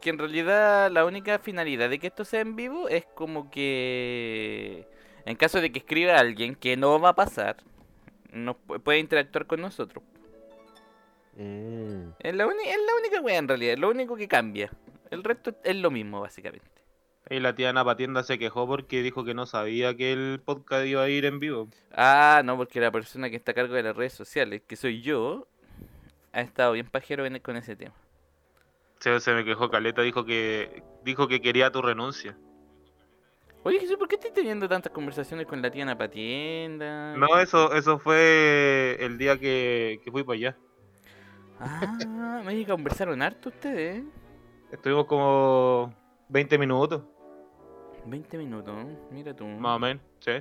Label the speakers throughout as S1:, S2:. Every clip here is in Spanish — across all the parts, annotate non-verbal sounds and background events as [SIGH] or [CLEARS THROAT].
S1: que en realidad la única finalidad de que esto sea en vivo es como que en caso de que escriba alguien que no va a pasar, nos pu- puede interactuar con nosotros.
S2: Mm.
S1: Es la, uni- es la única wea en realidad, es lo único que cambia. El resto es lo mismo básicamente.
S3: Y la tía Ana Patienda se quejó porque dijo que no sabía que el podcast iba a ir en vivo.
S1: Ah, no, porque la persona que está a cargo de las redes sociales, que soy yo, ha estado bien pajero en- e-, con ese tema.
S3: Se, se me quejó Caleta, dijo que dijo que quería tu renuncia.
S1: Oye Jesús, ¿por qué estás teniendo tantas conversaciones con la tía Ana Patienda?
S3: No, eso eso fue el día que, que fui para allá.
S1: Ah, me dije que conversaron harto ustedes. ¿eh?
S3: Estuvimos como 20 minutos,
S1: 20 minutos, mira tú.
S3: más o menos, sí.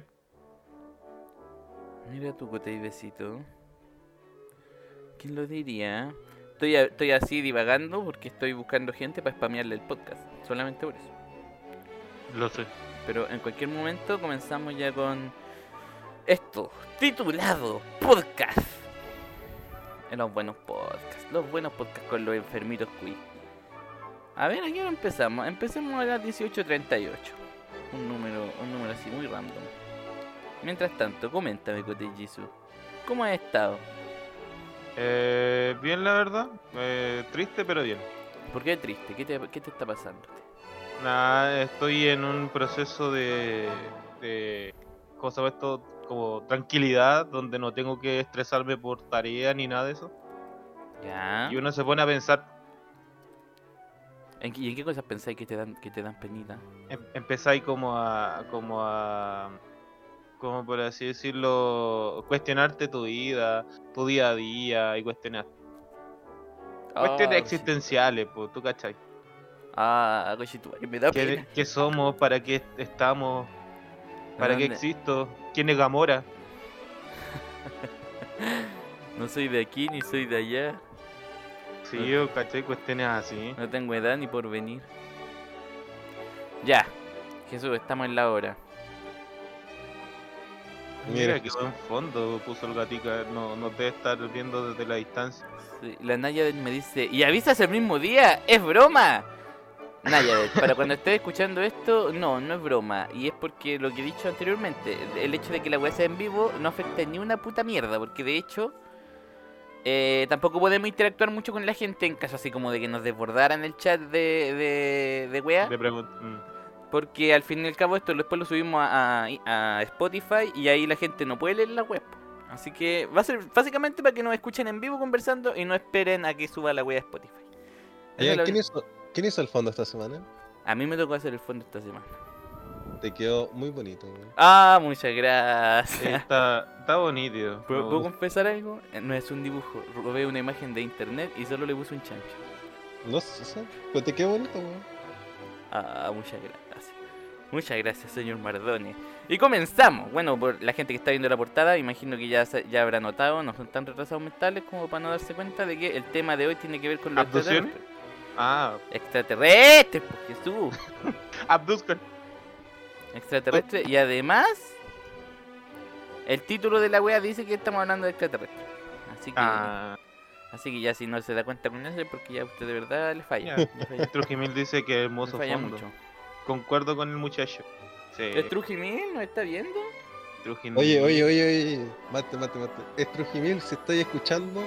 S1: Mira tu cote y besito. ¿Quién lo diría? Estoy, a- estoy así divagando porque estoy buscando gente para spamearle el podcast. Solamente por eso.
S3: Lo sé.
S1: Pero en cualquier momento comenzamos ya con esto, titulado Podcast. En los buenos podcasts, los buenos podcasts con los enfermitos cuy. A ver, ¿a qué hora empezamos? Empecemos a las 18.38. Un número, un número así muy random. Mientras tanto, coméntame, Cote Jisoo. ¿Cómo has estado?
S3: Eh, bien, la verdad. Eh, triste, pero bien.
S1: ¿Por qué triste? ¿Qué te, qué te está pasando?
S3: Nada, estoy en un proceso de, de ¿cómo se llama esto? Como tranquilidad, donde no tengo que estresarme por tarea ni nada de eso.
S1: ¿Ya?
S3: Y uno se pone a pensar,
S1: ¿En qué- ¿Y en qué cosas pensáis que te dan, que te dan penita?
S3: em- empezáis como a, como a, como por así decirlo, cuestionarte tu vida, tu día a día y cuestionar. Cuestiones
S1: Ah, sí.
S3: existenciales, pues, tú cachai.
S1: Ah, Goshituari, me da
S3: ¿Qué,
S1: pena.
S3: qué somos? ¿Para qué estamos? ¿Para qué
S1: ¿Dónde?
S3: existo? ¿Quién es Gamora?
S1: No soy de aquí ni soy de allá. Ah.
S3: Sí, yo cachai, cuestiones así.
S1: No tengo edad ni por venir. Ya, Jesús, estamos en la hora.
S3: Mira,
S2: Mira,
S3: qué
S2: Jesús.
S3: buen fondo puso el gatica, no, no debe estar viendo desde la distancia.
S1: Sí, La Nayabet me dice: ¿Y avisas el mismo día? ¡Es broma! Nayabet, para cuando estés escuchando esto, no, no es broma. Y es porque lo que he dicho anteriormente, el hecho de que la weá sea en vivo no afecta ni una puta mierda, porque de hecho. eh, tampoco podemos interactuar mucho con la gente en caso así como de que nos desbordaran el chat de, de, de weá.
S3: Le pregunto,
S1: [LAUGHS]
S3: mm,
S1: Porque al fin y al cabo esto después lo subimos a, a- a Spotify y ahí la gente no puede leer la web. Así que va a ser básicamente para que nos escuchen en vivo conversando y no esperen a que suba la web a Spotify. Esa es
S2: Oigan,
S1: la
S2: Eh, ¿quién,
S1: uni-
S2: hizo, quién hizo el fondo esta semana?
S1: A mí me tocó hacer el fondo esta semana.
S2: Te quedó muy bonito. weón.
S1: Ah, muchas gracias.
S3: eh, está, está bonito.
S1: ¿Puedo,
S3: me
S1: puedo
S3: gusta.
S1: confesar algo? Eh, No es un dibujo. Robé una imagen de internet y solo le puse un chancho.
S2: No sé, sé, pero te quedó bonito, weón.
S1: Ah, muchas gracias. Muchas gracias, señor Mardone. Y comenzamos. Bueno, por la gente que está viendo la portada, imagino que ya, se- ya habrá notado, no son tan retrasados mentales como para no darse cuenta de que el tema de hoy tiene que ver con los
S3: ¿Abducciones?
S1: extraterrestres.
S3: Ah,
S1: Extraterrestres, por Jesús.
S3: abduzcan. Oh.
S1: Extraterrestres. Y además, el título de la wea dice que estamos hablando de extraterrestres. Así que,
S3: Ah,
S1: así que ya si no se da cuenta con eso, es porque ya usted de verdad le falla.
S3: ya.
S1: Le falla,
S3: Trujimil dice que
S1: le
S3: hermoso
S1: falla
S3: fondo.
S1: mucho.
S3: Concuerdo con el muchacho. Sí,
S1: ¿Es Trujimil? ¿No está viendo?
S3: Trujimil.
S2: Oye, oye, oye, oye. Mate, mate, mate. Es Trujimil, si estoy escuchando,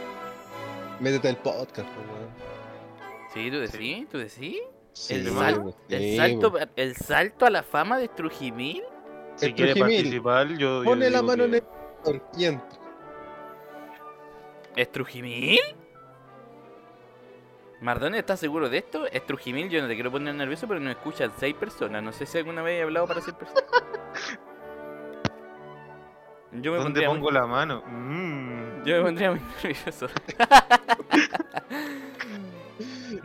S2: métete al podcast, po, weón.
S1: Sí, tú decís,
S3: Sí.
S1: tú decís.
S2: Sí,
S1: ¿El
S2: weón,
S1: salto?
S2: sí,
S1: El
S2: weón.
S1: salto, el salto a la fama de Trujimil.
S3: Si
S2: es
S3: quiere
S2: Trujimil.
S3: participar, yo. yo
S2: Pone la
S3: digo
S2: mano en
S3: que-
S2: el computador y entra.
S1: ¿Es Trujimil? Mardone, ¿estás seguro de esto? ¿Es Trujimil? Yo no te quiero poner nervioso, pero nos escuchan seis personas. No sé si alguna vez he hablado para seis personas. Yo me
S3: ¿Dónde
S1: pondría muy-
S3: pongo la mano? Mm.
S1: Yo me pondría muy nervioso.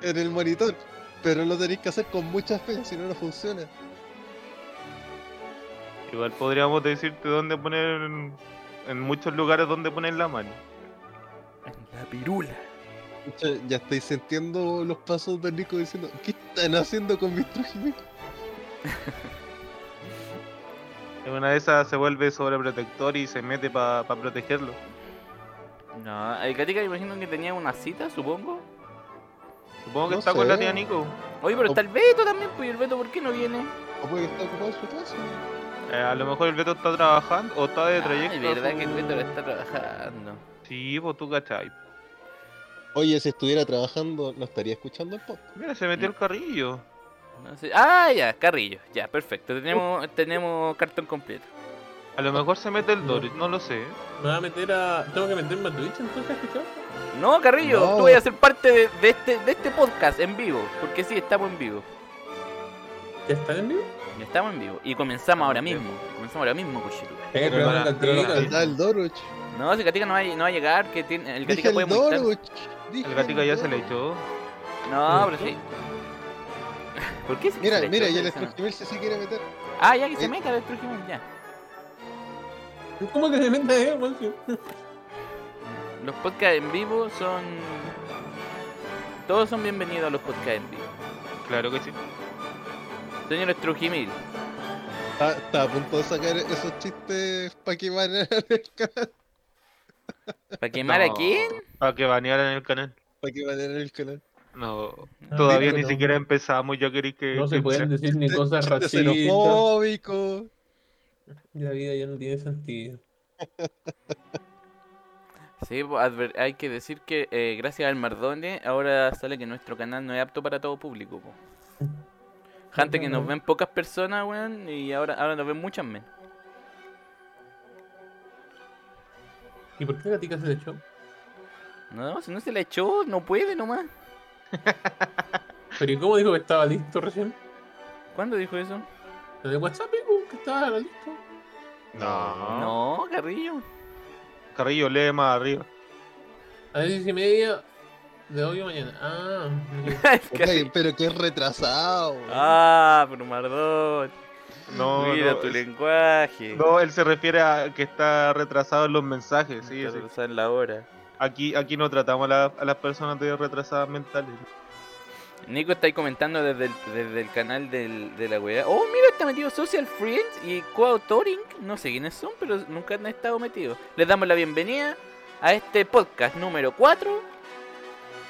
S2: En el monitor. Pero lo tenéis que hacer con mucha fe, si no, no funciona.
S3: Igual podríamos decirte dónde poner. En muchos lugares donde poner la mano.
S1: La pirula.
S2: Pucha, Ya estoy sintiendo los pasos de Nico diciendo, ¿qué están haciendo con mis Trujimil?
S3: En una de esas se vuelve sobreprotector y se mete para protegerlo.
S1: No, el Katika me imagino que tenía una cita, supongo.
S3: Supongo que
S2: No
S3: está con la
S2: sé.
S3: tía Nico.
S1: Oye, pero está el Beto también, pues ¿y el Beto, ¿por qué no viene?
S2: O puede que esté ocupado en su casa. ¿no?
S3: Eh, a lo mejor el Beto está trabajando o está de trayecto.
S1: Es verdad que el
S3: su-
S1: Beto lo está trabajando.
S3: Sí, pues tú cachai.
S2: Oye, si estuviera trabajando, no estaría escuchando el podcast.
S3: Mira, se
S1: Mm.
S3: metió el carrillo.
S1: No sé- Ah, ya, Carrillo. Ya, perfecto. Tenemos, tenemos cartón completo.
S3: A lo mejor se mete el Doris, no lo sé.
S4: Me voy a meter a. Tengo que meterme a Twitch entonces, ¿qué
S1: No, Carrillo,
S2: No.
S1: tú vas a ser parte de, de este, de este podcast en vivo. Porque sí, estamos en vivo.
S4: ¿Que están en vivo?
S1: Estamos en vivo. Y comenzamos ahora
S3: en vivo.
S1: mismo. Comenzamos ahora mismo, Cochituca.
S4: Eh,
S2: Pero
S4: pero
S3: la-
S4: la
S3: pero la-
S4: tiro,
S2: Faltaba el Doruch.
S1: No, si Gatica no va, a- no va a llegar, que tiene, el
S2: Dije
S1: Gatica puede
S2: el
S1: multar.
S2: Doruch. Dije
S3: El gatito
S2: el
S3: ya se le
S2: Doruch.
S3: echó.
S1: No, pero
S4: ¿Multó?
S1: sí. [LAUGHS] ¿Por qué se
S2: Mira,
S1: se le
S2: mira,
S1: echó?
S2: y el
S1: Se- se-
S2: Estrujimil se quiere meter.
S1: Ah, ya que se
S2: Eh.
S1: meta el Trujimil, ya.
S4: ¿Cómo que se mete ahí, Juancio?
S1: Los podcasts en vivo son. Todos son bienvenidos a los podcasts en vivo.
S3: Claro que sí.
S1: Señor Estrujimil,
S2: Está, está a punto de sacar esos chistes para que van a- [LAUGHS]
S1: ¿para quemar a quién?
S3: Para que banearan el canal.
S2: para que vayan el canal.
S3: No, todavía
S2: no,
S3: ni
S2: no.
S3: siquiera empezamos. Ya queréis que.
S4: Ah, No se
S3: que- [LAUGHS]
S4: pueden decir ni cosas
S2: Chistes
S4: racistas.
S2: xenofóbicos.
S4: La vida ya no tiene sentido.
S1: Sí, pues, adver- hay que decir que eh, gracias al Mardone ahora sale que nuestro canal no es apto para todo público. po. Gente que
S4: Ah,
S1: nos ven pocas personas, weón, y ahora, ahora nos ven muchas menos.
S4: ¿Y por qué la tica se le echó?
S1: No, si no se la echó, no puede nomás.
S4: Pero ¿y cómo dijo que estaba listo recién?
S1: ¿Cuándo dijo eso?
S4: ¿Lo de WhatsApp, dijo que estaba listo?
S3: No.
S1: No, Carrillo. [LAUGHS]
S3: Carrillo, lee más arriba.
S4: A las 10 y media de hoy o mañana. Ah, ok.
S2: Ay, pero que es retrasado.
S1: Ah, pero Mardón.
S3: No,
S1: Mira
S3: no,
S1: tu
S3: es-
S1: lenguaje.
S3: No, él se refiere a que está retrasado en los mensajes. Sí,
S1: Te
S3: sí.
S1: cruzas la hora.
S3: Aquí, aquí no tratamos a, la- a las personas de retrasadas mentales.
S1: Nico está ahí comentando desde el, desde el canal del- de la weá. Oh, mira, está metido Social Friends y Coautoring. No sé quiénes son, pero nunca han estado metidos. Les damos la bienvenida a este podcast número 4.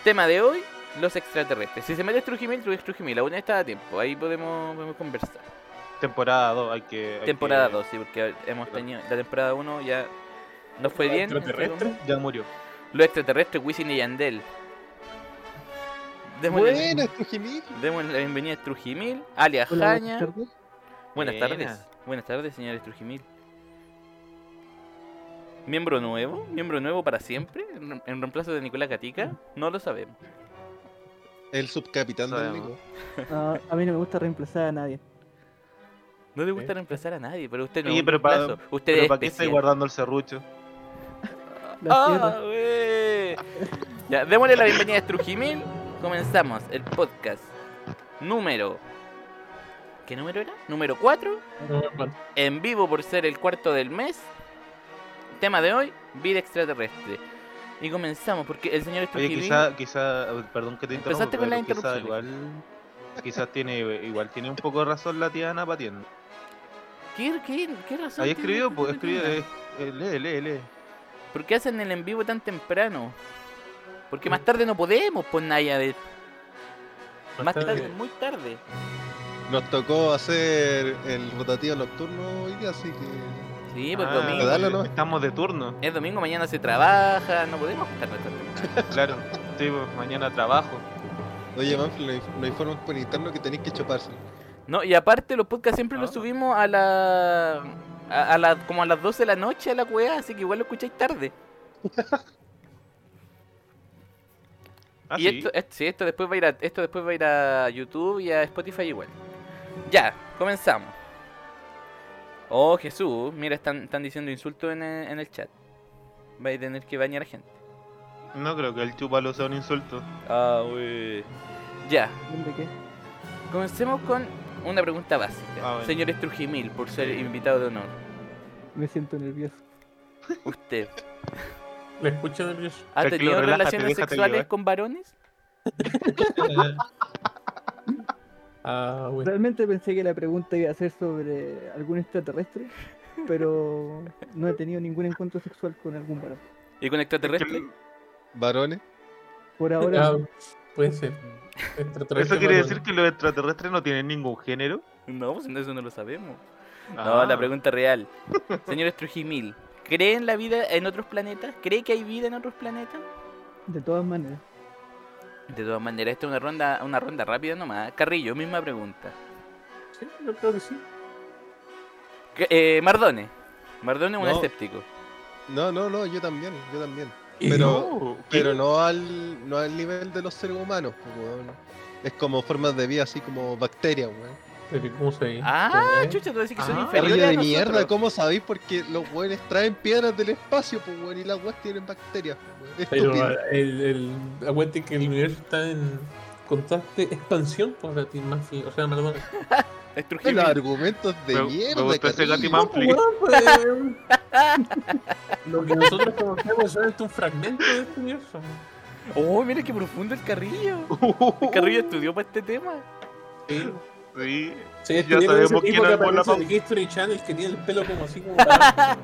S1: Tema de hoy, los extraterrestres. Si se mete Strujimil, Strujimil, aún está a tiempo. Ahí podemos, podemos conversar.
S3: Temporada 2, hay que. hay que-
S1: Temporada 2, sí, porque hemos tenido la temporada 1 ya no fue bien.
S4: ¿Extraterrestre?
S3: Ya murió.
S1: Los extraterrestres, Wisin y Yandel. Démosle,
S2: Buena, Estrujimil.
S1: démosle la bienvenida a Trujimil, alias Jaña. Buenas
S3: Buena.
S1: tardes. Buenas tardes, señores Trujimil. ¿Miembro nuevo? ¿Miembro nuevo para siempre? ¿En rem- en reemplazo de Nicolás Gatica? No lo sabemos.
S2: El subcapitán del
S3: Sabemos.
S2: Nico.
S5: No, a mí no me gusta reemplazar a nadie.
S1: No le gusta reemplazar a nadie, pero usted no
S3: Oye,
S1: es un
S3: pero para-
S1: reemplazo. Usted
S3: Pero
S1: es
S3: ¿para qué estáis
S1: especial.
S3: guardando el serrucho?
S5: La
S1: ¡Ah,
S5: cierro.
S1: wey! Ya, démosle la bienvenida a Trujimil. Comenzamos el podcast número. ¿Qué número era? Número 4.
S4: No me acuerdo.
S1: En vivo por ser el cuarto del mes. Tema de hoy: vida extraterrestre. Y comenzamos porque el señor
S3: Oye,
S1: Trujimil.
S3: quizá, quizá, perdón que te interrumpa,
S1: Empezaste con
S3: pero
S1: las
S3: quizá
S1: interrupciones.
S3: igual, quizás tiene, igual tiene un poco de razón la tía Ana Patiendo.
S1: ¿Qué, qué, qué razón? tiene este
S3: Ahí escribió,
S1: que
S3: pues,
S1: tener
S3: escribió,
S1: una?
S3: eh, eh, lee, lee, lee.
S1: ¿Por qué hacen el en vivo tan temprano? Porque
S3: Mm.
S1: más tarde no podemos, pues Naya. de- Más
S4: tarde.
S1: tarde, muy tarde.
S2: Nos tocó hacer el rotativo nocturno hoy día, así que.
S1: Sí, pues
S3: Ah,
S1: domingo.
S2: Dale nomás.
S3: Estamos de [LAUGHS] turno,
S1: Es domingo, mañana se trabaja, no podemos estar tan temprano.
S3: claro. Sí, pues, mañana trabajo.
S2: Oye, Manfred, nos inf- nos informan por interno que tenéis que chuparse.
S1: No, y aparte los podcasts siempre los
S3: Ah.
S1: subimos a la... A, a la, como a las 12 de la noche a la cueva, así que igual lo escucháis tarde.
S3: Ah,
S1: y
S3: sí.
S1: esto, esto, sí, esto después va a ir a, esto después va a ir a YouTube y a Spotify igual. Ya, comenzamos. Oh Jesús, mira, están, están diciendo insultos en el, en el chat. Vais a tener que bañar a gente.
S3: No creo que el chupalo sea un insulto.
S1: Ah, wey. Ya,
S5: ¿De qué?
S1: comencemos con una pregunta básica.
S3: A ver.
S1: Señor Estrujimil, por ser invitado de honor.
S5: Me siento nervioso.
S1: ¿Usted
S4: Me escucho
S1: [LAUGHS]
S4: nervioso.
S1: ha
S3: Tranquilo,
S1: tenido
S3: relájate,
S1: relaciones
S3: déjate
S1: sexuales
S3: llevar.
S1: con varones?
S4: ah, bueno.
S5: Realmente pensé que la pregunta iba a ser sobre algún extraterrestre, pero no he tenido ningún encuentro sexual con algún varón.
S1: ¿Y con
S3: Es que
S1: extraterrestres?
S3: el-
S2: Varones,
S5: Por ahora,
S4: Ah, puede ser.
S3: ¿Eso quiere decir que los extraterrestres no tienen ningún género?
S1: No, pues eso no lo sabemos. No,
S3: Ah.
S1: la pregunta real. Señor Strujimil, ¿cree en la vida en otros planetas? ¿Cree que hay vida en otros planetas?
S5: De todas maneras.
S1: De todas maneras, esta es una ronda, una ronda rápida nomás. Carrillo, misma pregunta.
S4: Sí, yo creo que sí.
S1: ¿Qué- eh, Mardone. Mardone es un
S2: No.
S1: escéptico.
S2: No, no, no, yo también, yo también.
S4: ¿Y
S2: Pero-
S3: [LAUGHS] No, ¿qué?
S2: Pero no al, no al nivel de los seres humanos, pues, weón. Es como formas de vida, así como bacterias, weón.
S4: Te picó un seis.
S1: Ah,
S4: ¿Eh?
S1: chucha, tú decís que son
S3: Ah.
S1: inferiores.
S2: Carrillo
S1: a
S2: de
S1: nosotros.
S2: mierda, ¿cómo sabéis? Porque los weones traen piedras del espacio, pues, weón, y las weas tienen bacterias, weón.
S4: Pero eh,
S2: Estúpido.
S4: el, el, aguante que el universo está en constante expansión, por la ti, más fi- o sea,
S3: [LAUGHS]
S4: perdón.
S1: Strujimil.
S2: Los argumentos de
S3: Me- me
S2: mierda,
S3: gustó ese
S2: Carrillo.
S3: Gatiman. Ampli.
S4: Weón,
S3: [LAUGHS]
S4: pues, weón. Lo que nosotros conocemos es un fragmento de este universo.
S1: Oh, mira qué profundo el carrillo.
S2: Uh.
S1: El carrillo estudió para este tema.
S4: Sí.
S3: Sí.
S4: Sí,
S3: Ya
S4: este tipo
S3: sabemos
S4: ese
S3: quién
S4: tipo que
S3: armó la
S4: aparece de History Channel que tiene el pelo como
S3: [LAUGHS]
S4: así como para-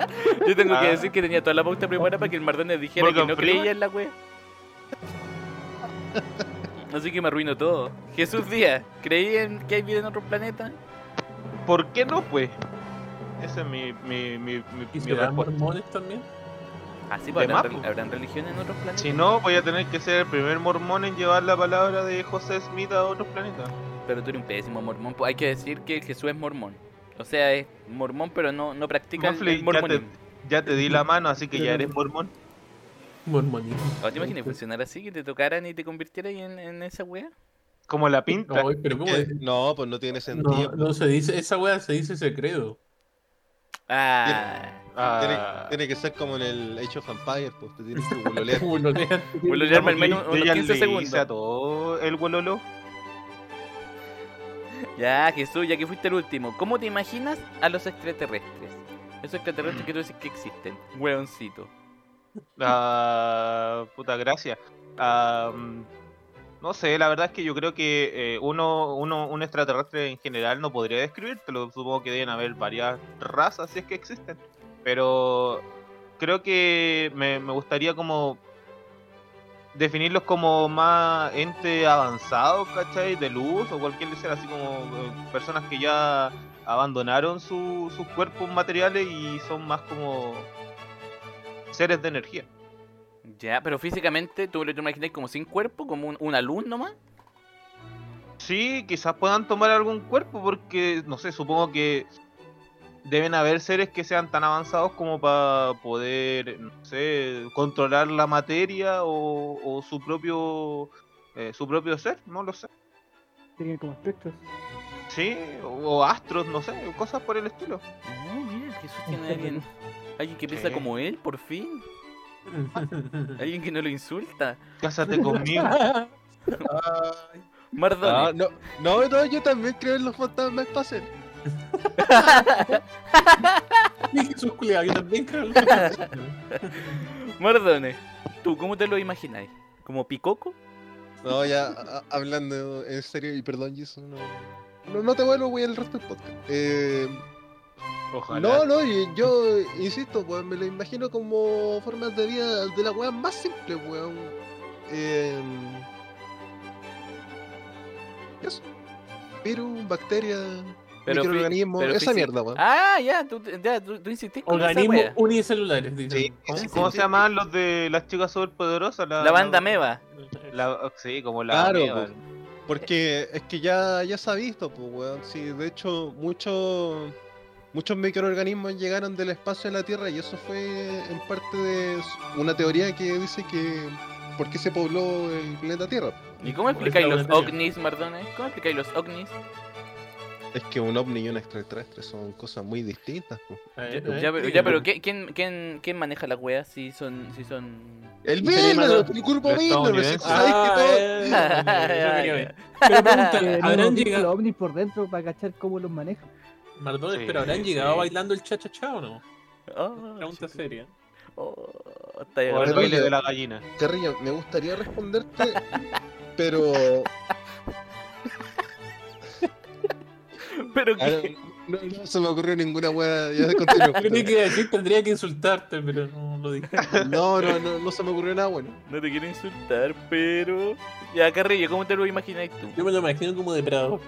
S1: Yo tengo que
S3: Ah.
S1: decir que tenía toda la pauta preparada para que el Mardone dijera que
S3: Morgan
S1: no
S3: Freeman.
S1: creía en la wea. Así que me arruino todo. Jesús Díaz, ¿creí en que hay vida en otro planeta?
S3: ¿Por qué no, pues? Esa es mi, mi, mi, mi,
S4: ¿Y
S3: mi
S4: serán
S3: respuesta.
S4: mormones también?
S1: Ah, sí,
S3: De
S1: pues, ¿habrán,
S3: más,
S1: re- habrán religión en otros planetas?
S3: Si no, voy a tener que ser el primer mormón en llevar la palabra de José Smith a otros planetas.
S1: Pero tú eres un pésimo mormón. Pues hay que decir que Jesús es mormón. O sea, es mormón, pero no, no practica el-
S3: Mofle,
S1: el
S3: ya
S1: mormonismo.
S3: Ya te di la mano, así que ya eres mormón.
S4: Mormonismo.
S1: ¿O Ah, te imaginas pues? funcionar así? Que te tocaran y te convirtieras ahí en, en esa wea.
S3: Como la pinta.
S4: No, pero ¿cómo
S2: Eh,
S4: es?
S2: No, pues no tiene sentido.
S4: No, no se dice, esa wea se dice secreto.
S1: Ah.
S3: Ah,
S2: Tiene, tiene que ser como en el Age of Empires, pues te tienes que bololear.
S4: Como lo lean. [LAUGHS]
S1: Vuelvo a llevarme al menos
S3: yo
S1: unos
S3: ya
S1: 15
S3: le
S1: segundos.
S3: hice a todo el huelolo.
S1: Ya, Jesús, ya que fuiste el último, ¿cómo te imaginas a los extraterrestres? Esos extraterrestres que tú dices que existen. Hueoncito.
S3: Ah, puta gracia. Ah, mm, no sé, la verdad es que yo creo que eh, uno, uno, un extraterrestre en general no podría describírtelo. Supongo que deben haber varias razas si es que existen. Pero creo que me, me gustaría como definirlos como más ente avanzado, ¿cachai? De luz o cualquier ser así como eh, personas que ya abandonaron su- sus cuerpos materiales y son más como seres de energía.
S1: Ya, pero físicamente tú lo te imaginas como sin cuerpo, como un, una luz nomás.
S3: Sí, quizás puedan tomar algún cuerpo porque, no sé, supongo que deben haber seres que sean tan avanzados como para poder, no sé, controlar la materia o, o su propio eh, su propio ser, no lo sé.
S5: Tenían como espectros.
S3: Sí, o, o astros, no sé, cosas por el estilo.
S1: No, mira, Jesús tiene a alguien. Alguien que piensa
S3: Sí.
S1: como él, por fin. Alguien que no lo insulta.
S3: Cásate conmigo.
S2: Ah,
S1: Mardone.
S2: no, no, no, yo también creo en los fantasmas espaciales.
S4: Y Jesús culiao, yo también
S1: [LAUGHS]
S4: creo. en lo
S1: Mardone. ¿Tú cómo te lo imagináis? ¿Como picoco?
S2: No, ya a- hablando en serio, y perdón, Jason, no, no, no te vuelvo, güey, el resto del podcast. Eh,
S3: Ojalá.
S2: no, no, y- yo, insisto, pues, me lo imagino como formas de vida de la weá más simple, weón. Eh, eso. Virus, bacterias,
S1: Pero fi-
S2: microorganismos,
S1: pero
S2: esa
S1: físico.
S2: mierda, weón.
S1: Ah, ya, tú, ya, tú, tú insistís con
S4: Organismos
S1: esa wea.
S4: unicelulares, dicen.
S2: Sí,
S4: ¿Cómo?
S2: sí,
S3: ¿Cómo se llaman los de las chicas superpoderosas?
S1: La banda meva.
S3: la- sí, como la
S2: Claro,
S3: ameba.
S2: pues. Porque es que ya, ya se ha visto, pues, weón. Sí, de hecho, muchos muchos microorganismos llegaron del espacio a la Tierra y eso fue en parte de s- una teoría que dice que por qué se pobló el planeta Tierra.
S1: ¿Y cómo
S4: Por
S1: explicáis
S4: esa
S1: los
S4: buena
S1: ovnis, Mardone? ¿Cómo explicáis los ovnis?
S2: Es que un ovni y un extraterrestre son cosas muy distintas. pues.
S4: Eh, eh,
S1: Ya, pero,
S4: sí,
S1: ya, pero ¿qué- ¿quién, quién, quién maneja las weas si son, si son
S2: El
S4: Y tenía
S2: Vilmer,
S4: más-
S2: el grupo
S3: los
S2: Vilmer, pues,
S3: estadounidenses.
S2: ¿sabes
S4: Ah,
S2: que todo-
S4: eh, yo quería ver.
S1: Ah,
S4: Pero pregunta,
S5: Que
S4: ¿habrán
S5: no visto los
S4: llegado,
S5: ovnis por dentro para cachar cómo los manejan.
S4: Mardones,
S3: Sí,
S4: pero ¿habrán
S3: sí.
S4: llegado bailando el cha-cha-cha o no? Ah, Pregunta
S1: oh,
S4: seria.
S1: oh, está
S3: O el
S1: llegando.
S3: baile de la gallina.
S2: Carrillo, me gustaría [LAUGHS] responderte, pero...
S1: [LAUGHS] Pero
S2: ah,
S1: que
S2: [LAUGHS] no, no se me ocurrió ninguna weá, ya continúo.
S4: [LAUGHS] Yo tenía que decir, tendría que insultarte, pero no. como lo dije.
S2: No, no, no, no se me ocurrió nada bueno.
S1: No te quiero insultar, pero. Ya, Carrillo, ¿cómo te lo imagináis tú?
S4: Yo me lo imagino como depredador.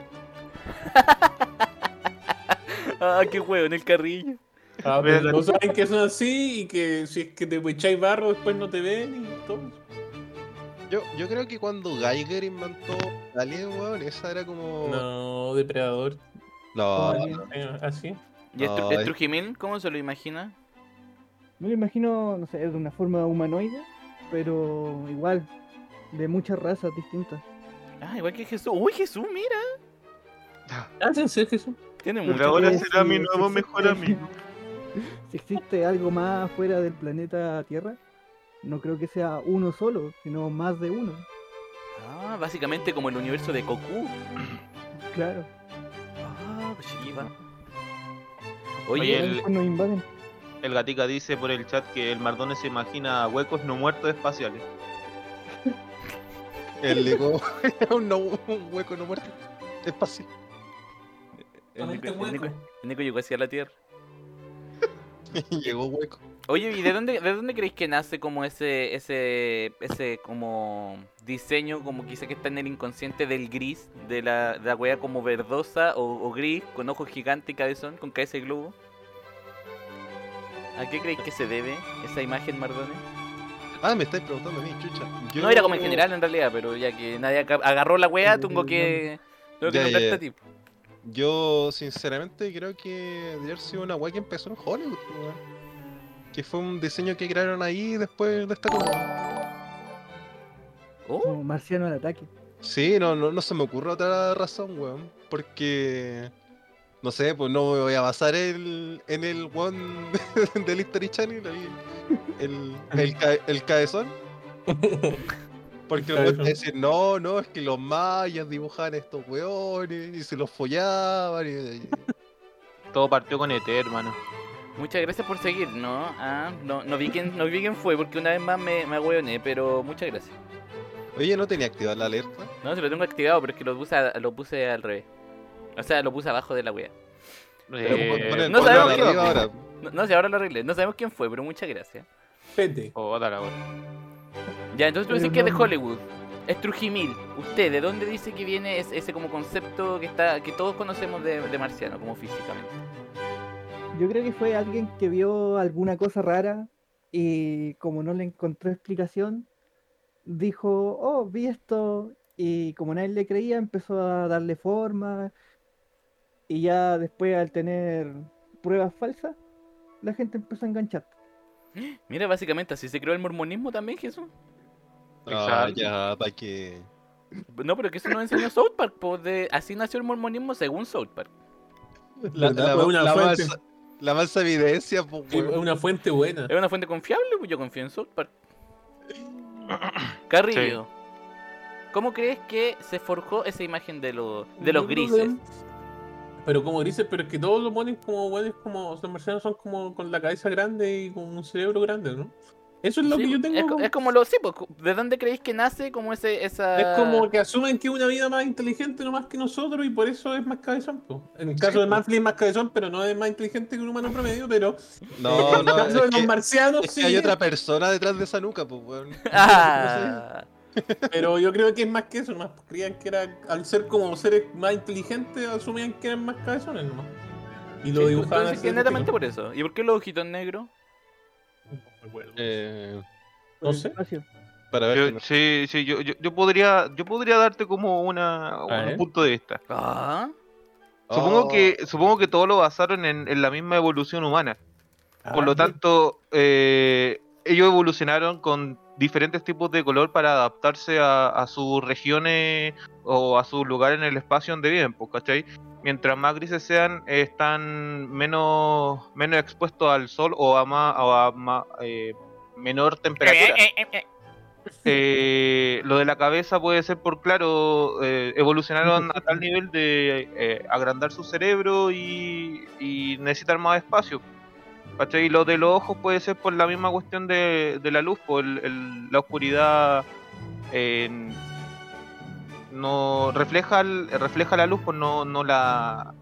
S1: Ah, qué huevo en el carrillo.
S4: Ah,
S3: Mira,
S4: pero no saben que son así y que si es que te echáis barro después no te ven y todo.
S2: Yo, yo creo que cuando Geiger inventó Alien, weón, esa era como.
S4: No, depredador.
S2: No,
S5: Alien.
S2: no.
S4: eh, Así.
S1: ¿Y el,
S2: Ay.
S1: Trujimil? ¿Cómo se lo imagina?
S5: Me lo imagino, no sé, de una forma humanoide, pero igual, de muchas razas distintas.
S1: Ah, igual que Jesús. ¡Uy, Jesús, mira!
S4: Ah, sí, sí, Jesús.
S1: Tiene
S3: Pero
S1: mucho.
S3: ahora
S5: Porque
S3: será mi
S5: si-
S3: nuevo
S5: si
S3: mejor
S5: existe-
S3: amigo.
S5: Si existe algo más fuera del planeta Tierra, no creo que sea uno solo, sino más de uno.
S1: Ah, básicamente como el universo de Goku.
S5: Claro.
S1: Ah, pues Shiva.
S3: Oye,
S1: Oye,
S5: Ahora
S3: el-
S5: después nos invaden.
S3: El gatica dice por el chat que el Mardone se imagina huecos no muertos espaciales.
S2: el Lego era [LAUGHS] un, no- un hueco no muerto. Espacio.
S1: el,
S4: Solamente
S1: Nico, el
S4: hueco.
S1: Nico- el Nico llegó hacia la Tierra.
S2: [LAUGHS] Llegó hueco.
S1: Oye, ¿y de dónde, de dónde creéis que nace como ese, ese, ese como diseño, como quizá que está en el inconsciente del gris, de la, de la wea como verdosa o, o gris, con ojos gigantes y cabezón, con cabeza de globo? ¿A qué creéis que se debe esa imagen, Mardone?
S2: Ah, me estáis preguntando a mí, chucha. Yo-
S1: No era como en general en realidad, pero ya que nadie aca- agarró la wea, tengo que, tengo que este
S2: Ya, ya,
S1: nombrarte
S2: ya.
S1: a ti.
S2: Yo, sinceramente, creo que debe haber sido una weá que empezó en Hollywood, weón. Que fue un diseño que crearon ahí después de esta cosa.
S1: Oh,
S5: Como marciano al ataque.
S2: Sí, no, no, no se me ocurre otra razón, weón. Porque. No sé, pues no me voy a basar el, en el weón [LAUGHS] del History Channel, ahí, el, el, ca- el cabezón. Porque
S4: El
S2: me gusta
S4: cabezón.
S2: decir, no, no, es que los mayas dibujaban estos weones y se los follaban. y- y-
S3: Todo partió con ET, hermano.
S1: muchas gracias por seguir, ¿no? Ah, no, no, vi quién, no vi quién fue, porque una vez más me, me agüeoné, pero muchas gracias.
S2: Oye, no tenía activada la alerta.
S1: No, se lo tengo activado, pero es que lo puse, a- lo puse al revés. O sea, lo puse abajo de la wea. Pero
S3: Eh,
S2: pon- pon el-
S1: no
S2: pon
S1: sabemos
S2: el arriba
S1: quién-
S2: ahora.
S1: No, no sé, ahora lo arreglé. No sabemos quién fue, pero muchas gracias.
S4: Pete.
S3: joda la wea.
S1: Ya, entonces tú
S5: Pero
S1: dices que es de
S5: no-
S1: Hollywood. Es Trujimil. ¿Usted de dónde dice que viene es- ese como concepto que está que todos conocemos de, de marciano, como físicamente?
S5: Yo creo que fue alguien que vio alguna cosa rara y como no le encontró explicación, dijo, oh, vi esto. Y como nadie le creía, empezó a darle forma. Y ya después al tener pruebas falsas, la gente empezó a enganchar.
S1: Mira, básicamente así se creó el mormonismo también, Jesús.
S2: Ah,
S3: Exacto.
S2: ya, para que.
S1: No, pero que eso nos enseñó South Park, po, de- así nació el mormonismo según South Park.
S4: La- la- una fuente.
S2: más, la más evidencia, pues,
S4: Sí, Es
S2: weón.
S4: una fuente buena.
S1: Es una fuente confiable, pues, yo confío en South
S3: [COUGHS]
S1: Park. Carrillo, ¿cómo crees que se forjó esa imagen de, los de los
S4: Yo creo
S1: grises?
S4: que- Pero como grises, pero es que todos los monos como buenos, como los marcianos son como con la cabeza grande y con un cerebro grande, ¿no? Eso es lo
S1: Sí,
S4: que yo
S1: es
S4: tengo.
S1: co-
S4: como-
S1: es, como lo. Sí, pues, co- ¿de dónde creéis que nace como ese, esa. [LAUGHS]
S4: es como que asumen que es una vida más inteligente nomás que nosotros y por eso es más cabezón. po. En el caso
S1: pues.
S4: de
S2: po.
S4: Manfly es más cabezón, pero no es más inteligente que un humano promedio, pero en
S2: No,
S4: [LAUGHS] el
S2: no,
S4: caso de
S2: es
S4: los
S2: que,
S4: [LAUGHS] marcianos
S2: es que
S4: sí,
S2: hay otra persona detrás de esa nuca, pues, weón.
S1: Ah,
S4: pero yo creo que es más que eso, nomás pues, creían que era, al ser como seres más inteligentes, asumían que eran más cabezones nomás. Y
S1: sí,
S4: lo
S1: tú- tú
S4: dibujaban
S1: dices
S4: así
S1: que
S4: de
S1: netamente
S4: estilo.
S1: por eso. ¿Y por qué los ojitos negros?
S4: No me acuerdo.
S2: Eh,
S4: No
S5: por el
S4: sé.
S5: espacio.
S2: para ver. que
S3: Yo-
S2: no-
S3: sí, sí, yo, yo, yo podría, yo podría darte como una, un
S4: ver.
S3: punto de vista.
S1: Ah,
S3: Supongo
S2: Oh,
S3: que, supongo que todo lo basaron en, en la misma evolución humana. Por lo
S4: Ah,
S3: tanto, eh, ellos evolucionaron con diferentes tipos de color para adaptarse a, a sus regiones o a su lugar en el espacio donde viven, pues, ¿cachai? Mientras más grises sean, eh, están menos, menos expuestos al sol o a, más, eh, menor temperatura. Eh, lo de la cabeza puede ser por claro, eh, evolucionaron a tal nivel de eh, agrandar su cerebro y, y necesitan más espacio. ¿Cachai? Y lo de los ojos puede ser por la misma cuestión de, de la luz, por el- el- la oscuridad eh, no refleja el- refleja la luz, pues no, no la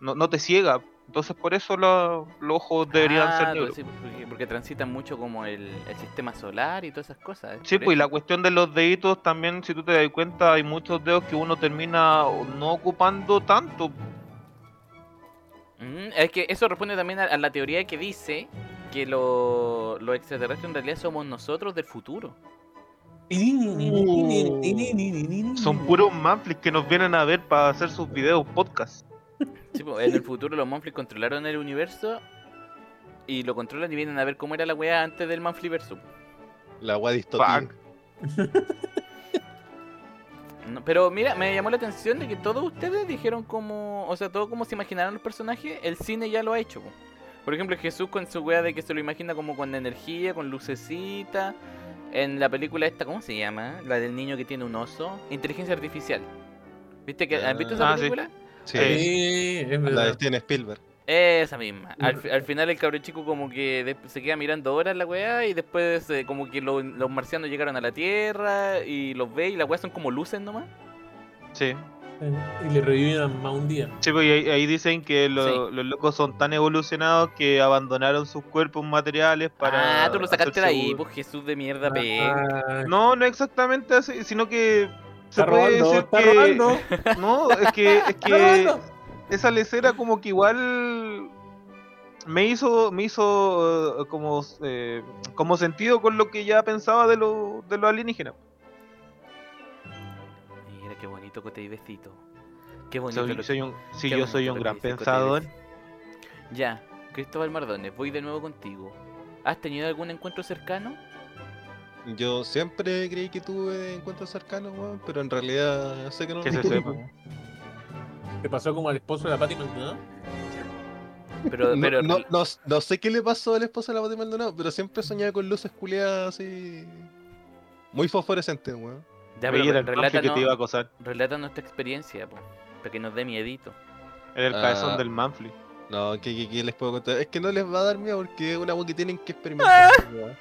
S3: no, no te ciega, Entonces por eso la- los ojos deberían
S1: Ah,
S3: ser
S1: tú
S3: negros.
S1: decís, porque, porque transitan mucho como el, el sistema solar y todas esas cosas.
S3: Sí, pues y la cuestión de los deditos también, si tú te das cuenta, hay muchos dedos que uno termina no ocupando tanto.
S1: Mm, es que eso responde también a, a la teoría que dice que lo- los extraterrestres en realidad somos nosotros del futuro. Mm.
S3: Son puros manflix que nos vienen a ver para hacer sus videos podcast.
S1: Sí, pues, en el futuro los Manflix controlaron el universo y lo controlan y vienen a ver cómo era la weá antes del Manfliverso.
S2: La weá distopía.
S3: Fuck.
S1: No, pero mira, me llamó la atención de que todos ustedes dijeron como, o sea, todo como se imaginaron los personajes, el cine ya lo ha hecho. po. Por ejemplo, Jesús con su wea de que se lo imagina como con energía, con lucecita. En la película esta, ¿cómo se llama? La del niño que tiene un oso. Inteligencia artificial. ¿Viste que han visto esa
S3: Ah, sí.
S1: película?
S2: Sí,
S3: Eh,
S4: Sí, es
S2: la de
S4: verdad.
S2: Steven Spielberg.
S1: Esa misma. Al, fi- al final el cabro chico como que de- se queda mirando horas la weá y después eh, como que lo- los marcianos llegaron a la Tierra y los ve y la weá son como luces nomás.
S3: Sí.
S4: Eh, Y le reviven más un día.
S3: Sí, pues y ahí, ahí dicen que lo- los locos son tan evolucionados que abandonaron sus cuerpos materiales para.
S1: ah, tú lo sacaste de
S3: hacerse
S1: ahí,
S3: un-
S1: pues Jesús de mierda, pe.
S4: Ah,
S3: No, no exactamente así, sino que. Se
S4: Está
S3: puede
S4: robando,
S3: decir
S4: está
S3: que-
S4: robando,
S3: No, es
S4: [LAUGHS]
S3: que, es
S4: está
S3: que
S4: robando.
S3: esa lecera como que igual me hizo, me hizo eh, como, eh, como sentido con lo que ya pensaba de los de los alienígenas.
S1: Mira qué bonito cote y besito. Qué bonito
S3: Soy-
S1: lo-
S3: soy un- sí,
S1: qué
S3: yo
S1: bonito
S3: soy un
S1: lo que
S3: gran
S1: dice Cote y
S3: pensador.
S1: Besito. Ya, Cristóbal Mardones, voy de nuevo contigo. ¿Has tenido algún encuentro cercano?
S2: Yo siempre creí que tuve encuentros cercanos, weón, pero en realidad sé que no.
S3: Que se
S2: tuve.
S3: sepa.
S4: Te pasó como al esposo de la Pati Maldonado.
S1: Pero,
S2: No-
S1: pero
S2: no, no, no sé qué le pasó al esposo de la Pati Maldonado, pero siempre soñaba con luces culeadas así. Muy fosforescentes, weón.
S1: ya,
S3: Oye,
S1: pero
S3: era el macho que
S1: relátanos,
S3: te iba a acosar.
S1: relátanos tu experiencia, po, para que nos dé miedito.
S3: Era el
S2: Ah.
S3: cabezón del Manfly.
S2: No, ¿qué, qué, qué les puedo contar? Es que no les va a dar miedo porque es una weón que tienen que experimentar.
S4: Ah.
S2: weón.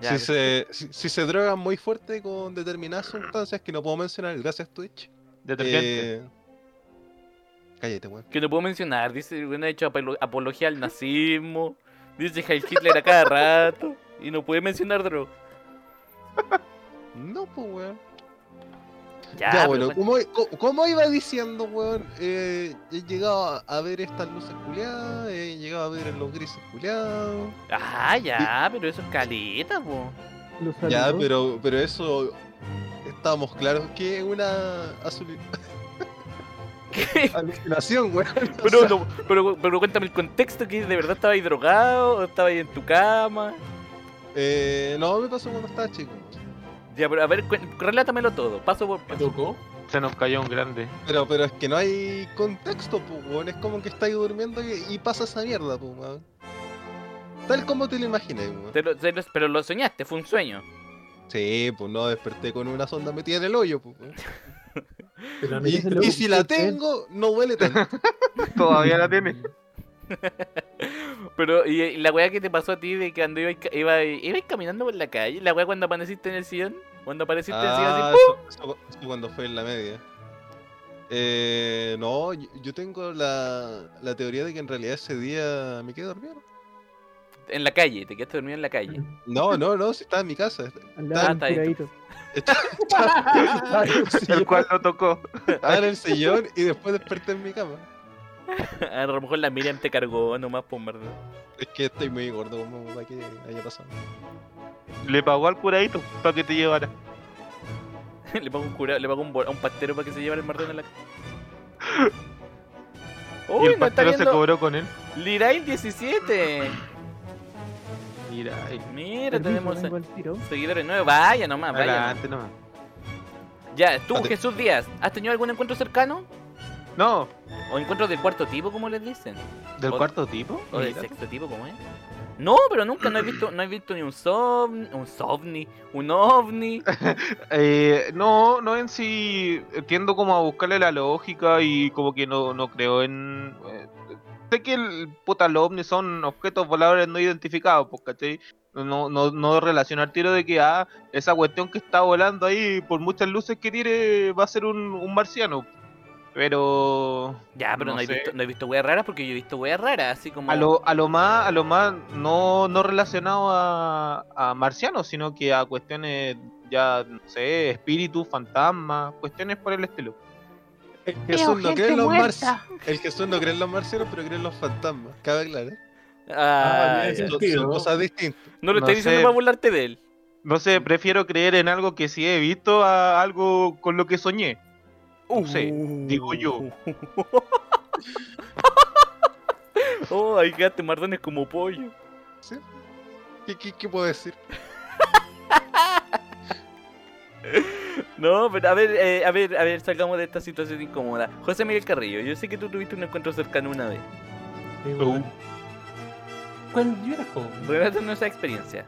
S1: Ya,
S2: Si
S1: Cris-
S2: se, si, si se drogan muy fuerte con determinadas sustancias que no puedo mencionar, gracias Twitch.
S3: Detergente.
S2: eh, Cállate, weón.
S1: que no puedo mencionar, dice, bueno, ha hecho apolo- apología al nazismo, dice Heil Hitler a cada rato, y no puede mencionar droga.
S2: No, pues, weón.
S1: Ya, pero
S2: Ya, bueno,
S1: cuenta-
S2: como, co- como iba diciendo, weón, eh, he llegado a- a ver estas luces culiadas, he llegado a ver los grises culiados.
S1: Ah, ya, pero eso es caleta, po.
S5: Los
S2: Ya,
S5: saludos.
S2: pero, pero eso estamos claros que es una
S1: [LAUGHS]
S2: alu- alucinación, weón. O
S1: Pero,
S2: sea,
S1: no- pero, pero cuéntame el contexto, que de verdad estabas ahí drogado, o estabas ahí en tu cama.
S2: eh, no, me pasó cuando estaba chico.
S1: Ya, pero a ver, cuen- relátamelo todo, paso por
S4: ¿Te
S1: paso.
S4: tocó?
S3: Se nos cayó un grande.
S2: Pero, pero es que no hay contexto, pues, weón. Es como que estáis durmiendo y, y pasa esa mierda, pues, weón. Tal como te lo imaginé, weón.
S1: Te lo- te lo- pero lo soñaste, fue un sueño.
S2: Sí, pues no desperté con una sonda metida en el hoyo, pues, weón.
S4: Pero a mí
S2: Y,
S5: Ese loco
S2: y si la
S5: que usted-
S2: tengo, no huele tanto.
S3: [LAUGHS]
S1: [LAUGHS]
S3: Todavía la tiene.
S1: Pero, y, y la weá que te pasó a ti de que cuando ibas ca- iba, ibas caminando por la calle, la weá cuando apareciste en el sillón, cuando apareciste en el sillón así,
S2: Ah, eso, eso- eso cuando fue en la media. Eh, no, yo, yo tengo la, la teoría de que en realidad ese día me quedé dormido.
S1: ¡pum! en la calle, te quedaste dormido en la calle. [LAUGHS]
S2: No, no, no, si estaba en mi casa.
S5: Al lado
S1: Ah,
S5: del
S1: está ahí.
S5: curadito. [LAUGHS] Ah,
S2: Estaba en el
S3: El
S2: sillón,
S3: cual lo tocó.
S2: estaba en el sillón y después desperté en mi cama.
S1: a lo mejor la Miriam te cargó nomás, por verdad.
S2: Es que estoy muy gordo como para que haya pasado.
S3: Le pagó al curadito para que te llevara.
S1: [LAUGHS] le pago un cura, le pago un, bol- a un pastero para que se lleve el martón en la
S3: y
S1: Uy,
S3: el
S1: no está
S3: pastero se
S1: viendo
S3: cobró con él.
S1: Lirail 17.
S3: Mira, ahí.
S1: Mira,
S5: Permiso,
S1: tenemos
S5: vengo al tiro.
S1: seguidores nuevos. Vaya nomás, Ah, vaya.
S3: adelante nomás.
S1: Ya, tú,
S2: Ate-
S1: Jesús Díaz, ¿has tenido algún encuentro cercano?
S3: No,
S1: ¿O encuentros de cuarto tipo, como les dicen?
S3: del
S1: Ot-
S3: cuarto tipo.
S1: ¿O del
S3: Mira tú.
S1: sexto tipo, como es? No, pero nunca, no he visto, no he visto ni un sovni, un sovni, un ovni.
S3: Eh, no, no en sí. eh, Tiendo como a buscarle la lógica y como que no, no creo en. eh, sé que el puta los ovnis son objetos voladores no identificados, pues, ¿cachai? No, no, no relacionar tiro de que ah, esa cuestión que está volando ahí, por muchas luces que tire, va a ser un, un marciano. Pero
S1: Ya, pero no,
S3: No
S1: he,
S3: sé.
S1: visto, no he visto weas raras porque yo he visto weas raras, así como.
S3: a lo, a lo más, a lo más no, no relacionado a, a marcianos, sino que a cuestiones ya, no sé, espíritus, fantasmas, cuestiones por el estilo.
S2: El Jesús no cree en los
S6: muerta.
S2: marci- El Jesús no cree en los marcianos, pero cree en los fantasmas. Cabe aclarar. ¿eh?
S1: Ah,
S4: Ah,
S1: ya.
S4: ya, sí.
S2: Son,
S4: Sentido,
S2: son
S4: ¿no?
S2: cosas distintas.
S1: No lo
S3: No
S1: estoy diciendo
S3: sé.
S1: para burlarte de él.
S3: No sé, prefiero creer en algo que sí he visto a algo con lo que soñé. No sé,
S1: Uh.
S3: digo yo.
S1: [LAUGHS] Oh, ahí quedaste mardones como pollo.
S2: ¿Qué, qué, qué puedo decir?
S1: No, pero a ver, eh, a ver, a ver, salgamos de esta situación incómoda. José Miguel Carrillo, yo sé que tú tuviste un encuentro cercano una vez.
S4: Sí,
S2: Uh.
S4: weón. Cuando yo era joven,
S1: Relátanos esa experiencia.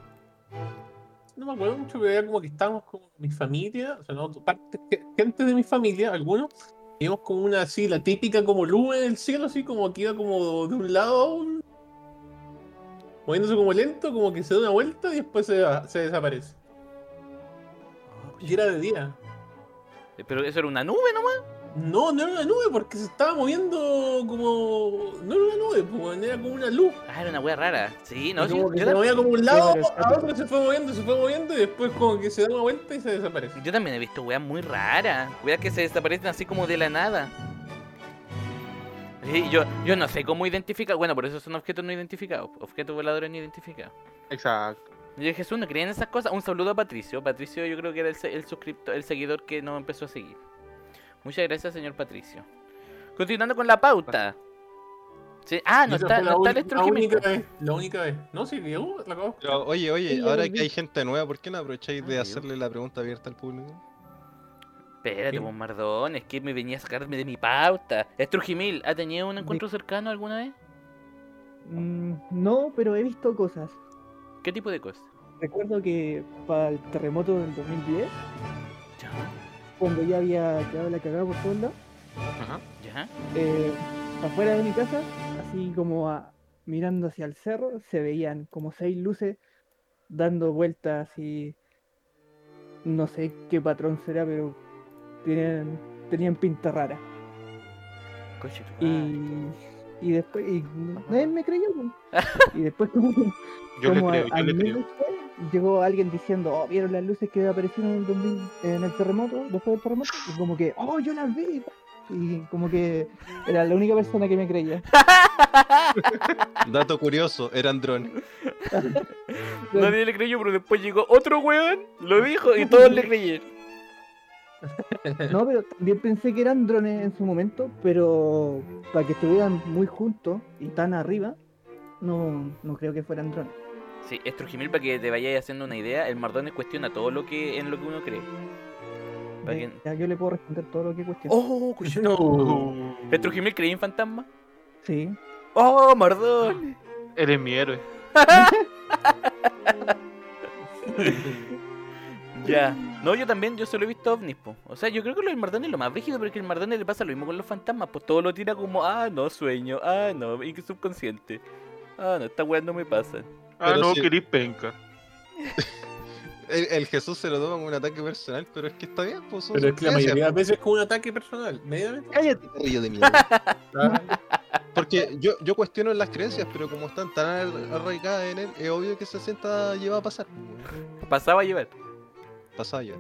S4: no me acuerdo mucho, pero era como que estábamos con mi familia, o sea, no, parte, gente de mi familia, algunos, y íbamos como una así, la típica como luz en el cielo, así como que iba como de un lado a un... moviéndose como lento, como que se da una vuelta y después se, va- se desaparece.
S5: Ah,
S4: Y era de día.
S1: Eh, Pero eso era una nube, ¿no?
S4: No, no era una nube porque se estaba moviendo como... No era una nube, pues, weón, era como una luz.
S1: Ah, era una wea rara. Sí,
S4: Y
S1: no, sí,
S4: como que
S1: yo,
S4: se
S1: tam-
S4: movía como un lado
S5: Sí, pero
S4: a otro, se fue moviendo, se fue moviendo y después como que se da una vuelta y se desaparece.
S1: yo también he visto weas muy raras. Weas que se desaparecen así como de la nada. Sí, yo, yo no sé cómo identificar. Bueno, por eso son objetos no identificados. Objetos voladores no identificados.
S3: Exacto.
S1: Yo Jesús, no creían esas cosas. Un saludo a Patricio. Patricio yo creo que era el, se- el suscriptor, el seguidor que nos empezó a seguir. Muchas gracias, señor Patricio. Continuando con la pauta. Sí, Ah, no
S4: Y esa
S1: está,
S4: fue la
S1: no está el
S4: uni- La única
S1: electroquímico.
S4: vez, la única vez. No, sí, Diego, la acabo.
S2: Pero, oye,
S5: Sí,
S2: oye,
S5: ya
S2: ahora
S5: volví.
S2: que hay gente nueva, ¿por qué no aprovecháis de
S1: Ah,
S2: hacerle la pregunta abierta al público?
S1: Espérate,
S4: ¿Qué?
S1: pues Mardón, es que me venía a sacarme de mi pauta. Estrujimil, ¿ha tenido un encuentro cercano alguna vez?
S5: Mm, no, pero he visto cosas.
S1: ¿Qué tipo de cosas?
S5: Recuerdo que para el terremoto del 2010,
S1: Ya,
S5: cuando ya había quedado la cagada por todos lados,
S1: ya.
S5: eh, afuera de mi casa, así como a- mirando hacia el cerro, se veían como seis luces dando vueltas y no sé qué patrón será, pero tenían, tenían pinta rara.
S1: Coche, tu
S5: Y,
S1: madre.
S5: y después, y nadie me creyó. po. Y después como,
S3: Yo le
S5: como
S3: creo, yo
S5: al
S3: le
S5: mes
S3: creo.
S5: después, llegó alguien diciendo, oh, vieron las luces que aparecieron en el, 2000 en el terremoto, después del terremoto, y como que, oh, yo las vi. Y como que era la única persona que
S3: [LAUGHS]
S5: me creía.
S2: Dato curioso, eran drones.
S1: Nadie le creyó, pero después llegó otro weón, lo dijo
S4: [LAUGHS]
S1: y todos le creyeron.
S5: No, pero también pensé que eran drones en su momento, pero para que estuvieran muy juntos y tan arriba, no, no creo que fueran drones.
S1: Sí, Estrujimil, para que te vayáis haciendo una idea, el Mardón cuestiona todo lo que en lo que uno cree. Para que-
S5: Ya, yo le puedo responder todo lo que cuestione.
S1: Oh, coche, no.
S3: Uh.
S1: Estrujimil creía en fantasma.
S5: Sí.
S1: Oh, Mardón.
S3: Eres mi héroe.
S1: Ya. No, yo también, yo solo he visto ovnis, po. O sea, yo creo que lo del Mardone es lo más brígido, pero es que el Mardone le pasa lo mismo con los fantasmas, pues todo lo tira como, ah, no, sueño, ah, no, y que subconsciente. Ah, no, estas weas no me pasan.
S3: Ah,
S2: Pero
S3: no,
S2: sí.
S3: querís penca.
S2: El, el Jesús se lo toma como un ataque personal, pero es que está bien, pues. son
S4: Pero es que la
S2: sustancias,
S4: mayoría de las veces es como un ataque personal. Medianamente.
S5: [LAUGHS]
S2: Cállate, perrillo de mierda. Porque yo, yo cuestiono las creencias, pero como están tan ar- arraigadas en él, es obvio que se sienta lleva a pasar.
S1: Pasaba a llevar. [LAUGHS]
S2: Pasaba ya.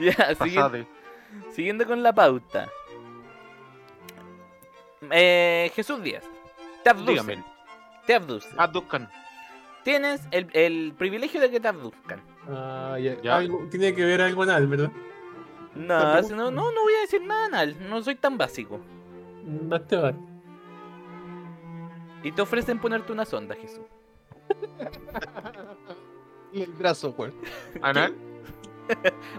S1: Ya, siguiente,
S3: Pasade.
S1: siguiendo con la pauta. Eh, Jesús Díaz, te abducen.
S3: Dígame.
S1: Te abducen.
S3: Abduzcan.
S1: Tienes el, el privilegio de que te abduzcan.
S4: Ah, ya,
S3: Ya.
S4: algo- tiene que ver algo anal, ¿verdad?
S1: No,
S4: Tampoco-
S1: si no, no, no voy a decir nada, Nal, no soy tan básico.
S4: No te va.
S1: Oh, Y te ofrecen ponerte una sonda, Jesús.
S2: Y el brazo, güey.
S3: ¿Anal?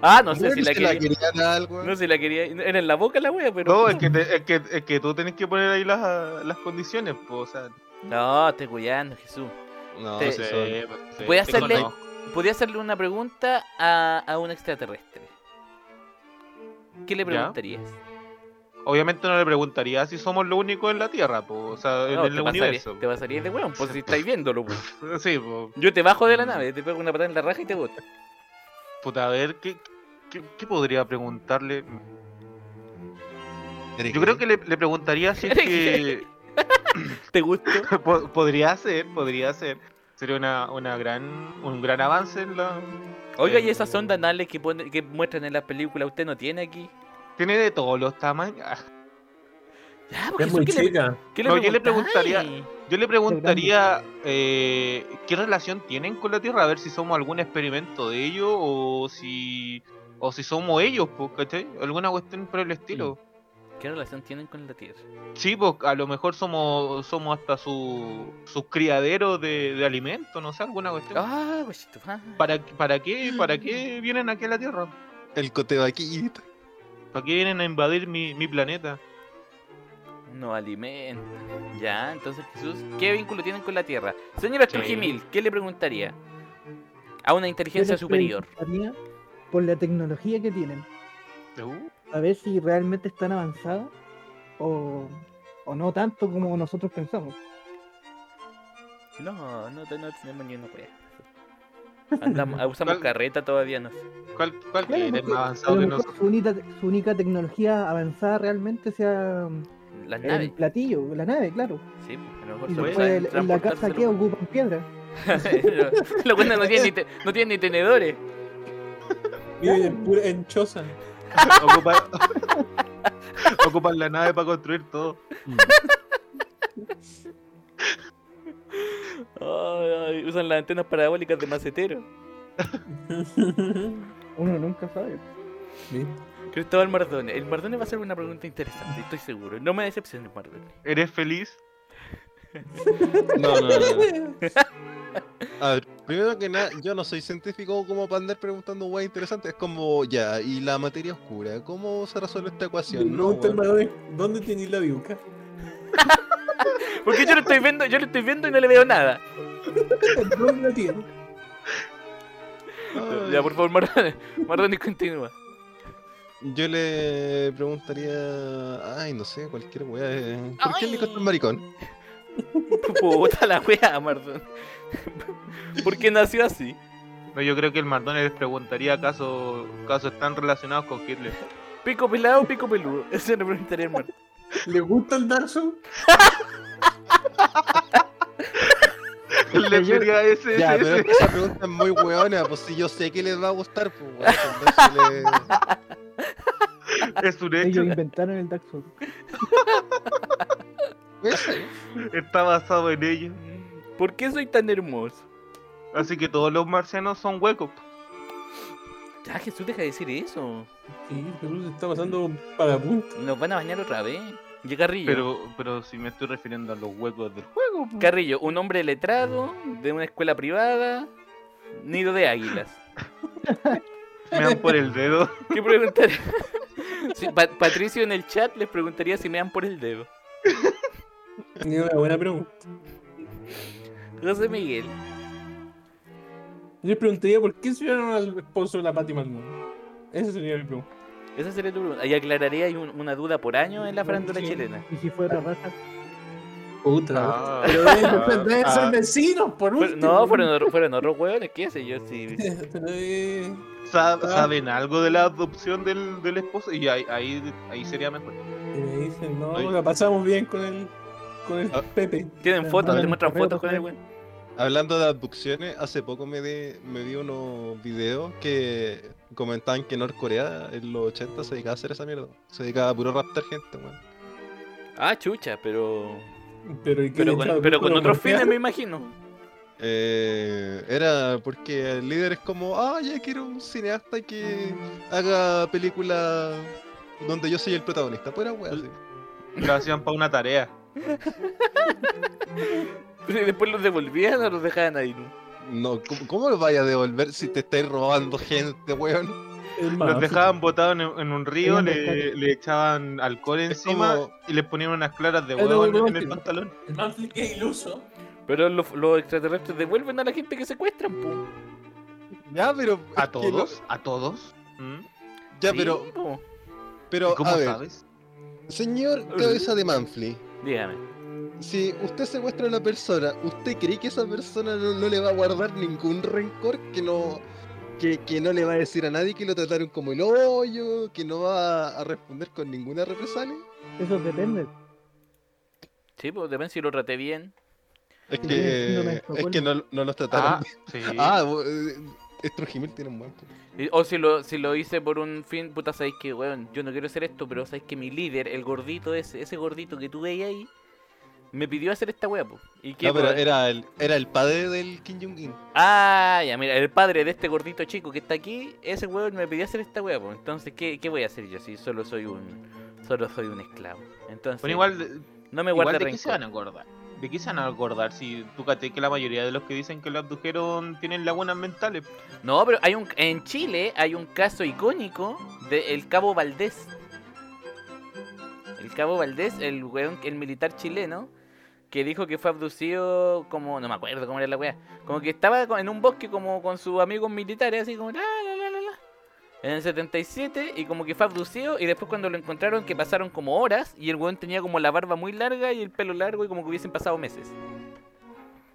S1: Ah, no sé si la
S2: Se la
S1: quería.
S2: quería dar, güey.
S1: No sé si la quería. Era en la boca la wea, pero.
S3: [LAUGHS] No, es que, te- es, que, es que tú tenés que poner ahí las, las condiciones, po, o sea.
S1: No, te cuidando, Jesús.
S2: No,
S1: Te-
S2: sí, son-
S3: sé, no sé,
S1: Eh, Voy a
S3: te
S1: hacerle-
S3: conozco.
S1: Podía hacerle una pregunta a, a un extraterrestre. ¿Qué le
S3: Ya.
S1: preguntarías?
S3: Obviamente no le preguntaría si somos lo único en la Tierra, po, o sea, Eh, en
S1: No,
S3: el
S1: te, pasarías,
S3: universo.
S1: te pasarías de weón, por si estáis viéndolo, po.
S3: Sí, po.
S1: Yo te bajo de la nave, te pego una patada en la raja y te boto.
S3: Puta, a ver, ¿qué, qué, qué podría preguntarle?
S2: Eres gay.
S3: Yo creo que le, le preguntaría si es que
S1: ¿Te gustó?
S3: [LAUGHS] po- podría ser, podría ser. Sería una, una gran, un gran avance en la.
S1: Oiga,
S3: en-
S1: y esas ondas anales que, pone- que muestran en la película, ¿usted no tiene aquí?
S3: Tiene de todos los tamaños.
S1: Ya, Ah, porque
S4: Es
S1: eso,
S4: muy
S1: ¿qué le,
S4: chica.
S1: qué le
S3: No, yo le
S1: preguntáis?
S3: preguntaría- Yo le preguntaría eh, qué relación tienen con la Tierra, a ver si somos algún experimento de ellos o si o si somos ellos, pues, ¿cachai? Alguna cuestión por el estilo.
S1: ¿Qué relación tienen con la Tierra?
S3: Sí, pues a lo mejor somos somos hasta su, sus criaderos de, de alimento, no sé, alguna cuestión.
S1: Ah, guachito, ah.
S3: ¿Para, ¿Para qué para qué vienen aquí a la Tierra?
S1: [LAUGHS]
S2: El cotebaquita.
S3: ¿Para qué vienen a invadir mi, mi planeta?
S1: No alimenta. Ya, entonces Jesús, ¿qué vínculo tienen con la Tierra? Señora
S3: Sí.
S1: Trujimil, ¿qué le preguntaría? A una inteligencia
S5: les
S1: superior.
S5: preguntaría Por la tecnología que tienen. A ver si realmente están avanzadas o, o no tanto como nosotros pensamos.
S1: No, no, te- no tenemos ni una wea. Andamos, ah, usamos carreta todavía, no sé.
S3: ¿Cuál, cuál
S5: Claro,
S3: creen es
S5: porque
S3: más
S5: A
S3: avanzado
S5: lo
S3: que
S5: mejor
S3: nosotros?
S5: su, única, su única tecnología avanzada realmente sea mm,
S1: Las naves.
S5: el platillo, la nave, claro.
S1: Sí, pues, a lo mejor
S5: Y
S1: solo
S5: después
S1: saben
S5: el- en la
S1: transportarse
S5: casa que
S1: los-
S5: ocupan piedra.
S1: [LAUGHS] Lo- Los buenos no tienen ni, te- no tienen ni tenedores.
S4: Viven en, pura- en [LAUGHS] choza.
S3: Ocupan, [LAUGHS] ocupan la nave para construir todo.
S1: Ay, ay, usan las antenas parabólicas de macetero.
S5: Uno nunca sabe.
S3: [LAUGHS]
S1: Cristóbal Mardone. El Mardone va a ser una pregunta interesante, estoy seguro. No me decepciones, Mardone.
S3: ¿Eres feliz?
S2: No, no, no. no.
S1: [LAUGHS]
S2: A ver, primero que nada, yo no soy científico como para andar preguntando guay interesante. Es como, ya, ¿y la materia oscura? ¿Cómo se resuelve esta ecuación? No,
S4: Pregunta,
S2: weón.
S4: hermano, ¿dónde tenéis la biuca?
S1: Porque yo lo estoy viendo, yo lo estoy viendo y no le veo nada.
S4: ¿Dónde la tienes?
S2: Ay,
S1: Ya, por favor, Mardone. Mardone continúa.
S2: Yo le preguntaría, ay, no sé, cualquier weá. eh, ¿Por qué
S1: Ay.
S2: le costó el maricón?
S1: Puta la wea, Mardone. ¿Por qué nació así?
S3: No, yo creo que el Mardone les preguntaría acaso, acaso están relacionados con Hitler.
S1: Pico pelado, pico peludo. Eso le preguntaría al Mardone.
S4: ¿Le gusta el Dark Souls?
S3: Le
S5: Pero yo-
S3: diría ese,
S1: [LAUGHS]
S2: Ya,
S3: ese,
S2: pero es
S3: ese.
S2: que esa pregunta es muy weona, pues si yo sé que les va a gustar, pues weón, entonces
S1: [LAUGHS]
S2: le-
S3: Es un hecho.
S5: Ellos inventaron el Dark Souls.
S2: Ese.
S3: Está basado en ello.
S1: ¿Por qué soy tan hermoso?
S3: Así que todos los marcianos son huecos.
S1: Ya, Jesús, deja de decir eso.
S4: Sí, Jesús está pasando para punto.
S1: Nos van a bañar otra vez. Y Carrillo.
S3: Pero, pero si me estoy refiriendo a los huecos del juego. po.
S1: Carrillo, un hombre letrado, de una escuela privada, nido de águilas.
S3: Me dan por el
S2: [LAUGHS]
S3: dedo.
S1: ¿Qué preguntaría? [LAUGHS] Sí, Pa- Patricio en el chat les preguntaría si me dan por el dedo.
S4: Es una buena pregunta.
S1: José Miguel.
S4: Yo les preguntaría por qué se llevaron al esposo de la Patti Maldonado. Esa sería mi pregunta.
S1: Esa sería tu pregunta. Y aclararía hay un- una duda por año en la farándula
S4: Sí.
S1: chilena.
S5: Y si fuera raza,
S4: Otra.
S3: Ah,
S4: Pero pues, deben,
S3: ah,
S4: deben
S3: ah.
S4: ser vecinos, por
S1: Fue-
S4: último.
S1: Pues, no, fueron, otro- fueron otros hueones, qué sé yo, sí.
S4: Pero, eh,
S3: Sa- ¿Saben algo de la adopción del, del esposo? Y ahí, ahí, ahí sería mejor.
S4: Y me dicen, no,
S3: Oye.
S4: la pasamos bien con el, con el
S2: Ah.
S4: Pepe.
S1: Tienen fotos, te muestran
S5: correo,
S1: fotos con el
S5: correo.
S1: hueón.
S2: Hablando de abducciones, hace poco me, de- me vi unos videos que comentaban que Norcorea en los 80 se dedicaba a hacer esa mierda. Se dedicaba a puro raptar gente, weón.
S1: Ah, chucha, pero.
S4: Pero, ¿y qué
S1: Pero
S4: le
S1: con,
S4: echaba
S1: pero con
S4: culpa a la
S1: otros fines,
S4: mujer?
S1: me imagino. [LAUGHS]
S2: Eh, era porque el líder es como, ah, ya quiero un cineasta que haga película donde yo soy el protagonista. Pura wea, así.
S3: Lo hacían para una tarea.
S1: Y después los devolvían o los dejaban ahí. ¿no?
S2: No, ¿cómo, cómo lo vaya a devolver si te estáis robando gente, weón?
S4: Es
S2: Ah,
S4: más,
S3: Los dejaban botados en, en un río,
S5: Tenían
S3: le,
S5: pescado.
S3: le echaban alcohol
S2: Es
S3: encima
S2: como-
S3: y les ponían unas claras de
S4: Es lo
S3: huevo en,
S4: mismo
S3: en el
S4: que-
S3: pantalón.
S4: El Manfred es iluso.
S1: Pero los, los extraterrestres devuelven a la gente que secuestran, po.
S2: Ya, pero. es
S3: ¿A
S2: que lo-
S3: todos? ¿A todos? ¿Mm?
S2: ya,
S1: Sí,
S2: pero.
S1: po.
S3: ¿Y
S2: Pero,
S3: cómo
S2: a ver,
S3: sabes?
S2: [LAUGHS] señor cabeza de Manfly,
S1: Dígame.
S2: si usted secuestra a una persona, ¿usted cree que esa persona no, no le va a guardar ningún rencor que no. que, que no le va a decir a nadie que lo trataron como el hoyo, que no va a responder con ninguna represalia.
S5: Eso depende.
S1: Sí, pues depende si lo traté bien.
S2: Es
S5: Sí,
S2: que,
S5: síndrome de
S2: es
S5: Estocolmo.
S2: que no, no los trataron.
S3: Ah, sí.
S2: Ah, bo- eh, Estrujimil tiene un buen punto.
S1: Y- O si lo, si lo hice por un fin, puta, sabéis que, weón, yo no quiero hacer esto, pero sabéis que mi líder, el gordito ese, ese gordito que tú veías ahí, me pidió hacer esta wea, po.
S3: Ah,
S1: ¿Y qué,
S2: No, pero
S1: po?
S2: era el, era el padre del Kim Jong-un.
S1: Ah, ya, mira, el padre de este gordito chico que está aquí, ese weón me pidió hacer esta wea, po. Entonces, ¿qué, qué voy a hacer yo si solo soy un solo soy un esclavo? Entonces,
S3: Pero igual,
S1: no me guarda
S3: igual ¿de qué se
S1: rencor.
S3: van a acordar? ¿De qué se van a acordar si tú cachai que la mayoría de los que dicen que lo abdujeron tienen lagunas mentales?
S1: No, pero hay un en Chile hay un caso icónico de el Cabo Valdés. El Cabo Valdés, el weón, el militar chileno que dijo que fue abducido como no me acuerdo cómo era la weá, como que estaba co- en un bosque como con sus amigos militares así como la la la la. la, En el 77 y como que fue abducido y después cuando lo encontraron que pasaron como horas y el weón tenía como la barba muy larga y el pelo largo y como que hubiesen pasado meses.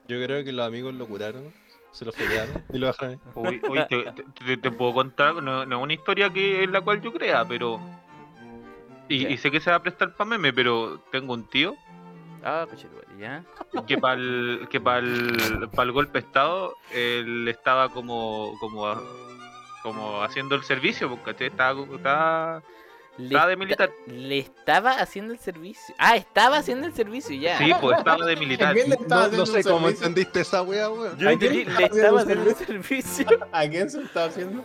S2: Yo creo que los amigos lo curaron, se lo follaron y lo bajaron.
S3: [LAUGHS] Uy, uy, te, te- te- te puedo contar, no, no es una historia que en la cual yo crea, pero... Y,
S1: Ya.
S3: y sé que se va a prestar para meme, pero tengo un tío
S1: Ah, cochetumare, ya.
S3: que para el que pa'l- pa'l golpe de estado él estaba como como a- como haciendo el servicio porque ¿cachai? estaba, estaba, estaba de militar
S1: Le estaba haciendo el servicio. Ah, estaba haciendo el servicio ya.
S3: sí pues estaba de [LAUGHS] militar
S4: ¿Quién le estaba
S2: No, no
S4: haciendo
S2: sé cómo
S4: servicio?
S2: entendiste esa wea, weón.
S1: Yo
S4: ¿A
S1: entendí,
S4: quién
S1: le estaba
S4: estaba
S1: haciendo
S4: haciendo
S1: el servicio.
S4: [LAUGHS] ¿A quién se lo estaba haciendo?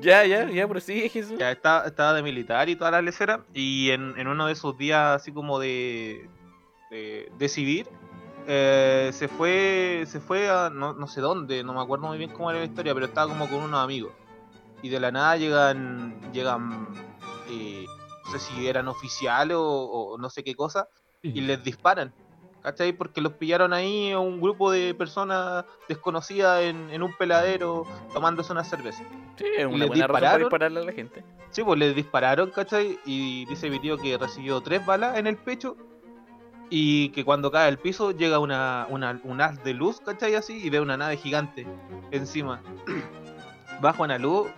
S1: ya, ya, ya, prosigue Jesús.
S3: ya estaba, estaba de militar y toda la lecera y en, en uno de esos días así como de de, de civil eh, se fue se fue a no, no sé dónde no me acuerdo muy bien cómo era la historia pero estaba como con unos amigos y de la nada llegan llegan eh, no sé si eran oficiales o, o no sé qué cosa y les disparan ¿Cachai? Porque los pillaron ahí a un grupo de personas desconocidas en, en un peladero tomándose una cerveza.
S1: Sí, es una buena
S3: ¿Le
S1: razón para
S3: dispararon?
S1: dispararle a la gente.
S3: Sí, pues le dispararon, ¿cachai? Y dice mi tío que recibió tres balas en el pecho y que cuando cae al piso llega una, una, un haz de luz, ¿cachai? Así y ve una nave gigante encima. [CLEARS THROAT] Baja una luz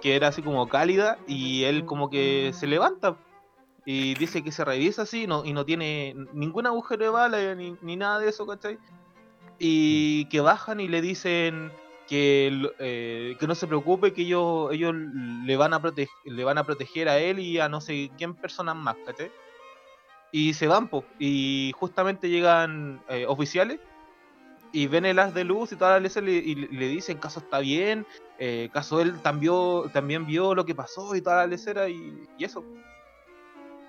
S3: que era así como cálida y él como que se levanta y dice que se revisa así no, y no tiene ningún agujero de bala ni, ni nada de eso, ¿cachai? Y que bajan y le dicen que, el- eh, que no se preocupe, que ellos, ellos le, van a protege- le van a proteger a él y a no sé quién personas más, ¿cachai? Y se van, po, y justamente llegan eh, oficiales y ven el haz de luz y toda la lesa le- y le, le dicen, caso está bien, eh, caso él también, también vio lo que pasó y toda la lecera y, y eso.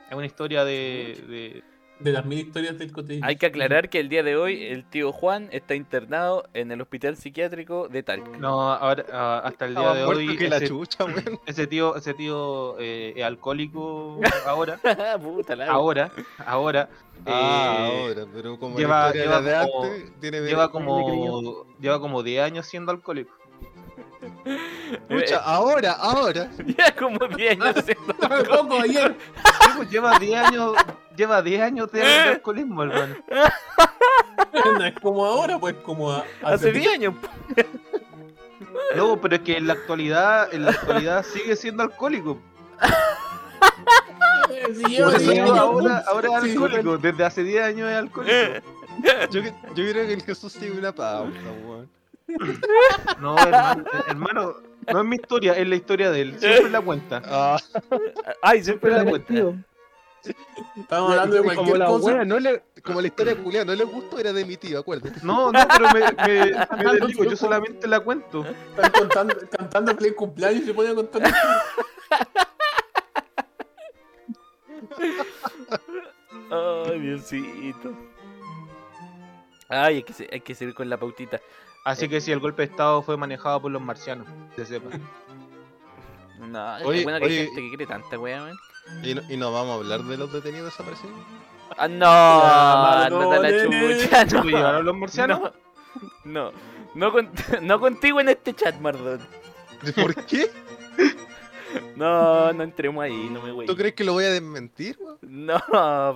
S3: Es una historia de... de-
S4: De las mil historias del cotidiano.
S1: Hay que
S4: [LAUGHS]
S1: aclarar que el día de hoy el tío Juan está internado en el hospital psiquiátrico de Talca.
S3: No, ahora, ah, hasta el día
S2: Estaba
S3: de
S2: muerto
S3: hoy
S2: que la
S3: ese-
S2: chucha, weón.
S3: Ese tío, ese tío eh,
S2: [LAUGHS]
S3: es alcohólico ahora,
S1: [LAUGHS] Puta la
S3: ahora,
S4: [LAUGHS]
S3: ahora.
S2: Ah,
S3: eh,
S2: ahora, pero como
S3: lleva-
S2: la historia
S3: lleva
S2: era de
S3: como-
S2: antes, tiene
S3: Lleva
S5: Ahí
S3: como, lleva como 10 años siendo alcohólico.
S2: Chucha, ahora, [LAUGHS] ahora.
S1: [LAUGHS] Ya como 10 años siendo-
S4: Tampoco ayer.
S3: Sí, pues, lleva 10 años, lleva 10 años de, de alcoholismo, hermano.
S4: No es como ahora, pues como a-
S1: Hace 10 años. po.
S3: No, pero es que en la actualidad, en la actualidad sigue siendo alcoholico.
S4: [LAUGHS] Sí, lleva
S3: Por eso
S4: 10 años.
S3: ahora, ahora es
S4: Sí,
S3: alcohólico, desde hace 10 años es
S1: Eh. pues. [LAUGHS]
S3: alcohólico.
S2: Yo, yo creo que el Jesús sigue una pauta, weón.
S3: No, hermano, eh, hermano, no es mi historia, es la historia de él. Siempre la cuenta.
S2: Ah,
S1: Ay, siempre la
S5: Pero,
S1: cuenta.
S5: tío,
S4: Estamos hablando de
S2: y [LAUGHS] como
S4: cualquier
S2: la
S4: cosa.
S2: wea no le, como la historia culiada no le gustó, era de mi tío, acuérdate.
S3: No, no, pero me,
S4: [LAUGHS]
S3: me, me desligo, yo solamente la cuento.
S4: Están contando, cantando feliz cumpleaños y se ponen a contar.
S1: Ay, Diosito. Ay, hay que, se- hay que seguir con la pautita.
S3: Así que sí, el golpe de estado fue manejado por los marcianos, que se sepa.
S4: [LAUGHS]
S1: No, es
S2: Oye,
S1: buena que hay
S2: oye.
S1: gente que quiere tanta wea, weón.
S2: Y no, y no vamos a hablar de los detenidos desaparecidos.
S1: Ah, no,
S4: Ya,
S1: anda la
S4: Mardones.
S1: chucha, [LAUGHS] no.
S3: ¿Lo llevaron los marcianos?
S1: No, no, no, cont- [LAUGHS] no contigo en este chat, Mardón.
S2: ¿Por qué?
S1: No, no entremos ahí, no me güey.
S2: [LAUGHS] ¿Tú crees que lo voy a desmentir, weón?
S1: No,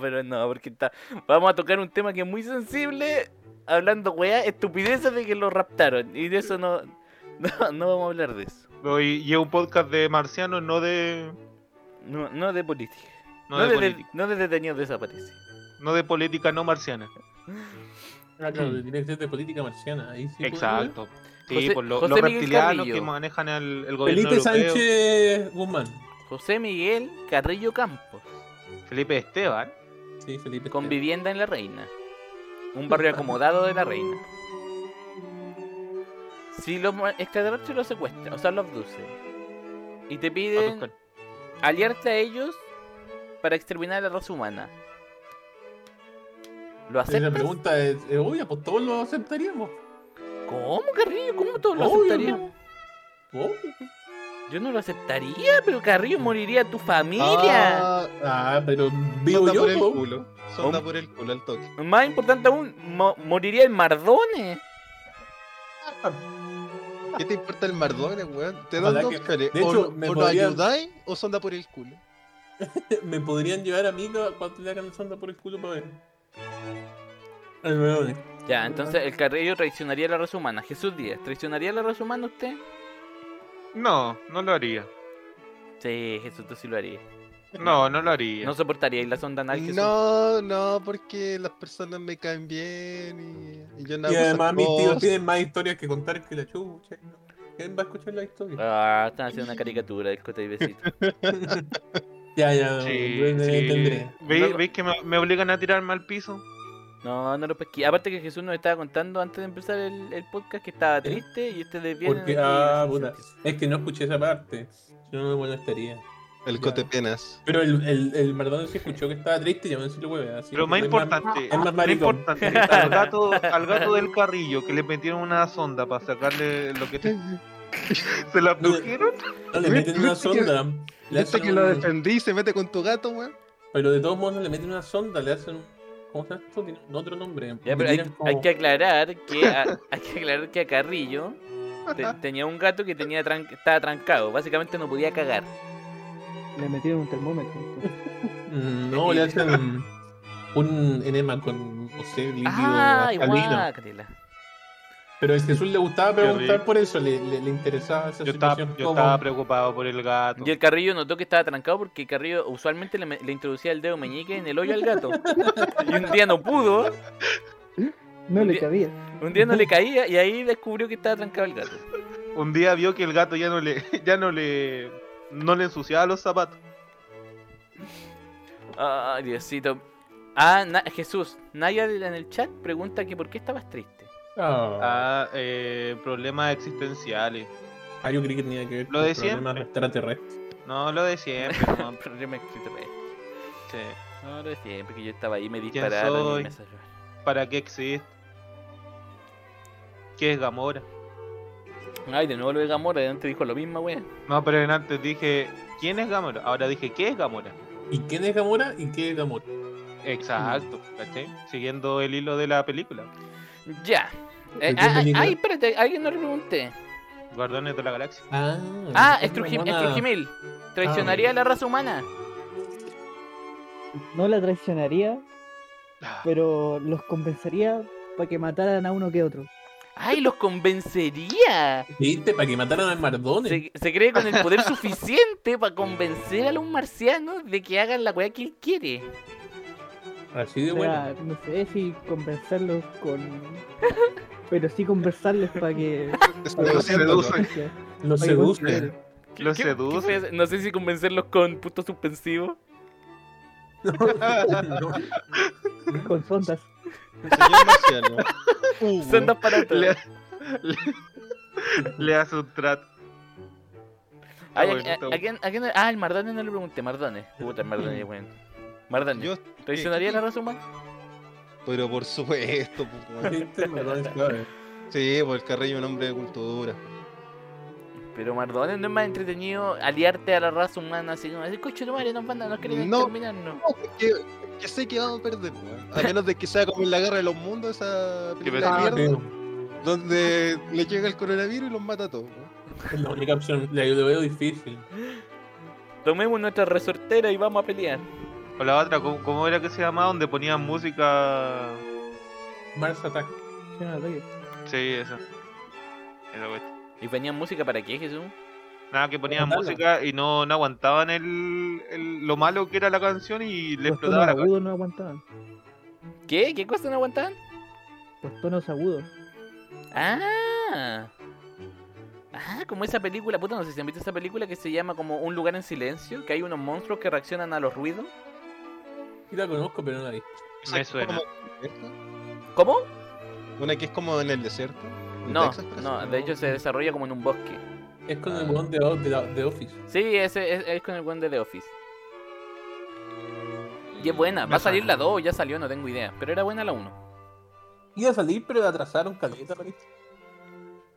S1: [LAUGHS] pero no, porque está. Vamos a tocar un tema que es muy sensible, [LAUGHS] hablando weá, estupideces de que lo raptaron. Y de eso no, no, no vamos a hablar de eso.
S3: No, y, y es un podcast de marcianos, no de.
S1: No, no de política.
S3: No,
S1: No,
S3: de,
S1: de, de-
S3: política.
S1: no de detenido desaparece.
S3: No de política no marciana.
S4: Ah, claro, tiene que ser de política marciana. Ahí sí puedo
S3: Exacto. Sí,
S1: José-
S3: por lo-
S1: José
S3: los
S1: Miguel
S3: reptilianos
S1: Carrillo.
S3: que manejan el, el
S4: ver.
S3: gobierno
S4: Felipe
S3: europeo.
S4: Sánchez Guzmán.
S1: José Miguel Carrillo Campos,
S3: Felipe Esteban.
S4: Sí, Felipe.
S1: con vivienda en La Reina. Un barrio acomodado de La Reina. Si los mo- extraterrestres los secuestran, o sea, los abducen, y te piden
S3: Otros-
S1: aliarte a ellos para exterminar a la raza humana. ¿Lo
S4: Entonces La
S1: aceptas?
S4: pregunta es, eh, obvio, pues todos lo aceptaríamos.
S1: ¿Cómo, Carrillo? ¿Cómo todos lo
S4: Obvio,
S1: aceptarían?
S4: ¿no? Obvio.
S1: Yo no lo aceptaría, pero Carrillo moriría tu familia.
S2: Ah,
S4: Ah, pero vivo
S2: Sonda
S4: yo.
S2: por el
S4: po.
S2: culo. Sonda por el culo al toque.
S1: Más importante aún, mo- moriría el Mardone.
S2: ¿Qué te importa el Mardone, weón? Te dan
S4: Ojalá
S2: dos
S4: que-
S2: opciones.
S4: de
S2: o
S4: hecho,
S2: lo-
S4: me
S2: o lo
S4: podrían-
S2: ayudáis o sonda por el culo.
S4: [LAUGHS] Me podrían llevar a mí cuando le hagan sonda por el culo para ver. Al eh. nuevo.
S1: Ya, entonces el Carrillo traicionaría a la raza humana. Jesús Díaz, ¿traicionaría a la raza humana usted?
S3: No, no lo haría.
S1: Sí, Jesús, tú sí lo haría.
S3: No, no lo haría.
S1: No soportaría la sonda anal, Jesús.
S2: No, no, porque las personas me caen bien y, y yo no
S4: Y
S2: hago
S4: además
S2: esas
S4: mis tíos
S2: cosas.
S4: tienen más historias que contar que la chucha. ¿no? ¿Quién va a escuchar la historia?
S1: Ah, están haciendo una caricatura del Cote y Besito.
S4: Ya, ya,
S3: Sí,
S4: yo
S3: sí.
S4: entenderé.
S3: ¿Veis,
S1: No-
S3: veis que me, me obligan a tirarme al piso?
S1: No, no lo pesqué. Aparte que Jesús nos estaba contando antes de empezar el, el podcast que estaba triste y este desvía.
S4: Porque, ah, puta, es que no escuché esa parte. Yo no me molestaría.
S2: El cotepenas.
S4: Pero el, el, el Mardone se escuchó que estaba triste y llamó a decirle hueve. así
S3: Pero
S4: que
S3: más
S4: es
S3: importante,
S4: es más
S3: más
S4: maricón.
S3: importante, al gato, al gato del carrillo que le metieron una sonda para sacarle lo
S4: [LAUGHS]
S3: que te- se la pusieron.
S4: No le meten una
S2: Viste que-
S4: sonda. Le
S2: Viste
S4: hacen
S2: que lo
S4: un-
S2: defendí y se mete con tu gato, weón.
S4: Pero de todos modos no le meten una sonda, le hacen un. ¿Cómo se llama esto? Tiene un otro nombre.
S1: Ya, pero
S4: Le
S1: hay,
S4: tiran como-
S1: hay que aclarar que a, [LAUGHS] hay que aclarar que a Carrillo te- tenía un gato que tenía tran- estaba trancado, básicamente no podía cagar.
S5: Le metieron un termómetro. entonces.
S4: Mm, No, le hacen un enema con, no sé, líquido
S1: Ah,
S4: alcalino. Pero a Jesús le gustaba
S3: Qué
S4: preguntar
S3: rico.
S4: por eso, le, le, le interesaba esa
S3: Yo estaba,
S4: situación.
S3: yo
S4: como-
S3: estaba preocupado por el gato.
S1: Y el Carrillo notó que estaba trancado porque Carrillo usualmente le, me- le introducía el dedo meñique en el hoyo al
S4: [LAUGHS]
S1: gato. Y un día no pudo,
S5: No
S1: Bien.
S5: le cabía.
S1: un día no le caía y ahí descubrió que estaba trancado el gato.
S3: Un día vio que el gato ya no le, [LAUGHS] ya no le, no le ensuciaba los zapatos.
S1: Ay, Diosito. Ah, Na- Jesús, Naya en el chat pregunta que por qué estabas triste. [LAUGHS]
S4: Ah,
S3: Ah, eh, problemas existenciales.
S4: ah, yo creí que tenía que ver
S3: Lo de
S4: problemas
S3: siempre.
S4: extraterrestres.
S3: No lo de siempre. no,
S1: Problema extraterrestre.
S3: sí.
S1: No, lo de siempre que yo estaba ahí, me
S3: ¿Quién
S1: dispararon y
S3: soy?
S1: me salvaron.
S3: ¿Para qué existe? ¿Qué es Gamora?
S1: Ay, de nuevo lo de Gamora, de antes dijo lo mismo, wea.
S3: No, pero en antes dije, ¿quién es Gamora? Ahora dije, ¿qué es Gamora?
S4: ¿Y quién es Gamora y qué es Gamora?
S3: Exacto, ¿cachai? Siguiendo el hilo de la película.
S1: Ya. Eh,
S4: ¿De qué
S1: ah, ah,
S4: película?
S1: ay, espérate, alguien no le pregunté.
S3: Guardianes de la Galaxia.
S4: Ah,
S1: Ah,
S4: es una
S1: Estrujim-
S4: buena-
S1: Estrujimil.
S3: Ah,
S1: ¿Traicionaría a la raza humana?
S5: No la traicionaría, pero los convencería para que mataran a uno que otro.
S1: Ay, los convencería.
S4: ¿Viste? Para que mataran al Mardone.
S1: Se, se cree con el
S3: [LAUGHS]
S1: poder suficiente para convencer a los marcianos de que hagan la weá que él quiere.
S4: Así de
S5: O
S4: bueno.
S5: sea, no sé si convencerlos con. Pero sí conversarles
S3: [LAUGHS]
S5: para que. para que
S2: Lo siento,
S3: seduce.
S5: tengan conciencia.
S4: Lo
S5: Oye,
S4: seduce.
S3: Los seduce. [LAUGHS]
S1: voy a hacer? no sé si convencerlos con puntos suspensivos.
S4: [LAUGHS] No.
S5: Con sondas.
S2: Señor
S3: [LAUGHS]
S2: Marciano. Hugo,
S1: Sondas para todos.
S3: Le, le, le hace un trato. Ah,
S1: Ay,
S3: bueno,
S1: a-
S3: está
S1: a-
S3: bueno.
S1: a quién- a quién- ah, el Mardone no le pregunté. Mardone. Puta, el Mardone, weón. Mardone.
S2: Yo,
S1: ¿Traicionaría la raza humana?
S2: pero por supuesto, pues, weón.
S4: Este Mardone es
S5: [LAUGHS]
S4: clave.
S2: Sí, por el carrillo es un hombre de cultura.
S1: Pero Mardone no es más entretenido aliarte a la raza humana así como decir, coche, no madre, nos van a, nos quieren
S2: No.
S1: exterminarnos.
S2: No, es que, es que sé que vamos a perder, weón. A menos de que sea como en la guerra de los mundos, esa película
S3: pesado.
S2: de
S4: Ah,
S2: mierda,
S4: pero
S2: donde le llega el coronavirus y los mata a todos, weón.
S4: Es la única opción. La yo veo difícil.
S1: Tomemos nuestra resortera y vamos a pelear.
S3: O la otra, ¿cómo, cómo era que se llamaba? Donde ponían música.
S4: Mars Attack.
S5: Yo no la toque.
S3: Sí, esa. Esa cuestión.
S1: ¿Y ponían música para qué, Jesús?
S3: Nada, que ponían
S4: Matarlo.
S3: música y no, no aguantaban el, el- lo malo que era la canción y le
S5: Los
S3: explotaba la
S5: tonos
S3: cabeza.
S5: agudos no aguantaban.
S1: ¿Qué? ¿Qué cosa no aguantaban?
S5: Los tonos agudos.
S1: Ah. Ah, como esa película, puta, no sé si han visto esa película que se llama como Un lugar en silencio, que hay unos monstruos que reaccionan a los ruidos.
S4: Sí la conozco, pero no la vi.
S2: Esa
S3: Me
S2: que es como
S3: suena.
S2: desierto,
S1: ¿Cómo?
S2: Una que es como en el desierto. en
S1: No,
S2: Texas, parece.
S1: no, de hecho se desarrolla como en un bosque.
S4: Es con el
S2: Ah.
S4: weón de, O- de, la- de Office.
S1: Sí, ese es, es con el buen de The Office. Y es buena, va a salir la 2, ya salió, no tengo idea, pero era buena la 1.
S4: Iba a salir, pero la atrasaron caleta, parece.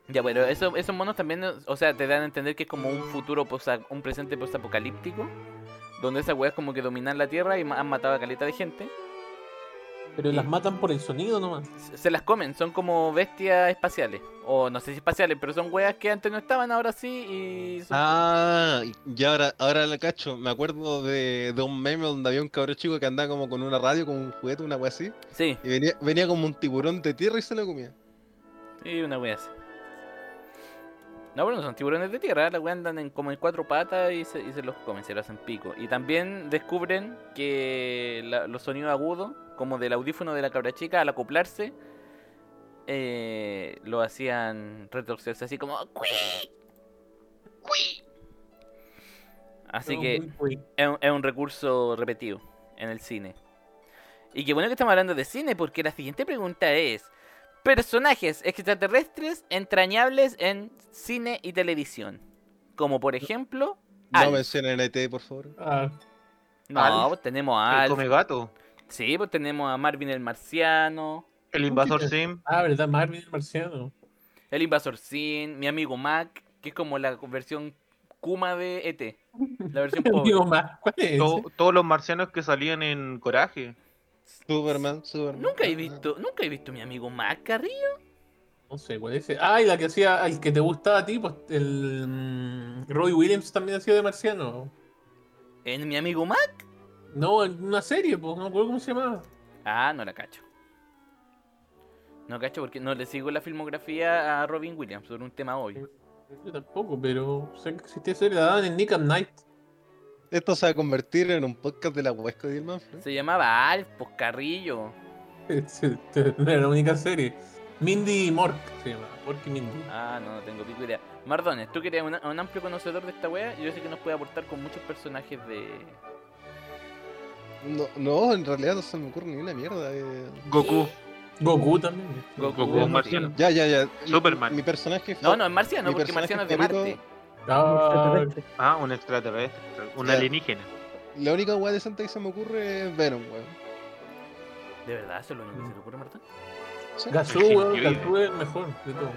S1: Ya, bueno, eso, esos monos también, o sea, te dan a entender que es como un futuro, posa- un presente postapocalíptico, donde esas weas como que dominan la tierra y ma- han matado a caleta de gente.
S4: Pero las matan por el sonido nomás.
S1: se se las comen, son como bestias espaciales. O no sé si espaciales, pero son weas que antes no estaban, ahora sí. Y son-
S2: Ah, y ahora, ahora la cacho. Me acuerdo de, de un meme donde había un cabrón chico que andaba como con una radio, con un juguete, una wea así.
S1: Sí,
S2: Y venía, venía como un tiburón de tierra y se lo comía.
S1: sí, una wea así. No, bueno, son tiburones de tierra, las weas andan en, como en cuatro patas y se, y se los comen, se los hacen pico. Y también descubren que la- los sonidos agudos, como del audífono de la cabra chica, al acoplarse, eh, lo hacían retorcerse así como... "Cuí, cuí". Así
S4: No,
S1: que...
S4: muy, muy.
S1: es un, es un recurso repetido en el cine. Y qué bueno que estamos hablando de cine, porque la siguiente pregunta es: Personajes extraterrestres entrañables en cine y televisión. Como por ejemplo.
S2: No
S1: Alf.
S2: mencionen a ET, por favor.
S4: Ah,
S1: No,
S3: Alf.
S1: pues tenemos a
S3: El
S1: Alf.
S3: come gato.
S1: Sí, pues tenemos a Marvin el Marciano.
S3: El invasor sim.
S4: ah, verdad, Marvin el marciano.
S1: El Invasor Sin. Mi amigo Mac. Que es como la versión Kuma de ET. La
S4: [LAUGHS]
S1: versión pobre.
S4: Digo más, ¿cuál es?
S3: to-
S4: ese?
S3: todos los marcianos que salían en Coraje.
S2: Superman, Superman.
S1: Nunca he visto, nunca he visto a mi amigo Mac, Carrillo.
S4: No sé cuál es ese. Ah, y la que hacía, el que te gustaba a ti, pues el. mm, Roy Williams también hacía de marciano.
S1: ¿En mi amigo Mac?
S4: No, en una serie, pues no me acuerdo cómo se llamaba.
S1: Ah, no la cacho. No cacho porque no le sigo la filmografía a Robin Williams sobre un tema hoy.
S4: Yo tampoco, pero sé que existía serie, la daban en Nick and [LAUGHS] Knight.
S2: Esto se va a convertir en un podcast de la huesca de Manfred.
S1: Se llamaba Alf, Poscarrillo.
S4: Era la única serie. Mindy y Mork se llamaba. Mork y Mindy.
S1: Ah, no, no tengo pico idea. Mardones, tú que eres un, un amplio conocedor de esta wea, yo sé que nos puede aportar con muchos personajes de.
S2: No, no, en realidad no se me ocurre ni una mierda. eh.
S3: Goku.
S4: Goku también. ¿eh?
S1: Goku,
S3: Goku, Marciano.
S2: Ya, ya, ya.
S3: Superman.
S2: Mi, mi personaje
S1: No,
S2: fa-
S1: no, es marciano,
S2: Mi
S1: porque
S2: personaje
S1: marciano es de Marte.
S2: favorito-
S4: Ah,
S5: Extraterrestre.
S3: Ah, un extraterrestre. Un
S2: Ya.
S3: alienígena.
S2: La única hueá decente que se me ocurre es Venom, weón.
S1: ¿De verdad eso es lo único que se te ocurre, Martón?
S2: Sí.
S4: Gazú,
S3: El
S4: weón,
S3: Jinkyuide.
S4: Gazú es el mejor de todo.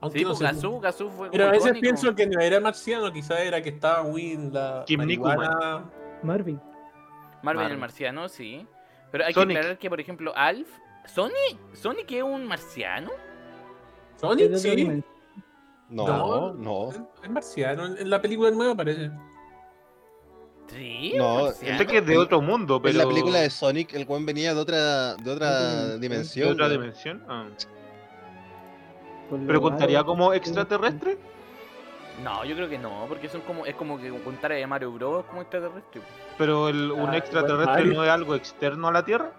S4: Aunque
S1: Sí,
S4: no
S1: pues
S4: sé.
S1: Gazú, Gazú fue.
S4: Pero a
S1: como
S4: veces
S1: icónico.
S4: pienso que no era marciano, quizás era que estaba muy en la.
S3: Kim
S4: marihuana.
S5: Marvin.
S1: Marvin el
S3: Marvel.
S1: marciano, sí. Pero hay
S3: Sonic.
S1: que aclarar que, por ejemplo, Alf. ¿Sonic? ¿Sonic es un marciano? pues.
S4: Sonic,
S5: es de otra
S4: sí.
S5: dimensión.
S2: No, no.
S4: Es marciano. En en la película nueva aparece.
S1: Sí,
S2: No,
S1: un
S2: Ya.
S3: Sé
S1: marciano.
S3: Este que es de otro mundo, pero.
S2: En la película de Sonic, el weón venía de otra, de otra
S5: Otra dimensión.
S3: ¿De
S2: dimensión.
S3: otra
S2: weón.
S3: dimensión? Ah.
S5: Con los
S3: ¿Pero contaría
S5: aros.
S3: como extraterrestre?
S1: No, yo creo que no, porque son como es como que contar a Mario Bros como extraterrestre.
S3: ¿Pero el-
S4: Ah,
S3: un
S4: igual
S3: extraterrestre
S4: Mario.
S3: no es algo externo a la Tierra?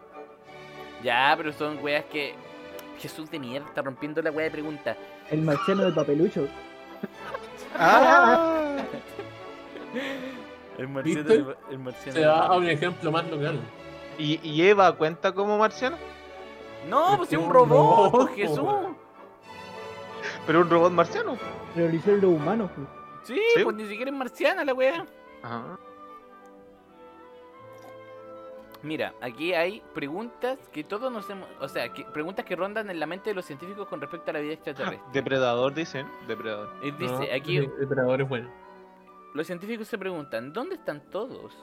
S1: Ya, pero son weas que Jesús de mierda está rompiendo la wea de pregunta.
S5: El marciano del papelucho.
S2: Ah,
S1: El
S4: marciano- ¿Viste?
S1: el
S4: Se da a un ejemplo más local.
S3: ¿Y, y Eva cuenta como marciano?
S1: No, pues es un
S4: No.
S1: robot, pues, Jesús.
S3: ¿Pero un robot marciano?
S5: Pero lo hicieron los humanos. pues.
S1: Sí,
S3: Sí.
S1: pues ni siquiera es marciana la wea.
S3: Ajá.
S1: Mira, aquí hay preguntas que todos nos hemos, o sea, que- preguntas que rondan en la mente de los científicos con respecto a la vida extraterrestre.
S3: [LAUGHS] Depredador, dicen. Depredador.
S1: Y dice,
S4: No,
S1: aquí
S4: El depredador es bueno.
S1: Los científicos se preguntan, ¿dónde están todos?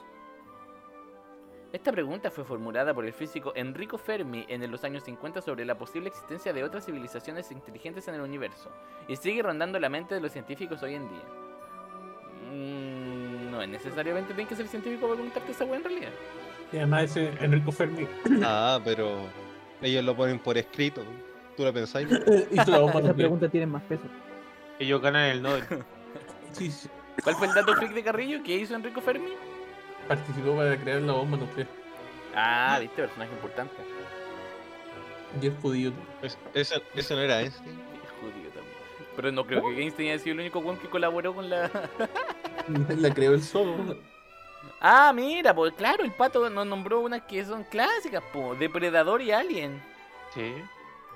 S1: Esta pregunta fue formulada por el físico Enrico Fermi en los años 50 sobre la posible existencia de otras civilizaciones inteligentes en el universo y sigue rondando la mente de los científicos hoy en día. Mm, no es necesariamente bien que ser científico para preguntarte esa wea en realidad.
S4: Y además ese Enrico Fermi.
S2: ah, pero ellos lo ponen por escrito. ¿Tú lo pensáis?
S4: Hizo la bomba
S5: Esa
S4: nuclear.
S5: pregunta tiene más peso.
S3: Ellos ganan el Nobel.
S4: Sí, sí,
S1: ¿Cuál fue el dato freak de Carrillo que hizo Enrico Fermi?
S4: participó para crear la bomba nuclear.
S1: Ah, viste, personaje importante.
S4: Y es judío.
S2: Es- ese, ese no era Einstein.
S1: Y es judío también. Pero no creo que Einstein haya sido el único weón que colaboró con la.
S4: [LAUGHS] La creó él solo.
S1: Ah, mira, pues claro, el pato nos nombró unas que son clásicas, po, Depredador y Alien.
S3: Sí.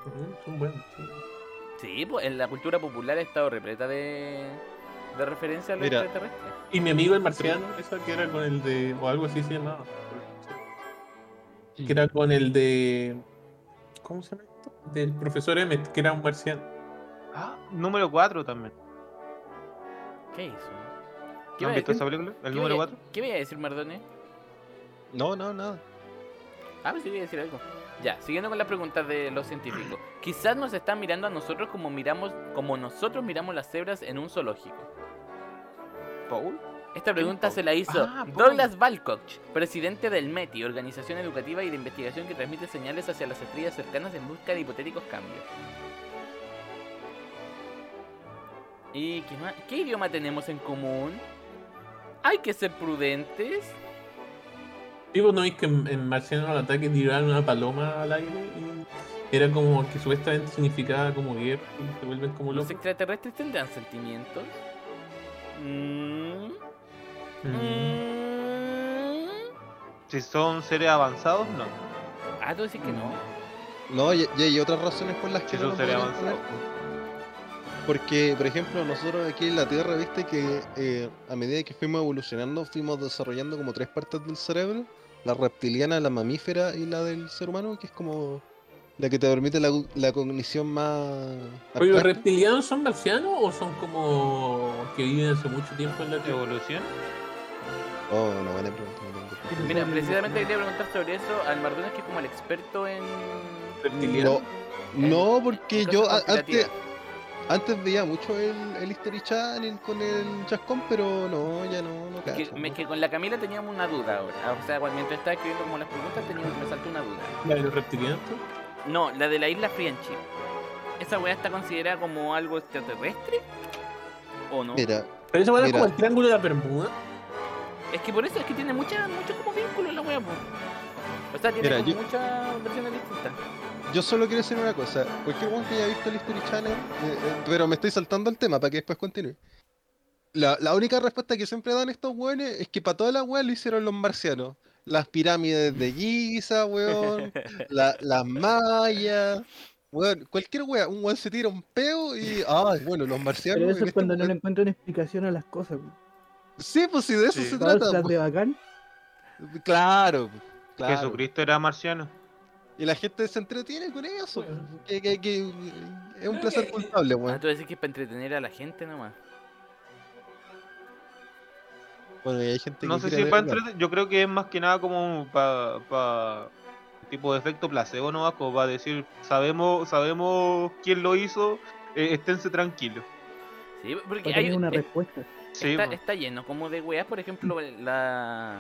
S4: Mm, Son buenos. sí.
S1: Sí, pues en la cultura popular ha estado repleta de, de referencias a los
S2: Mira.
S1: extraterrestres.
S4: Y mi amigo el marciano, esa que era con el de. o algo así se llamaba. Que era con el de. ¿Cómo se llama esto? Del profesor Emmet, que era un marciano.
S3: Ah, número 4 también.
S1: ¿Qué hizo?
S3: ¿No
S1: iba
S3: ¿Han
S1: a
S3: visto
S1: decir?
S3: esa película? ¿El
S1: ¿Qué
S3: número
S1: voy a-
S3: 4?
S1: ¿Qué voy a decir, Mardone?
S2: No, no, nada.
S1: Ah, pues sí, voy a decir algo. Ya, siguiendo con las preguntas de los
S3: [CLEARS THROAT]
S1: científicos. Quizás nos están mirando a nosotros como miramos, como nosotros miramos las cebras en un zoológico.
S3: ¿Paul?
S1: Esta pregunta se la hizo
S3: Ah, Paul.
S1: Douglas Balcock, presidente del METI, organización educativa y de investigación que transmite señales hacia las estrellas cercanas en busca de hipotéticos cambios. ¿Y qué, más? ¿Qué idioma tenemos en común? Hay que ser prudentes.
S4: Sí, vos no veis que en, en Marciano al ataque tiraron una paloma al aire y era como que supuestamente significaba como guerra y se vuelven como
S1: ¿Los
S4: locos.
S1: extraterrestres tendrán sentimientos? Mm,
S4: Mm.
S1: mm.
S3: Si son seres avanzados, no.
S1: Ah, tú decís que no.
S2: No, y, y hay otras razones por las que
S3: Si
S2: no
S3: son
S2: nos
S3: seres
S2: podrían
S3: avanzados.
S2: tener. Porque, por ejemplo, nosotros aquí en la Tierra, viste que eh, a medida que fuimos evolucionando, fuimos desarrollando como tres partes del cerebro: la reptiliana, la mamífera y la del ser humano, que es como la que te permite la, la cognición más.
S4: Oye, ¿los
S2: abstracta.
S4: reptilianos son marcianos o son como que viven hace mucho tiempo en la Tierra?
S3: ¿Evolución?
S2: Oh, no, buena pregunta. no tengo idea.
S1: Mira, precisamente quería preguntar sobre eso al Mardones, que es como el experto en.
S4: ¿Reptiliano?
S2: No, porque
S1: en
S2: yo a-
S1: cosas
S2: antes,
S1: conspirativas.
S2: antes veía mucho el, el History Channel con el Chascón, pero no, ya no, no
S1: Que,
S2: cacho,
S1: me-
S2: no.
S1: que con la Camila teníamos una duda ahora. Ah, O sea, cuando- mientras estaba escribiendo como las preguntas, teníamos, me saltó una duda.
S4: ¿La de los reptilianos?
S1: No, la de la isla Friendship. ¿Esa weá está considerada como algo extraterrestre? ¿O no?
S2: Mira,
S4: Pero eso bueno, es
S2: Mira.
S4: como el triángulo de la Bermuda.
S1: Es que por eso es que tiene mucha, mucho como vínculo la weá, po. O sea, tiene
S2: Mira,
S1: como
S2: yo-
S1: muchas versiones distintas.
S2: yo solo quiero decir una cosa. Cualquier one que haya visto el History Channel, eh, eh, pero me estoy saltando el tema para que después continúe. La, la única respuesta que siempre dan estos weones es que para toda la weá lo hicieron los marcianos. Las pirámides de Giza,
S5: [LAUGHS]
S2: weón. la- las mayas. Weón, cualquier weá, un weón se tira un peo y. Ay, bueno, los marcianos.
S3: pues, este
S5: Pero eso
S2: estos
S5: es cuando no
S2: weones-
S5: le encuentran explicación a las cosas. güey.
S2: Sí, pues si de eso
S3: Sí.
S2: se
S5: Todas
S2: trata. po.
S5: las
S3: pues.
S5: de bacán.
S2: Claro, pues, claro.
S3: Jesucristo era marciano.
S2: Y la gente se entretiene con eso.
S4: Bueno.
S2: po. Que- que- que- es un placer culpable,
S1: Ah,
S2: weón.
S1: tú decís que es para entretener a la gente nomás.
S2: Bueno, y hay gente
S3: No
S2: que
S3: sé
S2: tira
S3: si
S2: de
S3: para
S2: verdad.
S3: entreten- Yo creo que es más que nada como para. tipo de efecto placebo, ¿no? Como para decir, sabemos sabemos quién lo hizo, eh, esténse tranquilos.
S1: Sí, porque
S5: Para
S1: hay
S5: tener una
S1: eh,
S5: respuesta.
S3: Sí,
S1: está,
S3: po.
S1: está lleno como de weas, por ejemplo, la,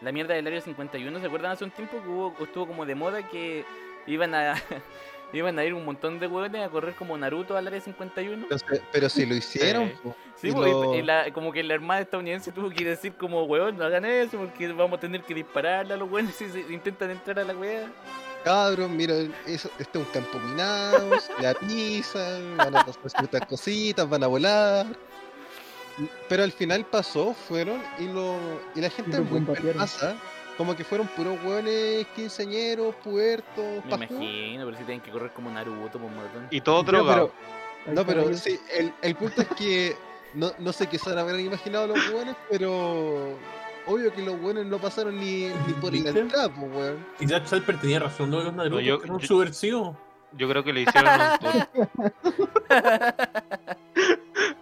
S1: la mierda del área 51. ¿Se acuerdan hace un tiempo que hubo, estuvo como de moda que iban a [LAUGHS] iban a ir un montón de weones a correr como Naruto al área 51?
S2: Pero, se- pero si lo hicieron, po.
S1: Sí,
S2: Y
S1: pues, y-
S2: lo-
S1: y la- como que la armada estadounidense tuvo que decir como weón, no hagan eso porque vamos a tener que dispararle a los weones si se intentan entrar a la wea.
S2: cabros, mira, eso, este es un campo minado, la pisan, van a pasar ciertas cositas, van a volar. Pero al final pasó, fueron y lo y la gente
S5: los
S2: muy
S5: bombardearon.
S2: pasa, como que fueron puros hueones, quinceañeros, puertos,
S1: Me
S2: pajudos.
S1: imagino, pero si tienen que correr como Naruto, pues matón.
S3: Y todo
S2: Ya,
S3: drogado.
S5: Ahí
S2: No,
S5: está,
S2: pero
S5: güey.
S2: sí, el, el punto es que no, no sé qué se habrán imaginado los hueones, pero obvio que los hueones no pasaron ni, ni por la
S4: ¿Viste?
S2: entrada, pues, hueón.
S4: Quizás Chalper tenía razón, ¿no? Los Naruto
S3: yo-
S4: eran
S3: yo-
S4: subversivos.
S3: Yo creo que le hicieron
S2: [LAUGHS]
S3: un tour.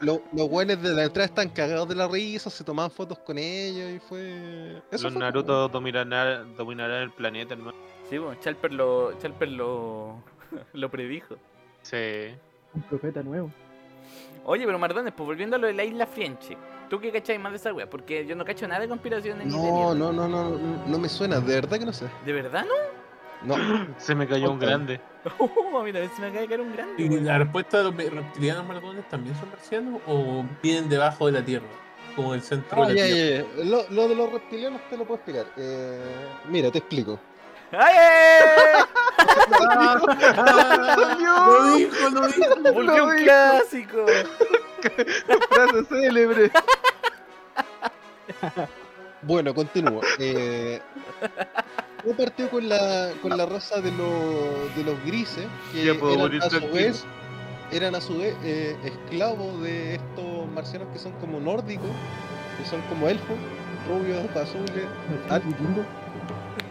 S2: Lo- los hueones de la entrada están cagados de la risa, se tomaban fotos con ellos y fue. Eso
S3: Los
S2: fue,
S3: Naruto dominarán, dominarán el planeta, hermano.
S1: Sí, pues, Chalper lo, Chalper lo, [LAUGHS] lo predijo.
S3: Sí.
S5: Un profeta nuevo.
S3: Ah,
S1: Oye, pero Mardones, pues volviendo a lo de la isla Frienche, ¿tú qué cachai más de esa wea? Porque yo no cacho nada de conspiraciones ni de
S2: No,
S1: mierda.
S2: no, no, no, no, no me suena, de verdad que no sé.
S1: ¿De verdad no? [LAUGHS]
S3: [LAUGHS]
S2: No,
S3: Se me cayó un
S2: Otra.
S3: grande.
S1: Oh, a mí también se me acaba de caer un grande.
S4: ¿Y
S1: weón.
S4: la respuesta de los me- reptilianos maratones también son marcianos o vienen debajo de la Tierra? Como el centro
S2: Ah,
S4: de la
S2: ya,
S4: Tierra.
S2: ya, ya. Lo, lo de los reptilianos te lo puedo explicar. Eh, mira, te explico.
S1: ¡Ay! eh! [LAUGHS]
S4: [LAUGHS] Lo dijo, lo dijo.
S1: Volvió un clásico.
S3: Frase [LAUGHS] célebre.
S2: Bueno,
S3: [LAUGHS]
S2: continúo. Eh, yo partió con la, con la raza de, los de los grises, que
S3: Ya puedo
S2: eran
S3: morir
S2: a, su
S3: tranquilo.
S2: vez, eran a su vez eh, esclavos de estos marcianos que son como nórdicos, que son como elfos, rubios, azules. Ah.
S5: Vikingo.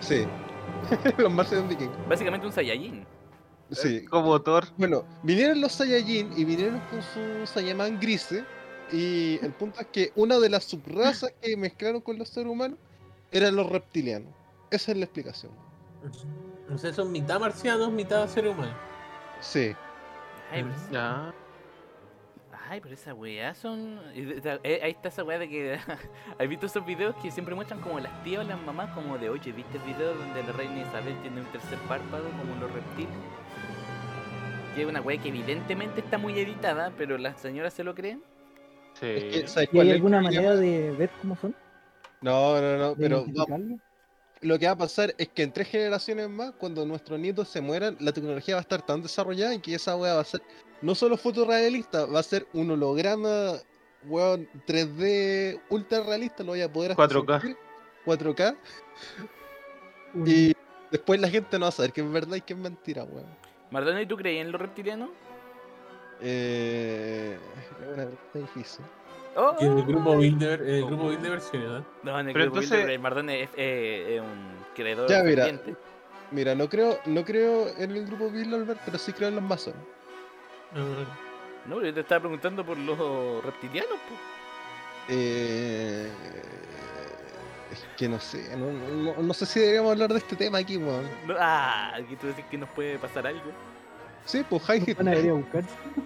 S2: Sí, [LAUGHS] los marcianos vikingos.
S1: Básicamente un Saiyajin.
S2: Sí,
S3: Como Thor.
S2: Bueno, vinieron los Saiyajin y vinieron con su Saiyaman grise. Y el punto es que una de las subrazas que mezclaron con los seres humanos eran los reptilianos. Esa es la explicación.
S4: O sea, son mitad marcianos, mitad ser humano.
S2: Sí.
S1: Ay, pero, esa- ay, pero esa weá son. eh, Ahí está esa weá de que. [LAUGHS] ¿Has visto esos videos que siempre muestran como las tías o las mamás? Como de, oye, ¿viste el video donde la reina Isabel tiene un tercer párpado como los reptiles? Que es una weá que evidentemente está muy editada, pero las señoras se lo creen.
S3: Sí.
S2: Es que, ¿sabes
S5: ¿Y
S2: cuál
S5: hay
S2: es el
S5: alguna
S2: problema?
S5: manera de ver cómo son?
S2: No, no, no,
S5: ¿De
S2: pero vamos,
S5: identificarlo?
S2: lo que va a pasar es que en tres generaciones más, cuando nuestros nietos se mueran, la tecnología va a estar tan desarrollada en que esa weá va a ser no solo fotorrealista, va a ser un holograma, weón, 3D ultra realista, lo voy a poder hasta
S3: 4K.
S2: sentir, 4K.
S5: Un-
S2: Y después la gente no va a saber que es verdad y que es mentira, weón.
S1: Mardona, ¿y tú creías en los reptilianos?
S2: Eh, es una pregunta difícil.
S1: Oh,
S4: Y en el grupo Bilder, en el grupo Bilder versiones, ¿verdad?
S1: No, en el
S3: Pero
S1: grupo
S3: entonces-
S1: Bilderberg, Mardone es eh, es un creador
S2: Ya, mira.
S1: ferviente.
S2: Mira, no creo, no creo en el grupo Bill Albert, pero sí creo en los masones.
S4: Ah,
S1: No, yo te estaba preguntando por los reptilianos, po.
S2: Eh, es que no sé, no, no- no sé si deberíamos hablar de este tema aquí, weón.
S1: No, ah, que tú decís que nos puede pasar algo. [LAUGHS]
S2: Sí, pues High [LAUGHS]
S5: Nos van a ir a buscar.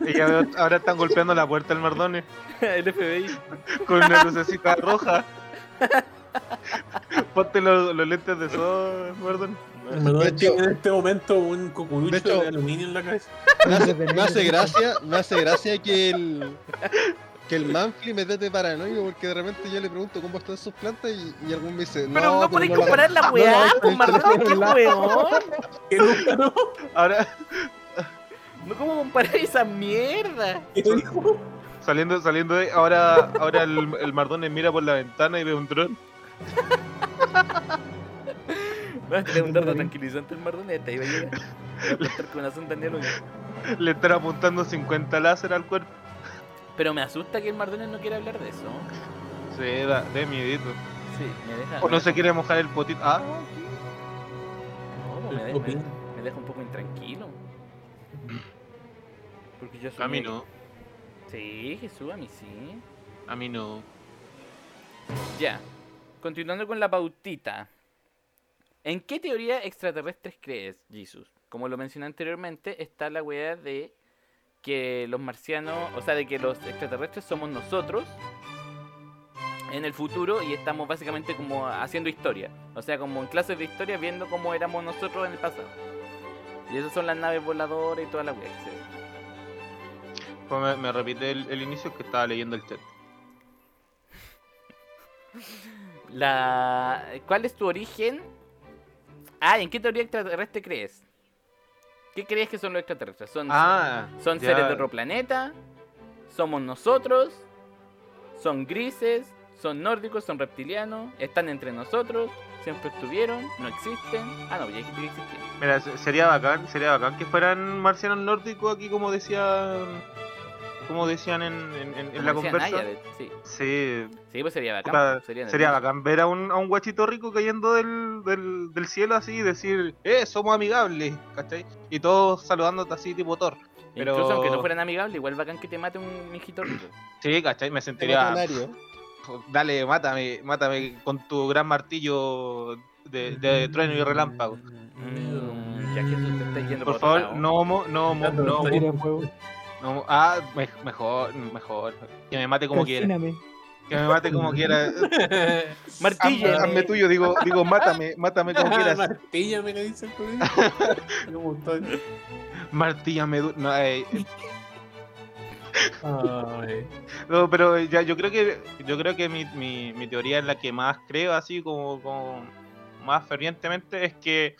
S3: Y ya veo- ahora están golpeando la puerta del Mardone
S1: el FBI.
S3: con una lucecita roja. [LAUGHS] Ponte los, los lentes de sol, Mardone.
S4: Manuel
S2: De hecho-
S4: tiene en este momento un cucurucho
S2: De
S4: de,
S2: hecho-
S4: aluminio en la cabeza. [LAUGHS]
S2: Me hace, me hace gracia, me hace gracia que el que el Manfly me trate paranoico porque de repente yo le pregunto cómo están sus plantas y, y algún me dice,
S1: Pero no, podéis
S2: la-
S1: comparar la
S2: no
S1: weá
S2: la-
S1: con Mardone, qué
S2: la- [LAUGHS]
S1: weón.
S4: ¿Qué no?
S3: Ahora,
S1: No, ¿cómo comparar esa mierda?
S4: ¿Qué dijo?
S3: [LAUGHS] saliendo, saliendo de. Ahora, ahora el, el Mardone mira por la ventana y ve un dron.
S1: Vas a tener un dardo tranquilizante el Mardone, te iba a llegar. Te iba a plantar con una sonda en el ojo.
S3: Le están apuntando 50 láser al cuerpo.
S1: Pero me asusta que el Mardone no quiera hablar de eso.
S3: Sí, da, de miedito.
S1: Sí, me deja.
S3: O no se quiere mojar el potito. Ah,
S1: No, me, de- me- me deja un poco intranquilo. Porque yo soy.
S3: a mí
S1: muy-
S3: no.
S1: Sí, Jesús, a mí sí.
S3: A mí no.
S1: Ya. Continuando con la pautita. ¿En qué teoría extraterrestres crees, Jesus? Como lo mencioné anteriormente, está la weá de que los marcianos, o sea, de que los extraterrestres somos nosotros en el futuro y estamos básicamente como haciendo historia. O sea, como en clases de historia viendo cómo éramos nosotros en el pasado. Y esas son las naves voladoras y toda la weá. etcétera.
S3: Pues me, me repite el, el inicio que estaba leyendo el chat.
S1: La... ¿Cuál es tu origen? Ah, ¿en qué teoría extraterrestre crees? ¿Qué crees que son los extraterrestres? ¿Son,
S3: Ah,
S1: son
S3: ya.
S1: seres de otro planeta? ¿Somos nosotros? ¿Son grises? ¿Son nórdicos? ¿Son reptilianos? ¿Están entre nosotros? ¿Siempre estuvieron? ¿No existen? Ah, no, ya dijiste que existían.
S3: Mira, se- sería bacán, sería bacán que fueran marcianos nórdicos aquí como decía como decían en, en- en- en
S1: Como
S3: la
S1: decía
S3: conversa.
S1: Naya, de- sí.
S3: Sí,
S1: sí, pues sería bacán.
S3: Puta,
S1: sería,
S3: sería
S1: nervioso.
S3: bacán ver a un, a un guachito rico cayendo del, del, del cielo así y decir, eh, somos amigables, ¿cachai? Y todos saludándote así tipo Thor. pero-
S1: Incluso aunque no fueran amigables, igual bacán que te mate un mijito rico.
S3: Sí, ¿cachai? Me
S2: Te
S3: sentiría...
S2: mata un ario.
S3: Dale, mátame, mátame con tu gran martillo de, eh, de trueno y relámpago.
S1: Mm, ya que eso te está yendo
S3: Por
S1: otro
S3: favor,
S1: lado.
S3: no homo, no homo,
S4: Tanto
S3: no
S4: está
S3: homo.
S5: Era un juego.
S3: No, ah, me- mejor, mejor. Que me mate como quiera.
S5: Calcíname.
S3: Que me mate como quiera. Hazme,
S1: Martíllame.
S3: hazme tuyo, digo, digo, mátame, mátame
S4: [LAUGHS]
S3: como quieras.
S4: Martíllame, le dice el culiao. Me gustó.
S3: Martíllame. du- No, eh, eh,
S4: Ay.
S3: [LAUGHS] no, pero ya, yo creo que yo creo que mi, mi, mi teoría es la que más creo, así como, como más fervientemente, es que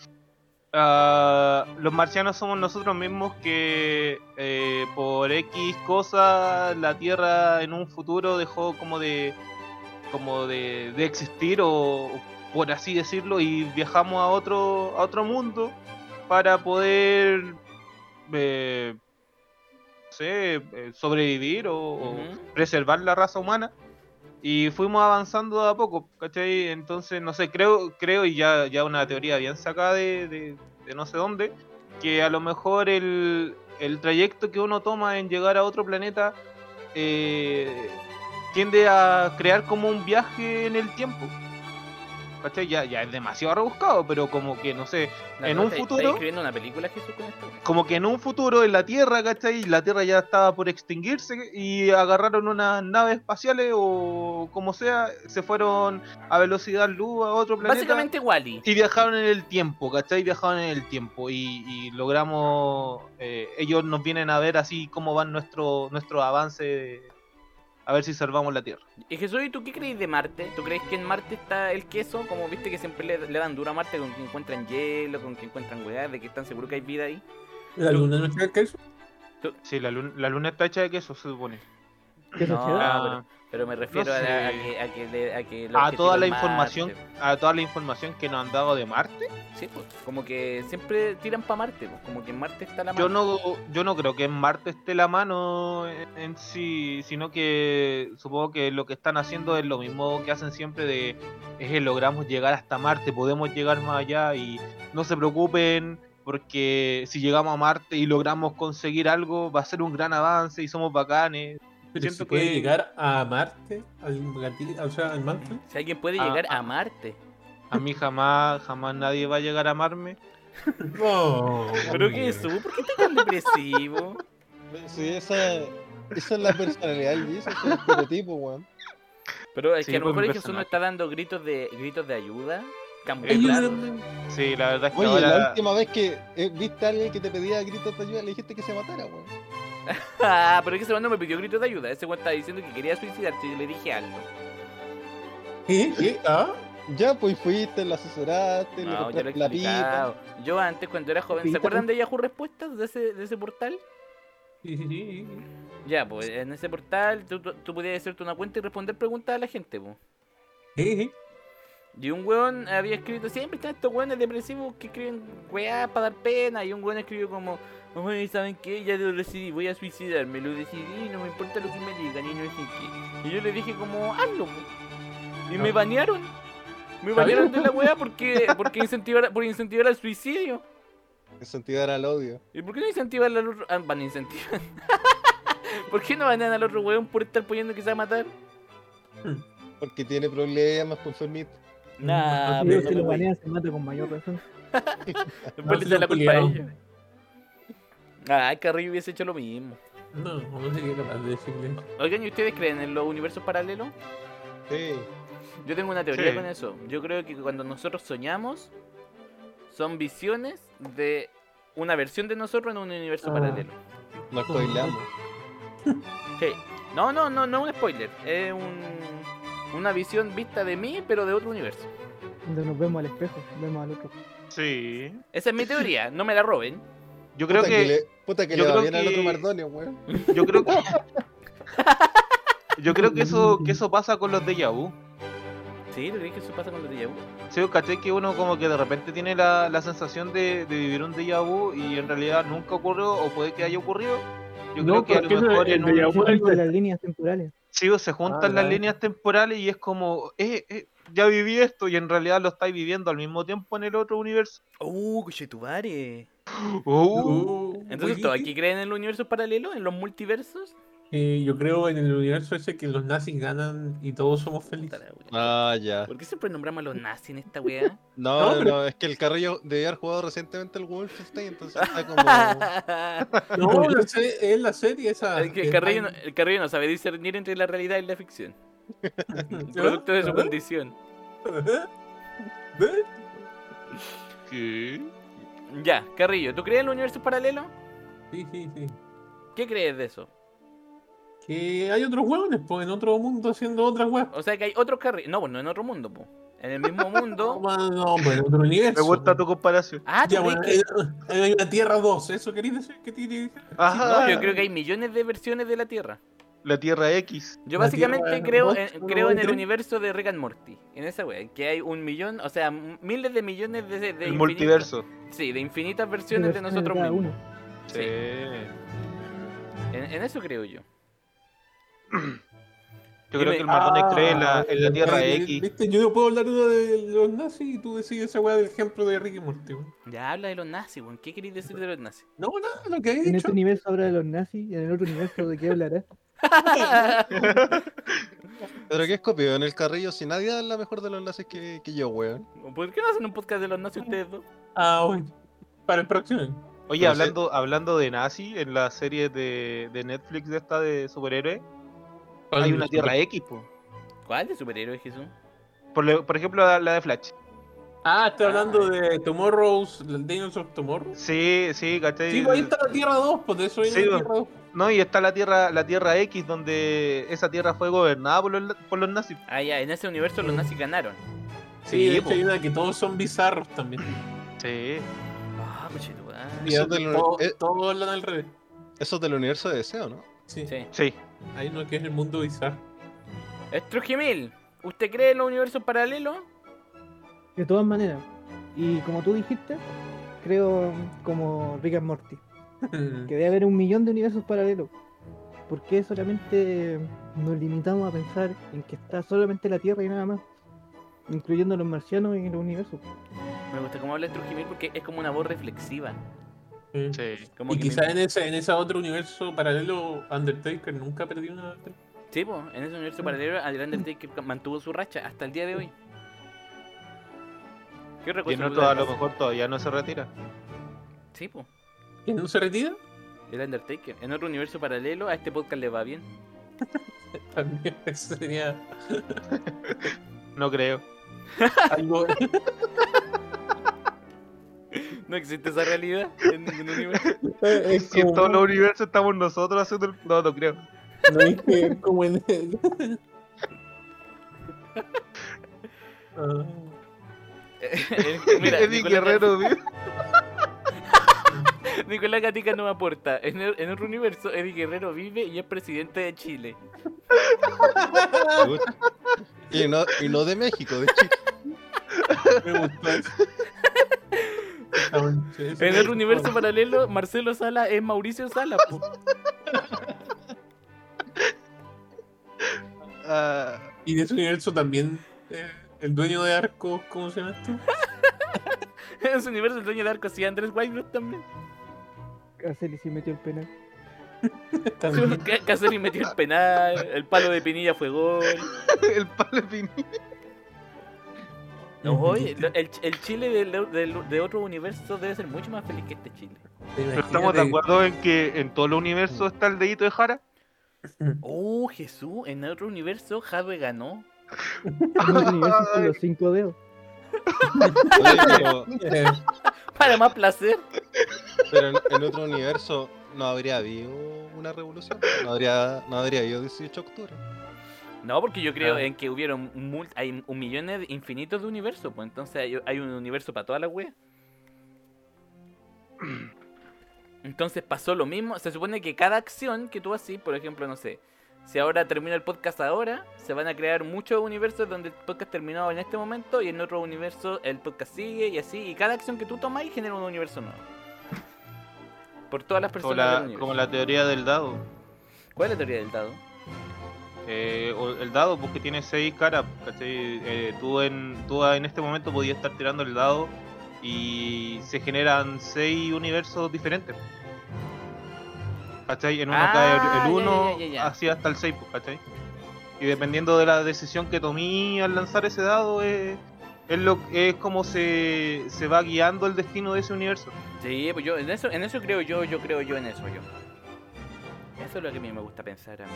S3: ah, los marcianos somos nosotros mismos que eh, por X cosa la Tierra en un futuro dejó como de como de, de existir o por así decirlo y viajamos a otro a otro mundo para poder eh, no sé, eh, sobrevivir o, o
S1: Ujú.
S3: preservar la raza humana y fuimos avanzando de a poco, ¿cachai? Entonces, no sé, creo, creo y ya, ya una teoría bien sacada de, de- de no sé dónde, que a lo mejor el, el trayecto que uno toma en llegar a otro planeta eh, tiende a crear como un viaje en el tiempo. ¿Cachai? Ya, ya es demasiado rebuscado, pero como que, no sé,
S1: La verdad,
S3: en un
S1: ¿estáis-
S3: futuro-
S1: estáis escribiendo una película, Jesús, con esto?
S3: como que en un futuro en la Tierra, ¿cachai? La Tierra ya estaba por extinguirse y agarraron unas naves espaciales o como sea, se fueron a velocidad luz a otro planeta.
S1: Básicamente Wally.
S3: Y viajaron en el tiempo, ¿cachai? Viajaron en el tiempo y, y logramos... eh, ellos nos vienen a ver así cómo van nuestro, nuestro avance, de- a ver si salvamos la Tierra.
S1: Y Jesús, ¿y tú qué crees de Marte? ¿Tú crees que en Marte está el queso? Como viste que siempre le, le dan duro a Marte con que encuentran hielo, con que encuentran weas, de que están seguros que hay vida ahí.
S4: La luna no está que eso.
S3: Sí, la luna, la luna está hecha de queso, se supone.
S5: ¿Qué se
S1: No,
S5: queda?
S3: Ah.
S1: pero, pero me refiero a,
S3: sé.
S1: la- a que, a que le- a que el
S3: Ah, A
S1: objetivo
S3: toda
S1: es
S3: la
S1: Marte.
S3: información, a toda la información que nos han dado de Marte.
S1: Sí, pues, como que siempre tiran para Marte, pues, como que en Marte está la
S3: Yo
S1: mano.
S3: no, yo no creo que en Marte esté la mano en, en sí, sino que supongo que lo que están haciendo es lo mismo que hacen siempre de es que logramos llegar hasta Marte, podemos llegar más allá y no se preocupen porque si llegamos a Marte y logramos conseguir algo va a ser un gran avance y somos bacanes.
S4: Pero
S3: Siento
S4: si puede
S3: que-
S4: llegar a Marte, al gatito, o sea, al manto.
S1: Si alguien puede
S3: Ah,
S1: llegar
S3: ah.
S1: a Marte.
S3: A mí jamás, jamás nadie va a llegar a amarme.
S4: No.
S1: Pero que eso, ¿por qué estás tan
S3: [LAUGHS]
S1: depresivo?
S2: Sí, esa, esa es la personalidad del Jason, ese es el estereotipo, weón.
S1: Pero es
S3: Sí,
S1: que a lo
S3: pues, mi
S1: mejor es que Jesús no
S3: personaje. Eh,
S1: está dando gritos de gritos de ayuda.
S4: Ay, yo
S1: camuflados.
S4: no-
S3: Sí, la verdad es que
S2: Oye, la
S3: ahora-
S2: última vez que eh, viste a alguien que te pedía gritos de ayuda, le dijiste que se matara, weón.
S1: Ah, pero es que ese weón no me pidió gritos de ayuda. Ese weón estaba diciendo que quería suicidarse y yo le dije algo.
S4: ¿Qué? ¿Qué? ¿Ah?
S2: Ya, pues fuiste, lo asesoraste, le
S1: No, ya lo he
S2: compraste la pipa.
S1: explicado. Yo antes, cuando era joven, ¿se
S5: Pita.
S1: acuerdan de Yahoo Respuestas? De ese, de ese portal.
S4: Sí, sí, sí.
S1: Ya, pues en ese portal tú, tú- tú podías hacerte una cuenta y responder preguntas a la gente, pues.
S4: Sí, sí.
S1: Y un weón había escrito, siempre están estos weones depresivos que escriben weá para dar pena. Y un weón escribió como, oye, ¿saben qué? Ya lo decidí, voy a suicidarme, lo decidí, no me importa lo que me digan y no sé qué. Y yo le dije como, hazlo. po". Y me
S4: No.
S1: banearon. Me banearon de la weá porque, porque incentivar, por incentivar al suicidio.
S2: Incentivar al odio.
S1: ¿Y por qué no incentivan al otro? Ah, van a incentivar. [LAUGHS] ¿Por qué no banean al otro weón por estar poniendo que se va a matar?
S2: Porque tiene problemas por enfermito.
S1: Nah,
S4: Ah,
S5: Digo,
S4: pero
S5: si
S4: no
S5: lo
S4: me voy.
S5: banean, se mata con mayor razón.
S4: No, pues,
S1: Después le
S4: si
S1: echan
S4: lo
S1: la culpa a
S4: culiao.
S1: ellos. Ay, Carrillo hubiese hecho lo mismo.
S4: No, no sería capaz de decirle.
S1: Oigan, ¿y ustedes creen en los universos paralelos?
S2: Sí.
S1: Yo tengo una teoría
S3: Sí.
S1: con eso. Yo creo que cuando nosotros soñamos, son visiones de una versión de nosotros en un universo
S4: Ah.
S1: paralelo.
S2: Nos coilamos.
S1: Sí. No, no, no, no es un spoiler. Es un- una visión vista de mí, pero de otro universo.
S5: Donde nos vemos al espejo, vemos al otro.
S3: Sí.
S1: Esa es mi teoría, no me la roben.
S3: Yo creo
S2: puta
S3: que...
S2: le, puta que
S3: yo
S2: le va
S3: creo
S2: bien al
S3: que-
S2: otro Mardonio, weón.
S3: Yo creo
S2: [LAUGHS]
S3: que. Yo creo que eso, que eso pasa con los de vu.
S1: Sí, lo que eso pasa con los déjà vu.
S3: Sí, caché que uno como que de repente tiene la, la sensación de, de vivir un déjà vu y en realidad nunca ocurrió o puede que haya ocurrido. Yo creo
S4: No,
S3: que a
S4: porque
S3: lo mejor
S4: el-
S3: en
S4: el déjà
S3: un,
S4: vu
S5: Se juntan
S4: vuelve.
S5: las líneas temporales.
S3: sí, o se juntan
S4: Ah,
S3: las
S4: ya.
S3: líneas temporales y es como, eh, eh, ya viví esto y en realidad lo estáis viviendo al mismo tiempo en el otro universo.
S4: Oh,
S1: Uh, cochetumare.
S3: Uh,
S4: Uh,
S1: Entonces,
S4: oye,
S1: ¿todos aquí creen en los universos paralelos? ¿En los multiversos?
S4: eh, yo creo en el universo ese que los nazis ganan y todos somos
S1: Puta
S4: felices.
S1: la wea.
S2: Ah, ya.
S1: ¿Por qué siempre nombramos a los nazis en esta weá?
S2: No,
S4: No,
S2: no,
S4: pero-
S2: es que el Carrillo debía haber jugado recientemente el Wolfenstein, entonces está
S3: [LAUGHS]
S2: como.
S4: No, la se- es la serie esa.
S1: El, que- el
S4: que
S1: Carrillo no,
S4: están-
S1: el Carrillo no sabe discernir entre la realidad y la ficción.
S4: [LAUGHS] ¿Eh?
S1: Producto de su condición.
S4: ¿Ve?
S3: ¿Qué?
S1: Ya, Carrillo, ¿tú crees en los universos paralelos?
S4: Sí, sí, sí.
S1: ¿Qué crees de eso?
S4: Que hay otros hueones, pues, en otro mundo haciendo otras huevas.
S1: O sea que hay otros carrillos. No, bueno, en otro mundo, po. En el mismo
S4: [LAUGHS] No,
S1: mundo.
S4: man, no, pues, en otro universo. pues.
S3: Me gusta tu comparación.
S1: Ah, ¿tú
S4: Ya, bueno, eh,
S1: crees que-
S4: hay hay una Tierra 2, ¿eso queréis decir? ¿Qué tiene que decir?
S3: Ajá.
S1: No, yo creo que hay millones de versiones de la Tierra.
S3: La Tierra X.
S1: Yo
S4: La
S1: básicamente
S4: Tierra,
S1: creo,
S4: Bot,
S1: en,
S4: uno,
S1: creo en el
S4: otro.
S1: universo de Rick and Morty. En esa wea, que hay un millón, o sea, m- miles de millones de. de
S3: El
S1: infinitas-
S3: multiverso.
S1: Sí, de infinitas versiones de
S5: Versiones
S1: nosotros
S5: cada
S1: mismos.
S5: uno.
S1: Sí. En, en eso creo yo.
S3: Yo creo
S1: Dime-
S3: que el Mardones
S4: Ah,
S3: cree en la, en la Tierra
S4: eh,
S3: X.
S4: ¿Viste? Yo no puedo hablar de los nazis y tú decís esa weá del ejemplo de Ricky Morty. weón.
S1: Ya habla de los nazis, weón. ¿Qué queréis decir de los nazis?
S4: [LAUGHS] No, nada, lo que he
S5: En
S4: dicho.
S5: este universo habrá de los nazis y en el otro universo de qué hablará.
S2: Pero que es copiado en el carrillo si nadie da la mejor de los enlaces que, que yo, weón.
S1: ¿Por qué no hacen un podcast de los nazis ustedes dos?
S4: Ah, bueno. Para el próximo.
S3: Oye,
S2: No sé.
S3: hablando, hablando de nazi, en la serie de, de Netflix de esta de superhéroes, hay una Tierra X, po.
S1: ¿Cuál de superhéroe Jesús?
S3: Por, le- por ejemplo, la, la de Flash.
S4: Ah, está hablando de Tomorrow's Daniels of Tomorrow.
S3: Sí, sí, ¿cachai?
S4: Sí, pues, ahí está la Tierra 2, pues de eso viene
S3: Sí,
S4: la
S3: weón.
S4: Tierra 2.
S3: No, y está la Tierra la tierra X, donde esa Tierra fue gobernada por los, por los nazis.
S1: Ah, ya, en ese universo los nazis ganaron.
S4: Sí, de hecho
S3: po.
S4: hay una que todos son bizarros también.
S3: Sí.
S1: Ah, conchetumare.
S2: Y son del-
S4: Todos-
S2: eh.
S4: Todos hablan al revés.
S2: Eso es del universo de deseo, ¿no?
S4: Sí.
S1: Sí.
S3: Sí.
S4: Hay uno que es el mundo bizarro.
S1: Estrujimil, ¿usted cree en los universos paralelos?
S5: De todas maneras. Y como tú dijiste, creo como Rick and Morty. Que debe haber un millón de universos paralelos. ¿Por qué solamente nos limitamos a pensar en que está solamente la Tierra y nada más? Incluyendo los marcianos y los universos.
S1: Me gusta cómo habla Estrujimil porque es como una voz reflexiva.
S4: [LAUGHS] Sí.
S3: Sí.
S1: Como
S4: Y
S1: que
S4: quizás
S1: me-
S4: en ese, en ese otro universo paralelo, Undertaker nunca perdió una.
S1: Sí, po, en ese universo paralelo, Alexander Undertaker mantuvo su racha hasta el día de hoy. ¿Qué
S3: Y
S1: recuerdo?
S3: en otro, a lo mejor todavía no se retira.
S1: Sí, po,
S4: ¿Que no se retira? [LAUGHS]
S1: el Undertaker. En otro universo paralelo a este podcast le va bien.
S4: También eso sería
S3: No creo.
S4: algo.
S1: No existe esa realidad en ningún universo. [LAUGHS]
S4: [LAUGHS] es
S3: Si en todos los
S4: como,
S3: universos estamos nosotros haciendo el... No, no creo.
S4: no es que es como en el. [LAUGHS] Ah,
S1: Eh, Mira,
S3: Eddie
S1: Nicolás-
S3: Guerrero, tío.
S1: Nicolás Gatica no me aporta. En, el- en otro universo, Eddie Guerrero vive y es presidente de Chile.
S2: y, no, y no de México, de
S3: [LAUGHS]
S2: Chile.
S4: me gustó [LAUGHS] eso. Ah, bueno, sí, eso
S1: En
S4: me
S1: otro
S4: gustó.
S1: universo paralelo, Marcelo Sala es Mauricio Sala. po. [LAUGHS]
S3: Ah, [LAUGHS]
S4: Y de ese universo también, eh, el dueño de arcos, ¿cómo se llama este? esto?
S1: En su universo, el dueño de arco sí, Andrés Whiteblood también.
S5: Caceli sí metió
S2: [LAUGHS]
S5: el penal.
S4: También.
S1: Ca- Caselli metió el penal, el palo de Pinilla fue gol.
S3: el palo de Pini.
S1: No, oye, lo- el, el Chile del- del- de, otro universo debe ser mucho más feliz que este Chile.
S4: ¿Te
S3: Pero estamos de
S4: imaginas
S3: acuerdo en que en todo el
S1: Mm.
S3: universo está el dedito de Jara.
S1: Oh, Jesús, en otro universo Jadwe ganó.
S5: Los universos con los cinco dedos.
S2: Oye, pero,
S4: Eh,
S1: Para más placer.
S2: pero en, en otro universo no habría habido una revolución. No habría, no habría habido 18 de octubre.
S1: No, porque yo creo
S4: Ah.
S1: en que hubieron mul- hay un millones infinitos de universos, pues entonces hay, hay un universo para toda la
S3: [CLEARS THROAT]
S1: wea. Entonces pasó lo mismo, se supone que cada acción que tú haces, por ejemplo, no sé, si ahora termina el podcast ahora, se van a crear muchos universos donde el podcast terminó en este momento y en otro universo el podcast sigue y así, y cada acción que tú tomas genera un universo nuevo. Por todas las
S3: Como
S1: personas del
S3: la,
S1: universo.
S3: como la teoría del dado.
S1: ¿Cuál es la teoría del dado?
S3: Eh, o- el dado, porque tiene seis caras. ¿cachai? Eh, tú, en, tú en este momento podías estar tirando el dado y se generan seis universos diferentes. ¿Cachai? En uno
S1: Ah,
S3: cae el-
S1: ya,
S3: el 1,
S1: ya, ya, ya.
S3: así hasta el 6, ¿cachai? Y dependiendo de la decisión que tomé al lanzar ese dado, eh, es, lo, es como se, se va guiando el destino de ese universo.
S1: Sí, pues yo en eso, en eso creo yo, yo creo yo en eso yo. Eso es lo que a mí me gusta pensar a mí.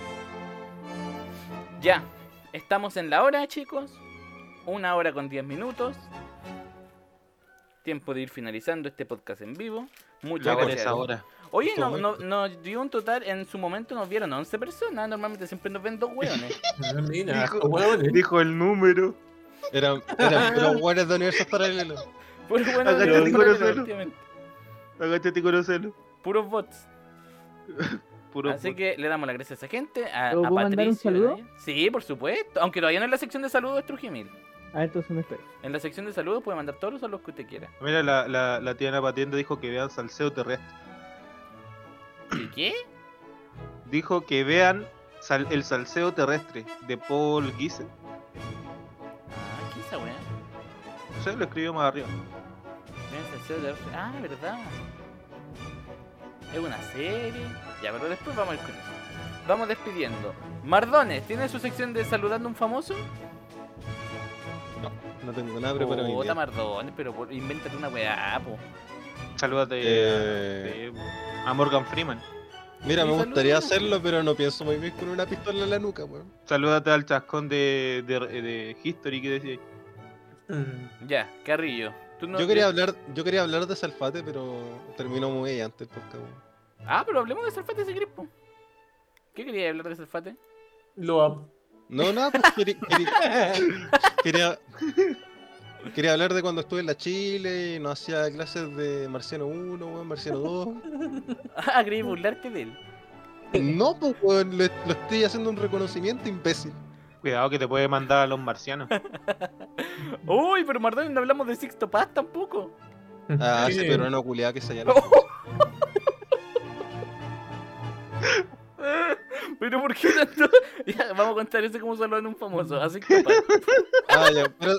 S1: Ya, Estamos en la hora, chicos. Una hora con 10 minutos. Tiempo de ir finalizando este podcast en vivo. Muchas
S3: Luego de
S1: gracias.
S3: esa hora.
S1: Oye,
S2: Justo
S1: no, no- nos dio un total, en su momento nos vieron 11 personas. Normalmente siempre nos ven dos hueones.
S4: Ah, Mira,
S3: Dijo-
S4: estos huevones.
S3: Dijo el número.
S2: Eran, eran puros guardias de universos paralelos.
S1: Puros hueones
S3: Agachate
S1: de
S3: y
S1: internet,
S3: conocelo.
S1: últimamente.
S3: Agáchate y conocelo.
S1: Puros bots.
S3: Puro
S1: Así que le damos las gracias a esa gente. A, a
S5: ¿Puedo
S1: Patricio.
S5: mandar un saludo?
S1: Brian. Sí, por supuesto. Aunque todavía no es la sección de saludos de Trujimil.
S5: Ah, entonces me espero.
S1: En la sección de saludos puede mandar todos los saludos que usted quiera.
S3: Mira, la, la, la tía Ana Patiente dijo que vean Salseo Terrestre.
S1: ¿Y qué?
S3: Dijo que vean sal- el Salseo Terrestre de Paul Giese.
S1: Ah, ¿qué es esa weá?
S3: No sé, lo escribió más arriba.
S1: Mira, el salseo de Orfe- Ah, verdad. Es una serie. Ya, pero después vamos a ir con eso. Vamos despidiendo. Mardones, ¿tiene su sección de saludando a un famoso?
S2: No tengo nada preparado. hoy
S1: Puta
S2: día.
S1: Mardones, pero por- invéntate una weá, po.
S3: Salúdate
S2: Eh,
S3: eh, a Morgan Freeman.
S2: Mira, me
S1: Sí,
S2: gustaría
S1: saludos.
S2: hacerlo, pero no pienso muy bien con una pistola en la nuca, weón.
S3: Salúdate al chascón de, de, de History que decía.
S4: Mm.
S1: Ya, Carrillo. Tú no-
S2: Yo quería hablar, yo quería hablar de Salfate, pero terminó muy antes el podcast, weón.
S1: Ah, pero hablemos de Salfate ese gripo. ¿Qué quería hablar de Salfate?
S4: Lo amo.
S2: No, nada, pues quería,
S1: [LAUGHS]
S2: quería, quería hablar de cuando estuve en la Chile y no hacía clases de Marciano 1, weón, Marciano 2.
S1: [LAUGHS] Ah, quería burlarte de él.
S2: No, pues weón, le- lo estoy haciendo un reconocimiento, imbécil.
S3: Cuidado que te puede mandar a los marcianos.
S1: Uy, pero Mardones no hablamos de Sixto Paz tampoco.
S2: Ah,
S4: Sí.
S2: ese peruano culiado que se [LAUGHS] allá.
S1: [LAUGHS] Pero ¿por qué tanto? [LAUGHS] Ya, vamos a contar eso como saludan a un famoso. Así que pa.
S2: Ah, ya, pero.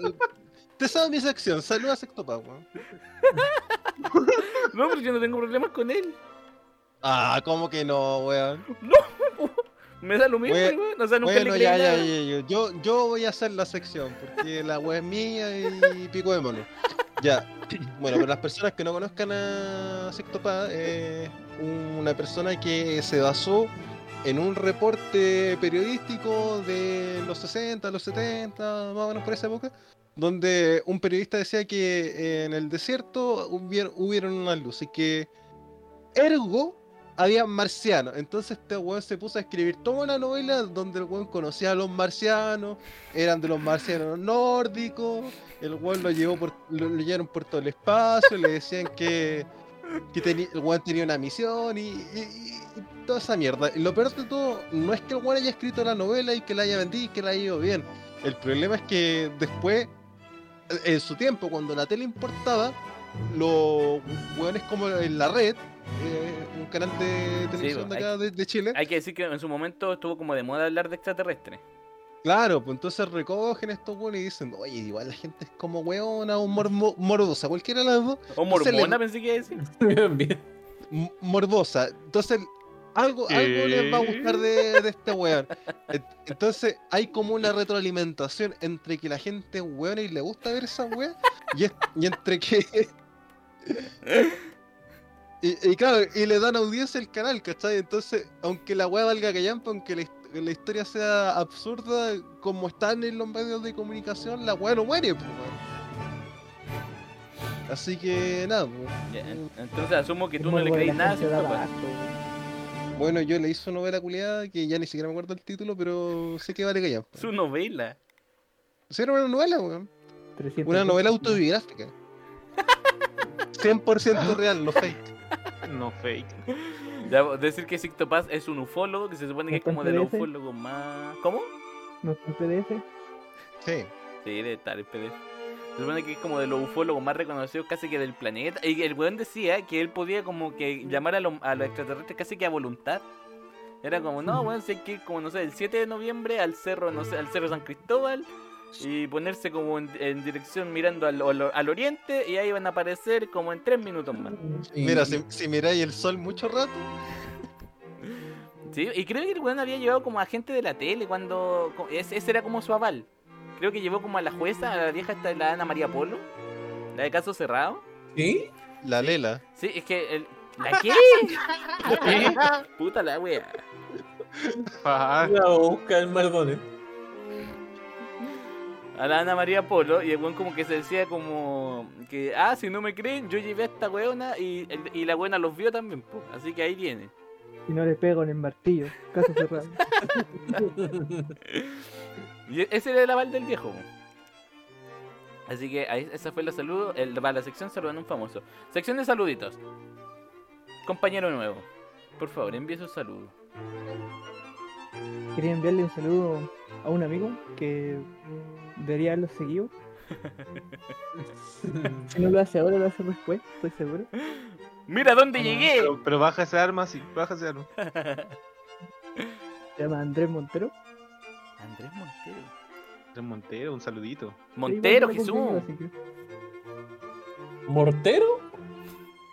S2: Te sabes mi sección, saluda a Sextopa, weón.
S1: No, pero yo no tengo problemas con él.
S2: Ah, ¿cómo que no, weón?
S1: Me da lo mismo,
S2: Bueno,
S1: weón. O sea, nunca
S2: Bueno,
S1: le creí
S2: ya, ya,
S1: nada.
S2: ya, ya, Yo, yo voy a hacer la sección, porque la web es mía y pico de mono. Ya. Bueno, para las personas que no conozcan a Sectopa, es una persona que se basó en un reporte periodístico de los 60, los 70, más o menos por esa época, donde un periodista decía que en el desierto hubier- hubieron unas luces, que ergo había marcianos. Entonces este weón se puso a escribir toda una novela donde el weón conocía a los marcianos, eran de los marcianos nórdicos, el weón lo llevó por, lo, lo llevaron por todo el espacio, le decían que, que teni- el weón tenía una misión y, y- y- y toda esa mierda. Y lo peor de todo, no es que el weón haya escrito la novela y que la haya vendido y que la haya ido bien. El problema es que después, en su tiempo, cuando la tele importaba, los weones como en la red, eh, un canal de televisión de
S1: hay-
S2: acá de, de Chile,
S1: Hay que decir que en su momento estuvo como de moda hablar de extraterrestres.
S2: Claro, pues entonces recogen estos weones y dicen, oye, igual la gente es como weona o mormo- morbosa, cualquiera de las dos,
S1: O
S2: Entonces le-
S1: mormona, pensé que iba a decir.
S4: [LAUGHS] Bien, bien.
S2: m- morbosa. Entonces, algo, algo les va a gustar de, de este weón. En- Entonces, hay como una retroalimentación entre que la gente es weona y le gusta ver esa wea, y, es- y entre que. [LAUGHS] Y, y claro, y le dan audiencia al canal, ¿cachai? Entonces, aunque la wea valga callampa, aunque la, hist- la historia sea absurda, como están en los medios de comunicación, la wea no muere, pues, weón. Así que nada, pues.
S1: Ya, en- Entonces asumo que tú no
S5: Muy
S1: le
S5: buena
S1: creís
S5: la
S1: nada a
S5: canción de
S1: Sixto Paz.
S5: Abasto, güey.
S2: Bueno, yo le hice una novela culiada que ya ni siquiera me acuerdo el título, pero sé que vale callar. pues.
S1: Su novela.
S2: Sí, era una novela, weón.
S5: 300
S2: Una novela
S5: puntos.
S2: autobiográfica.
S4: [LAUGHS]
S2: 100% real, no fake.
S3: No fake.
S1: Ya, decir que Sixto Paz es un ufólogo, que se supone que es como de los
S5: ¿Entonces?
S1: ufólogos más. ¿Cómo?
S5: No está en PDF.
S2: Sí.
S1: Sí, debe estar el PDF. Se supone que es como de los ufólogos más reconocidos casi que del planeta. Y el weón decía que él podía como que llamar a, los- a los extraterrestres casi que a voluntad. Era como, no, weón, sé que como, no sé, el 7 de noviembre al cerro, no sé, al cerro San Cristóbal. Y ponerse como en, en dirección mirando al, al- al oriente y ahí van a aparecer como en 3 minutos más.
S2: Mira, si, si miráis el sol mucho rato,
S1: Sí, y creo que el weón había llevado como a gente de la tele cuando... co- Ese, ese era como su aval. Creo que llevó como a la jueza, a la vieja esta, la Ana María Polo, la de caso cerrado.
S4: ¿Sí?
S2: la lela.
S1: Sí, es que el...
S5: [LAUGHS]
S1: ¿La qué? Puta la wea.
S3: Ah,
S4: La voy a buscar en Mardones.
S1: a la Ana María Polo y el weón como que se decía como que, ah, si no me creen, yo llevé a esta weona y, y la weona los vio también, po. así que ahí tienen.
S5: Y no le pego en el martillo. Caso
S2: [LAUGHS]
S5: cerrado.
S1: Y e, ese era el aval del viejo. po. Así que ahí, esa fue la saludo, el, para la sección saludando a un famoso. Sección de saluditos. Compañero nuevo, por favor, envíe su saludo.
S5: Quería enviarle un saludo a un amigo que debería haberlo seguido. Si no lo hace ahora, lo hace después, estoy seguro.
S1: Mira dónde
S5: Ah,
S1: llegué.
S3: Pero, pero baja ese arma, sí, baja ese arma.
S5: Se llama Andrés Montero.
S1: Andrés Montero.
S3: Andrés Montero, un saludito.
S1: Montero,
S5: Sí, bueno,
S1: Jesús.
S5: así que-
S4: ¿Mortero?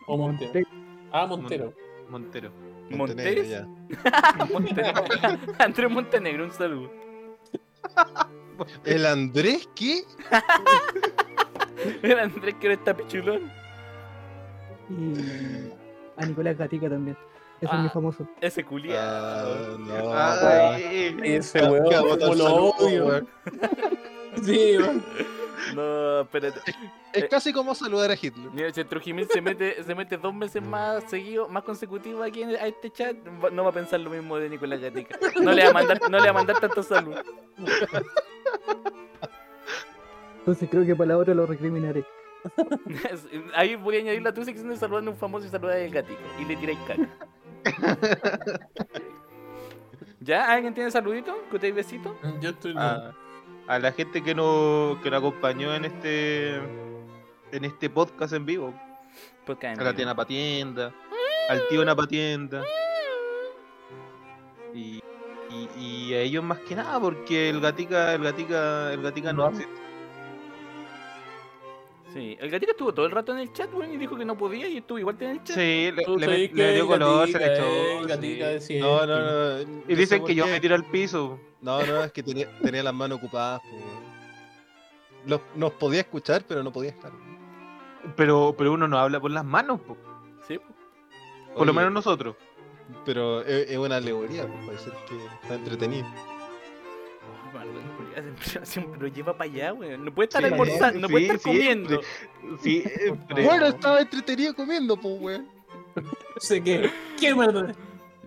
S4: ¿O Montero?
S5: Montero.
S4: Ah, Montero.
S3: Montero.
S2: Montenegro,
S1: Montes.
S2: ya.
S1: [LAUGHS] Montenegro. Andrés Montenegro, un saludo.
S2: ¿El Andrés qué?
S1: El Andrés que no está pichulón.
S5: Y a Nicolás Gatica también. Ese es
S1: Ah.
S5: mi famoso.
S1: Ese culiado.
S2: Ah, no.
S3: Ay,
S4: Ese
S2: weón.
S4: weón,
S2: Ya, bota
S4: como
S2: el
S4: lo
S2: saludo,
S4: odio.
S2: weón.
S4: Sí, weón.
S1: No, espérate.
S2: Es casi como saludar a Hitler.
S1: Mira, si el Trujimil se mete, se mete dos meses más seguido, más consecutivo aquí en, a este chat, va- no va a pensar lo mismo de Nicolás Gatica. No le va a mandar, no le va a mandar tanto salud.
S5: Entonces creo que para la otra lo recriminaré.
S1: [LAUGHS] Ahí voy a añadir la tu sección de saludando a un famoso y saludar al gatito. Y le tiráis caca. ¿Ya? ¿Alguien tiene saludito? ¿Que te besito?
S4: Yo estoy.
S3: a, Ah, a la gente que nos que nos acompañó en este en este podcast en vivo.
S1: Porque
S3: A la tía Napatienda, al tío Napatienda. Y, y, y a ellos más que nada, porque el gatica, el gatica, el gatica no hace.
S1: Sí, el gatito estuvo todo el rato en el chat, weón, y dijo que no podía y estuvo igual en el chat.
S3: Sí, le,
S4: Tú
S3: le-
S4: sabes
S3: le
S4: que
S3: dio color, se
S4: Gatica
S3: le echó.
S4: es Gatica
S3: sí.
S4: de siempre.
S2: No, no, no.
S3: Y dicen que yo me tiro al piso.
S2: No, no, es que tenía, tenía las manos ocupadas. po, weón. Los- nos podía escuchar, pero no podía estar.
S3: Pero, pero uno no habla por las manos, po. por
S1: Sí, pues,
S3: lo
S2: Oye,
S3: menos nosotros.
S2: Pero e, es, es una alegoría, po, parece que está entretenido.
S1: Oh, Marlon, culiao, siempre- Siempre lo lleva para allá, weón. No puede estar
S3: Sí,
S1: almorzando, no puede
S3: sí,
S1: estar
S3: sí,
S1: comiendo.
S3: Sí, eh,
S4: [LAUGHS]
S3: pero-
S2: Bueno, estaba entretenido comiendo, pues, weón.
S4: Sé que. ¿Qué mierda?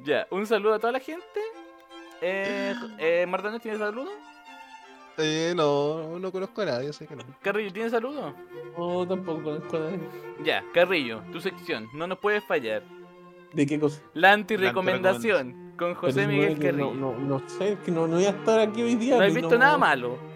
S1: Ya, un saludo a toda la gente. Eh, eh, Mardones, ¿tiene saludo?
S2: Eh, no, no conozco a nadie, sé que no.
S1: Carrillo, ¿tiene saludo?
S4: No, tampoco conozco a nadie.
S1: Ya, Carrillo, tu sección, no nos puedes fallar.
S4: ¿De qué cosa?
S1: La antirecomendación con José
S4: Pero
S1: Miguel
S4: no, no,
S1: Carrillo. No,
S4: no, no sé, es que no, no voy a estar aquí hoy día.
S1: has
S4: pues,
S1: visto
S4: no-
S1: nada malo.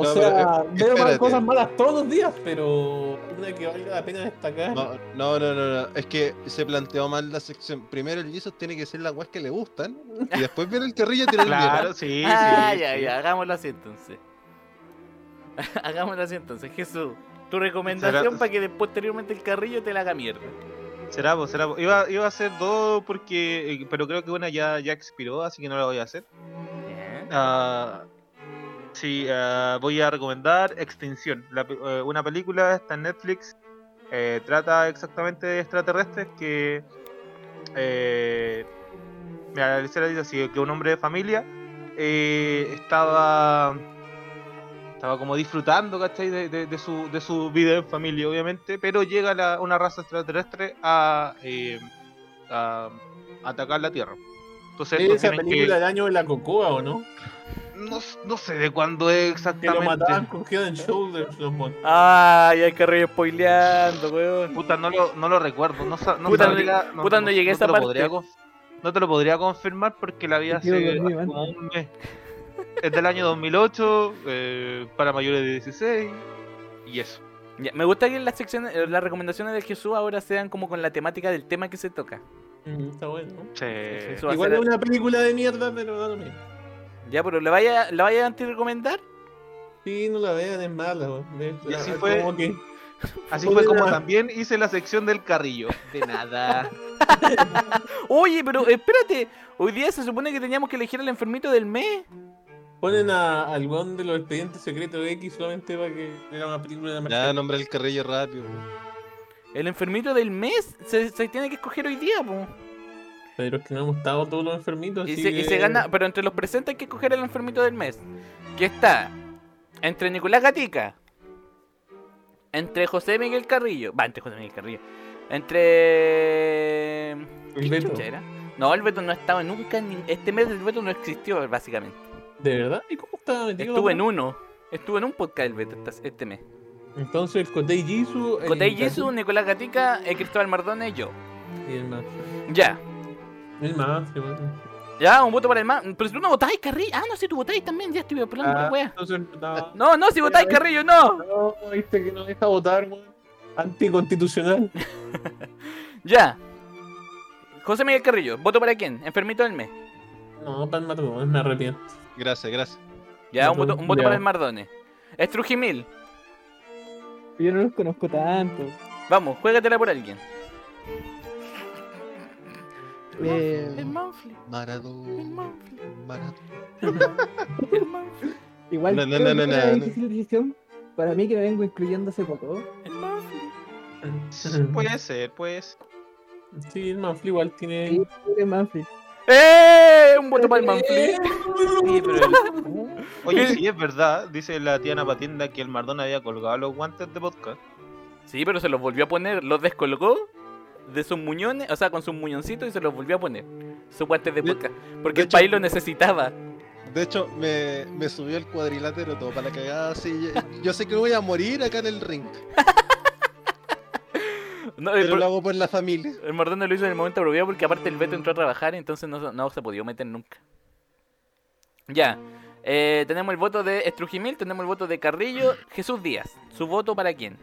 S4: O
S2: No,
S4: sea,
S2: pero, eh,
S4: veo más
S2: espérate.
S4: cosas malas todos los días, pero una que valga la pena
S3: Ah,
S4: destacar.
S2: No, no, no, no, no, es que se planteó mal la sección. Primero el Jesus tiene que ser las weas que le gustan, y después viene el carrillo y
S3: [LAUGHS]
S2: tiene el
S3: Claro, sí,
S1: ah,
S3: sí.
S1: ya,
S3: sí.
S1: ya, hagámoslo así entonces. [LAUGHS] hagámoslo así entonces, Jesús. Tu recomendación
S3: Será-
S1: para que de- posteriormente el carrillo te la haga mierda.
S3: Será, po, será. po. Iba, iba a hacer dos porque. eh, Pero creo que una ya, ya expiró, así que no la voy a hacer.
S1: Ya.
S3: Ah, sí, ah, voy a recomendar Extinción. la pe- eh, una película está en Netflix. eh, trata exactamente de extraterrestres que. Eh, mira, la lección dice así: que un hombre de familia eh, estaba. Estaba como disfrutando, ¿cachai? De, de- de su, de su vida en familia, obviamente. Pero llega la- una raza extraterrestre a, eh, a atacar la Tierra. Entonces, estos
S4: Esa
S3: tienen que-
S4: película del año de la cocoa, ¿o no?
S3: no, s- no sé de cuándo es
S4: Que lo mataban
S3: exactamente.
S4: con Head and Shoulders los monos.
S1: Ay, el carrillo spoileando, weón.
S3: Puta, no lo, no lo recuerdo. No, sa- no
S1: Puta, no-
S3: sabría- no-
S1: puta,
S3: no-
S1: no llegué a
S3: no
S1: esa
S3: te lo
S1: parte.
S3: podría conf- no te lo podría confirmar porque la vi
S5: Te
S3: hace
S5: quiero dormir,
S3: hace
S5: man.
S3: como un mes. Es del año 2008, eh, para mayores de 16, y eso.
S1: Ya, me gusta que las secciones, eh, las recomendaciones del Jesús ahora sean como con la temática del tema que se toca.
S4: Mm, Está bueno.
S1: El
S3: Sí.
S1: Jesús va a
S4: Igual
S1: ser-
S4: es una película de mierda, pero no lo mismo.
S1: Ya, pero ¿la vaya, la vaya a antirecomendar?
S4: Sí, no la vean, es mala, weón. Es-
S3: Y así
S4: ah,
S3: fue.
S4: como que-
S3: Así fue como
S4: Hola.
S3: también hice la sección del carrillo. De nada.
S1: Oye, pero espérate, hoy día se supone que teníamos que elegir al enfermito del mes.
S4: Ponen a, al weón de los expedientes secretos X solamente para que era una película de la
S2: Ya, nombra el carrillo rápido. weón.
S1: El enfermito del mes se, se tiene que escoger hoy día, po.
S4: Pero es que no hemos estado todos los enfermitos.
S1: Y
S4: así
S1: se, y se
S4: que-
S1: gana, pero entre los presentes hay que escoger el enfermito del mes. Que está Entre Nicolás Gatica. Entre José Miguel Carrillo. Va, entre José Miguel Carrillo. Entre.
S4: El Beto.
S1: chucha era? No, el Beto no estaba nunca. en nin- Este mes del Beto no existió, básicamente.
S4: ¿De verdad? ¿Y cómo estaba metido?
S1: Estuve en
S4: weón?
S1: uno. Estuve en un podcast del Beto esta- este mes.
S4: Entonces el Cotei Jisoo. el
S1: Cotei
S4: Kaku-
S1: Jesús, Nicolás Gatica, eh, Cristóbal Mardone y yo.
S4: Y el más.
S1: Ya.
S4: El más, sí, weón.
S1: Ya, un voto para el más. Pero si tú no votáis, Carrillo. Ah, no, si tú votáis también, ya estoy hablando
S4: Ah,
S1: la wea.
S4: Entonces, no,
S1: No, no, si votáis, Carrillo, no.
S4: no, viste que no deja votar, weón. Anticonstitucional. [LAUGHS]
S1: Ya. José Miguel Carrillo, ¿voto para quién? Enfermito del mes.
S4: No, palma todo, me arrepiento. [LAUGHS]
S2: Gracias, gracias.
S1: Ya, un
S4: Voto
S1: voto, un voto
S4: ya.
S1: para el Mardone. Estrujimil,
S5: Yo no los conozco tanto.
S1: vamos, juégatela por alguien.
S5: Eh,
S1: Manfly,
S2: Maradona. Maradona.
S1: el Manfly,
S5: igual
S2: No, no,
S5: creo
S2: no,
S5: que
S2: no,
S5: fue
S2: no,
S5: una
S2: no.
S5: difícil decisión para mí que me vengo incluyendo hace poco.
S1: el Manfly.
S3: Puede ser, pues.
S4: Sí, el Manfly igual tiene.
S5: Sí, creo que Manfred.
S1: ¡Eh! Un voto para el Manfly. Eh,
S4: Sí, pero el-
S3: Uh, Oye, sí, es verdad. Dice la tía Napatienda que el Mardón había colgado los guantes de podcast.
S1: Sí, pero se los volvió a poner, los descolgó de sus muñones, o sea, con sus muñoncitos y se los volvió a poner. Sus guantes de
S2: De-
S1: podcast. Porque
S2: de
S1: el
S2: hecho-
S1: país lo necesitaba.
S2: De hecho, me, me subió el cuadrilátero todo para la cagada. Así, yo- yo sé que voy a morir acá en el ring,
S1: No, eh, el,
S2: pero lo hago por la familia.
S1: el Mardone lo hizo en el momento apropiado porque aparte el Beto entró a trabajar, entonces no, no se podía meter nunca. Ya. Eh, tenemos el voto de Estrujimil, tenemos el voto de Carrillo, Jesús Díaz. ¿Su voto para quién?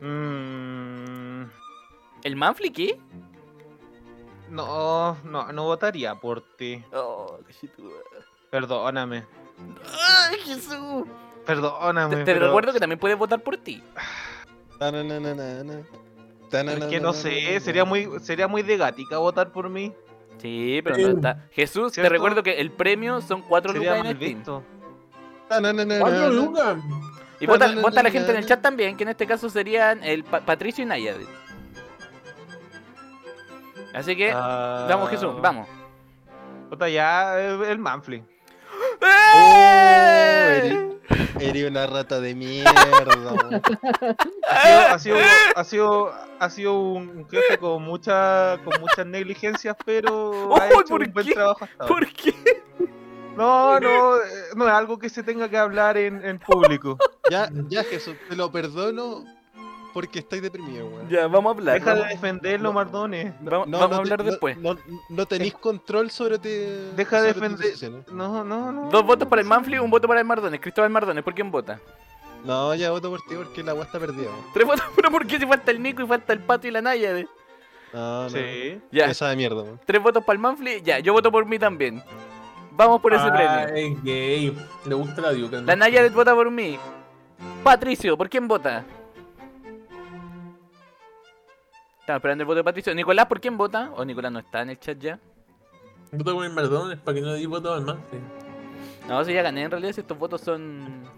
S3: Mm,
S1: ¿El Manfly qué?
S3: no, no, no votaría por ti.
S1: Oh, cachitu-
S3: Perdóname.
S1: ¡Ay, Jesús!
S3: Perdóname.
S1: Te, te
S3: pero
S1: recuerdo que también puedes votar por ti.
S2: Tananana.
S3: Es que no sé, sería muy, sería muy de gatica votar por mí.
S1: Sí, pero no
S4: Sí.
S1: está. Jesús,
S3: ¿Cierto?
S1: te recuerdo que el premio son 4
S3: Sería
S1: lucas
S3: mal
S1: en Steam.
S3: visto.
S2: Tananana.
S4: ¡Cuatro lucas!
S1: Y vota,
S2: Tananana.
S1: vota la gente en el chat también, que en este caso serían el Pa- Patricio y Nayade. Así que,
S3: Ah,
S1: vamos Jesús, vamos.
S3: Puta, ya eh, el Manfly.
S2: ¡Eh! Eres una rata de mierda. weón.
S1: ¡Eh!
S3: Ha sido, ha sido, ha sido un jefe con, mucha, con muchas negligencias, pero
S1: [LAUGHS] Uy,
S3: ha hecho
S1: ¿por
S3: un buen
S1: qué?
S3: trabajo
S2: Oh,
S3: hasta ahora.
S1: ¿Por qué?
S3: No, no, eh, no es algo que se tenga que hablar en,
S1: [LAUGHS]
S3: en público.
S2: Ya, ya, Jesús, te lo perdono porque estoy deprimido, weón.
S1: Ya, vamos a hablar.
S3: Deja de
S1: vamos-
S3: defenderlo, Mardones.
S1: vamos- vamos
S2: No, no
S1: a
S2: te-
S1: hablar
S2: no-
S1: después.
S2: No, no tenéis control sobre te.
S3: Deja de
S2: sobre tus
S3: defender-
S2: decisiones.
S3: No, no, no.
S1: Dos votos para el Manfly, un voto para el Mardones. Cristóbal Mardones, ¿por quién vota?
S2: No, ya voto por ti porque la weá está perdida, weón.
S1: Tres votos, [LAUGHS] pero ¿por qué si falta el Nico y falta el Pato y la Nayade?
S2: No, no.
S3: Sí.
S1: Ya,
S2: Esa de mierda, weón.
S1: tres votos para el Manfly, ya, yo voto por mí también. Vamos por
S2: Ah,
S1: ese premio.
S2: eh.
S4: Ay, gay. Le gusta la diuca. ¿no?
S1: La Naya vota por mí. Patricio, ¿por quién vota? Estaba esperando el voto de Patricio. Nicolás, ¿por quién vota? ¿O Nicolás no está en el chat ya?
S4: Voto con el Mardones para que no le di voto al Manfred.
S1: No, si ya gané en realidad, si estos votos son...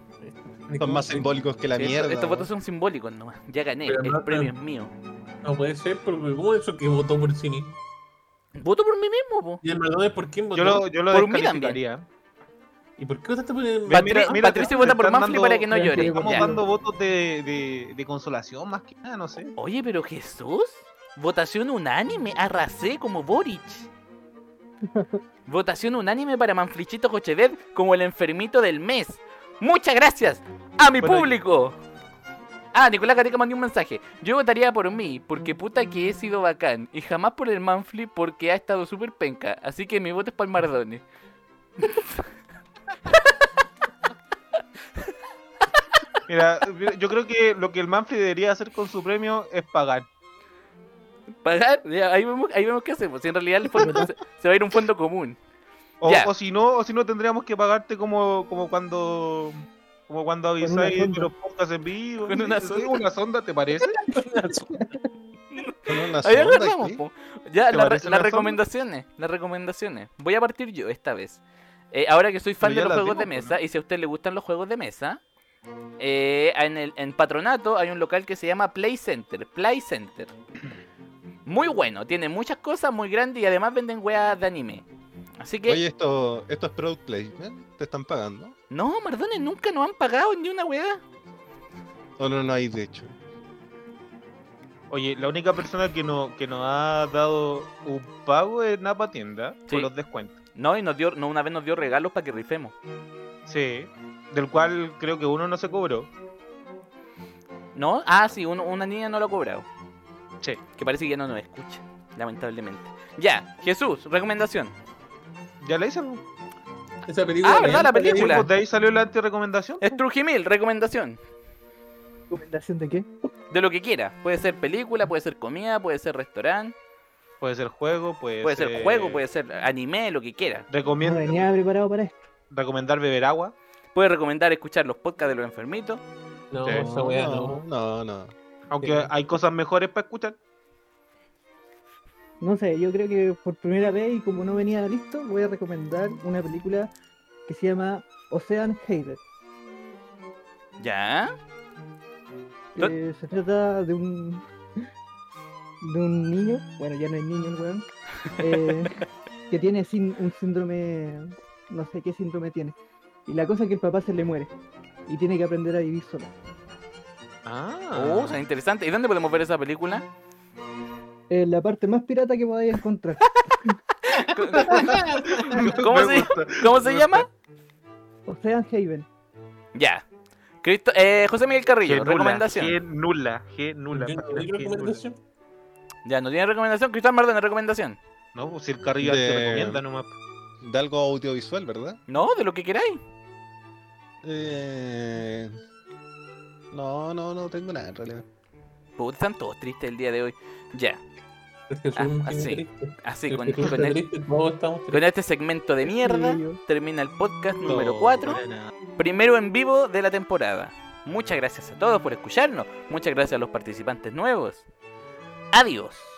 S2: Son más simbólicos que la
S1: si esto-
S2: mierda.
S1: estos votos
S2: weón.
S1: son simbólicos nomás. Ya gané,
S4: Pero
S1: el
S4: no-
S1: premio es mío.
S4: No puede ser, porque ¿cómo es eso que votó por sí mismo?
S1: Voto por mí mismo, po.
S4: ¿Y el Mardones por quién votó?
S3: Yo lo, yo lo
S1: Por mí
S3: descalificaría.
S4: ¿Y por qué votaste por
S3: Mira,
S4: el
S1: Patri-
S4: Manfred?
S3: mira, mira,
S1: Patricio
S3: te
S1: vota por
S3: están
S1: Manfly
S3: dando-
S1: para que no
S5: te
S1: llore.
S3: Estamos
S5: estamos
S1: Ya.
S3: dando votos de, de, de consolación más que nada, no sé.
S1: Oye, pero Jesús, votación unánime, arrasé como
S3: [LAUGHS]
S1: Boric. votación unánime para Manflichito Cochevet como el enfermito del mes. Muchas gracias a mi
S3: Bueno,
S1: público. Ah, Nicolás Gatica mandó un mensaje. Yo votaría por mí, porque puta que he sido bacán. Y jamás por el Manfli, porque ha estado súper penca. Así que mi voto es para el Mardone.
S3: Mira, yo creo que lo que el Manfred debería hacer con su premio es pagar.
S1: Pagar, ya, ahí, vemos, ahí vemos qué hacemos. Si en realidad el fondo se- se va a ir a un fondo común.
S3: O,
S1: Ya.
S3: o si no, o si no tendríamos que pagarte como, como cuando como cuando
S5: una
S3: avisáis de
S5: sonda.
S3: los podcasts en vivo.
S1: Con una
S3: Sí,
S1: sonda.
S3: una sonda, ¿te parece?
S2: Son una
S1: Ahí
S2: sonda,
S1: agarramos,
S2: ¿sí?
S1: po. Ya,
S3: ¿Te
S1: la re-
S3: parece una
S1: las
S3: sonda?
S1: recomendaciones, las recomendaciones. Voy a partir yo esta vez. Eh, ahora que soy fan
S3: Pero ya
S1: de los
S3: las pues,
S1: juegos de
S3: dimos,
S1: mesa, y si a usted le gustan los juegos de mesa, eh, en, el, en Patronato hay un local que se llama Play Center. Play Center. Muy bueno, tiene muchas cosas, muy grande y además venden weas de anime. Así que,
S2: Oye, esto, esto es product placement, te están pagando.
S1: no, Mardones, nunca nos han pagado ni una weá.
S2: Solo no hay de hecho.
S3: Oye, la única persona que, no, que nos ha dado un pago es Napa Tienda
S1: Sí.
S3: por los descuentos.
S1: No, y nos dio, no, una vez nos dio regalos para que rifemos.
S3: Sí. Del cual creo que uno no se cobró.
S1: ¿No? Ah, sí, uno- una niña no lo ha cobrado.
S3: Sí.
S1: Que parece que ya no nos escucha, lamentablemente. Ya, Jesús, recomendación.
S3: Ya la hice. po.
S4: Esa película.
S1: Ah, ¿verdad? La
S4: lenta,
S1: película.
S3: De ahí salió la antirecomendación.
S1: Strujimil, recomendación.
S5: ¿Recomendación de qué?
S1: De lo que quiera. Puede ser película, puede ser comida, puede ser restaurante,
S3: Puede ser eh, juego, puede,
S1: puede ser juego, puede ser anime, lo que quiera.
S5: No
S3: Recomienda,
S5: venía preparado para esto.
S3: recomendar beber agua.
S1: Puede recomendar escuchar los podcasts de los enfermitos.
S4: No,
S3: Sí.
S4: esa weá no.
S2: no, no.
S3: Aunque
S4: Sí.
S3: hay cosas mejores para escuchar.
S5: No sé, yo creo que por primera vez y como no venía listo, voy a recomendar una película que se llama Ocean Hater.
S1: Ya. Tot-
S5: Eh, se trata de un de un niño, bueno ya no es niño el weón, eh, que tiene sin, un síndrome, no sé qué síndrome tiene. Y la cosa es que el papá se le muere y tiene que aprender a vivir solo.
S3: Ah.
S1: Oh,
S3: [LAUGHS]
S1: o sea, interesante. ¿Y dónde podemos ver esa película?
S5: Eh, la parte más pirata que podáis encontrar.
S1: ¿Cómo
S3: Me
S1: se-
S3: gusta.
S1: ¿Cómo se llama?
S5: Ocean Haven.
S1: Ya. Cristo- eh, José Miguel Carrillo,
S3: G nula,
S1: recomendación.
S3: G nula, G nula,
S4: Yo no
S3: página
S4: doy
S3: G nula.
S4: recomendación.
S1: Ya, no tiene recomendación. Cristóbal Mardones, recomendación.
S3: No, pues si el carrillo se
S2: De-
S3: recomienda nomás.
S2: De algo audiovisual, ¿verdad?
S1: No, de lo que queráis.
S2: Eh... No, no, no tengo nada en realidad.
S1: Puta, están todos tristes el día de hoy. Ya.
S4: Es que
S1: Ah,
S4: soy un
S1: ah,
S4: tipo
S1: sí.
S4: triste.
S1: Así,
S4: Es
S1: con,
S4: que tú
S1: con
S4: estás
S1: el-
S4: triste, todos estamos tristes.
S1: con este segmento de mierda,
S5: Sí, yo-
S1: termina el podcast
S2: No,
S1: número 4.
S3: para nada.
S1: primero en vivo de la temporada. Muchas gracias a todos por escucharnos. Muchas gracias a los participantes nuevos. Adiós.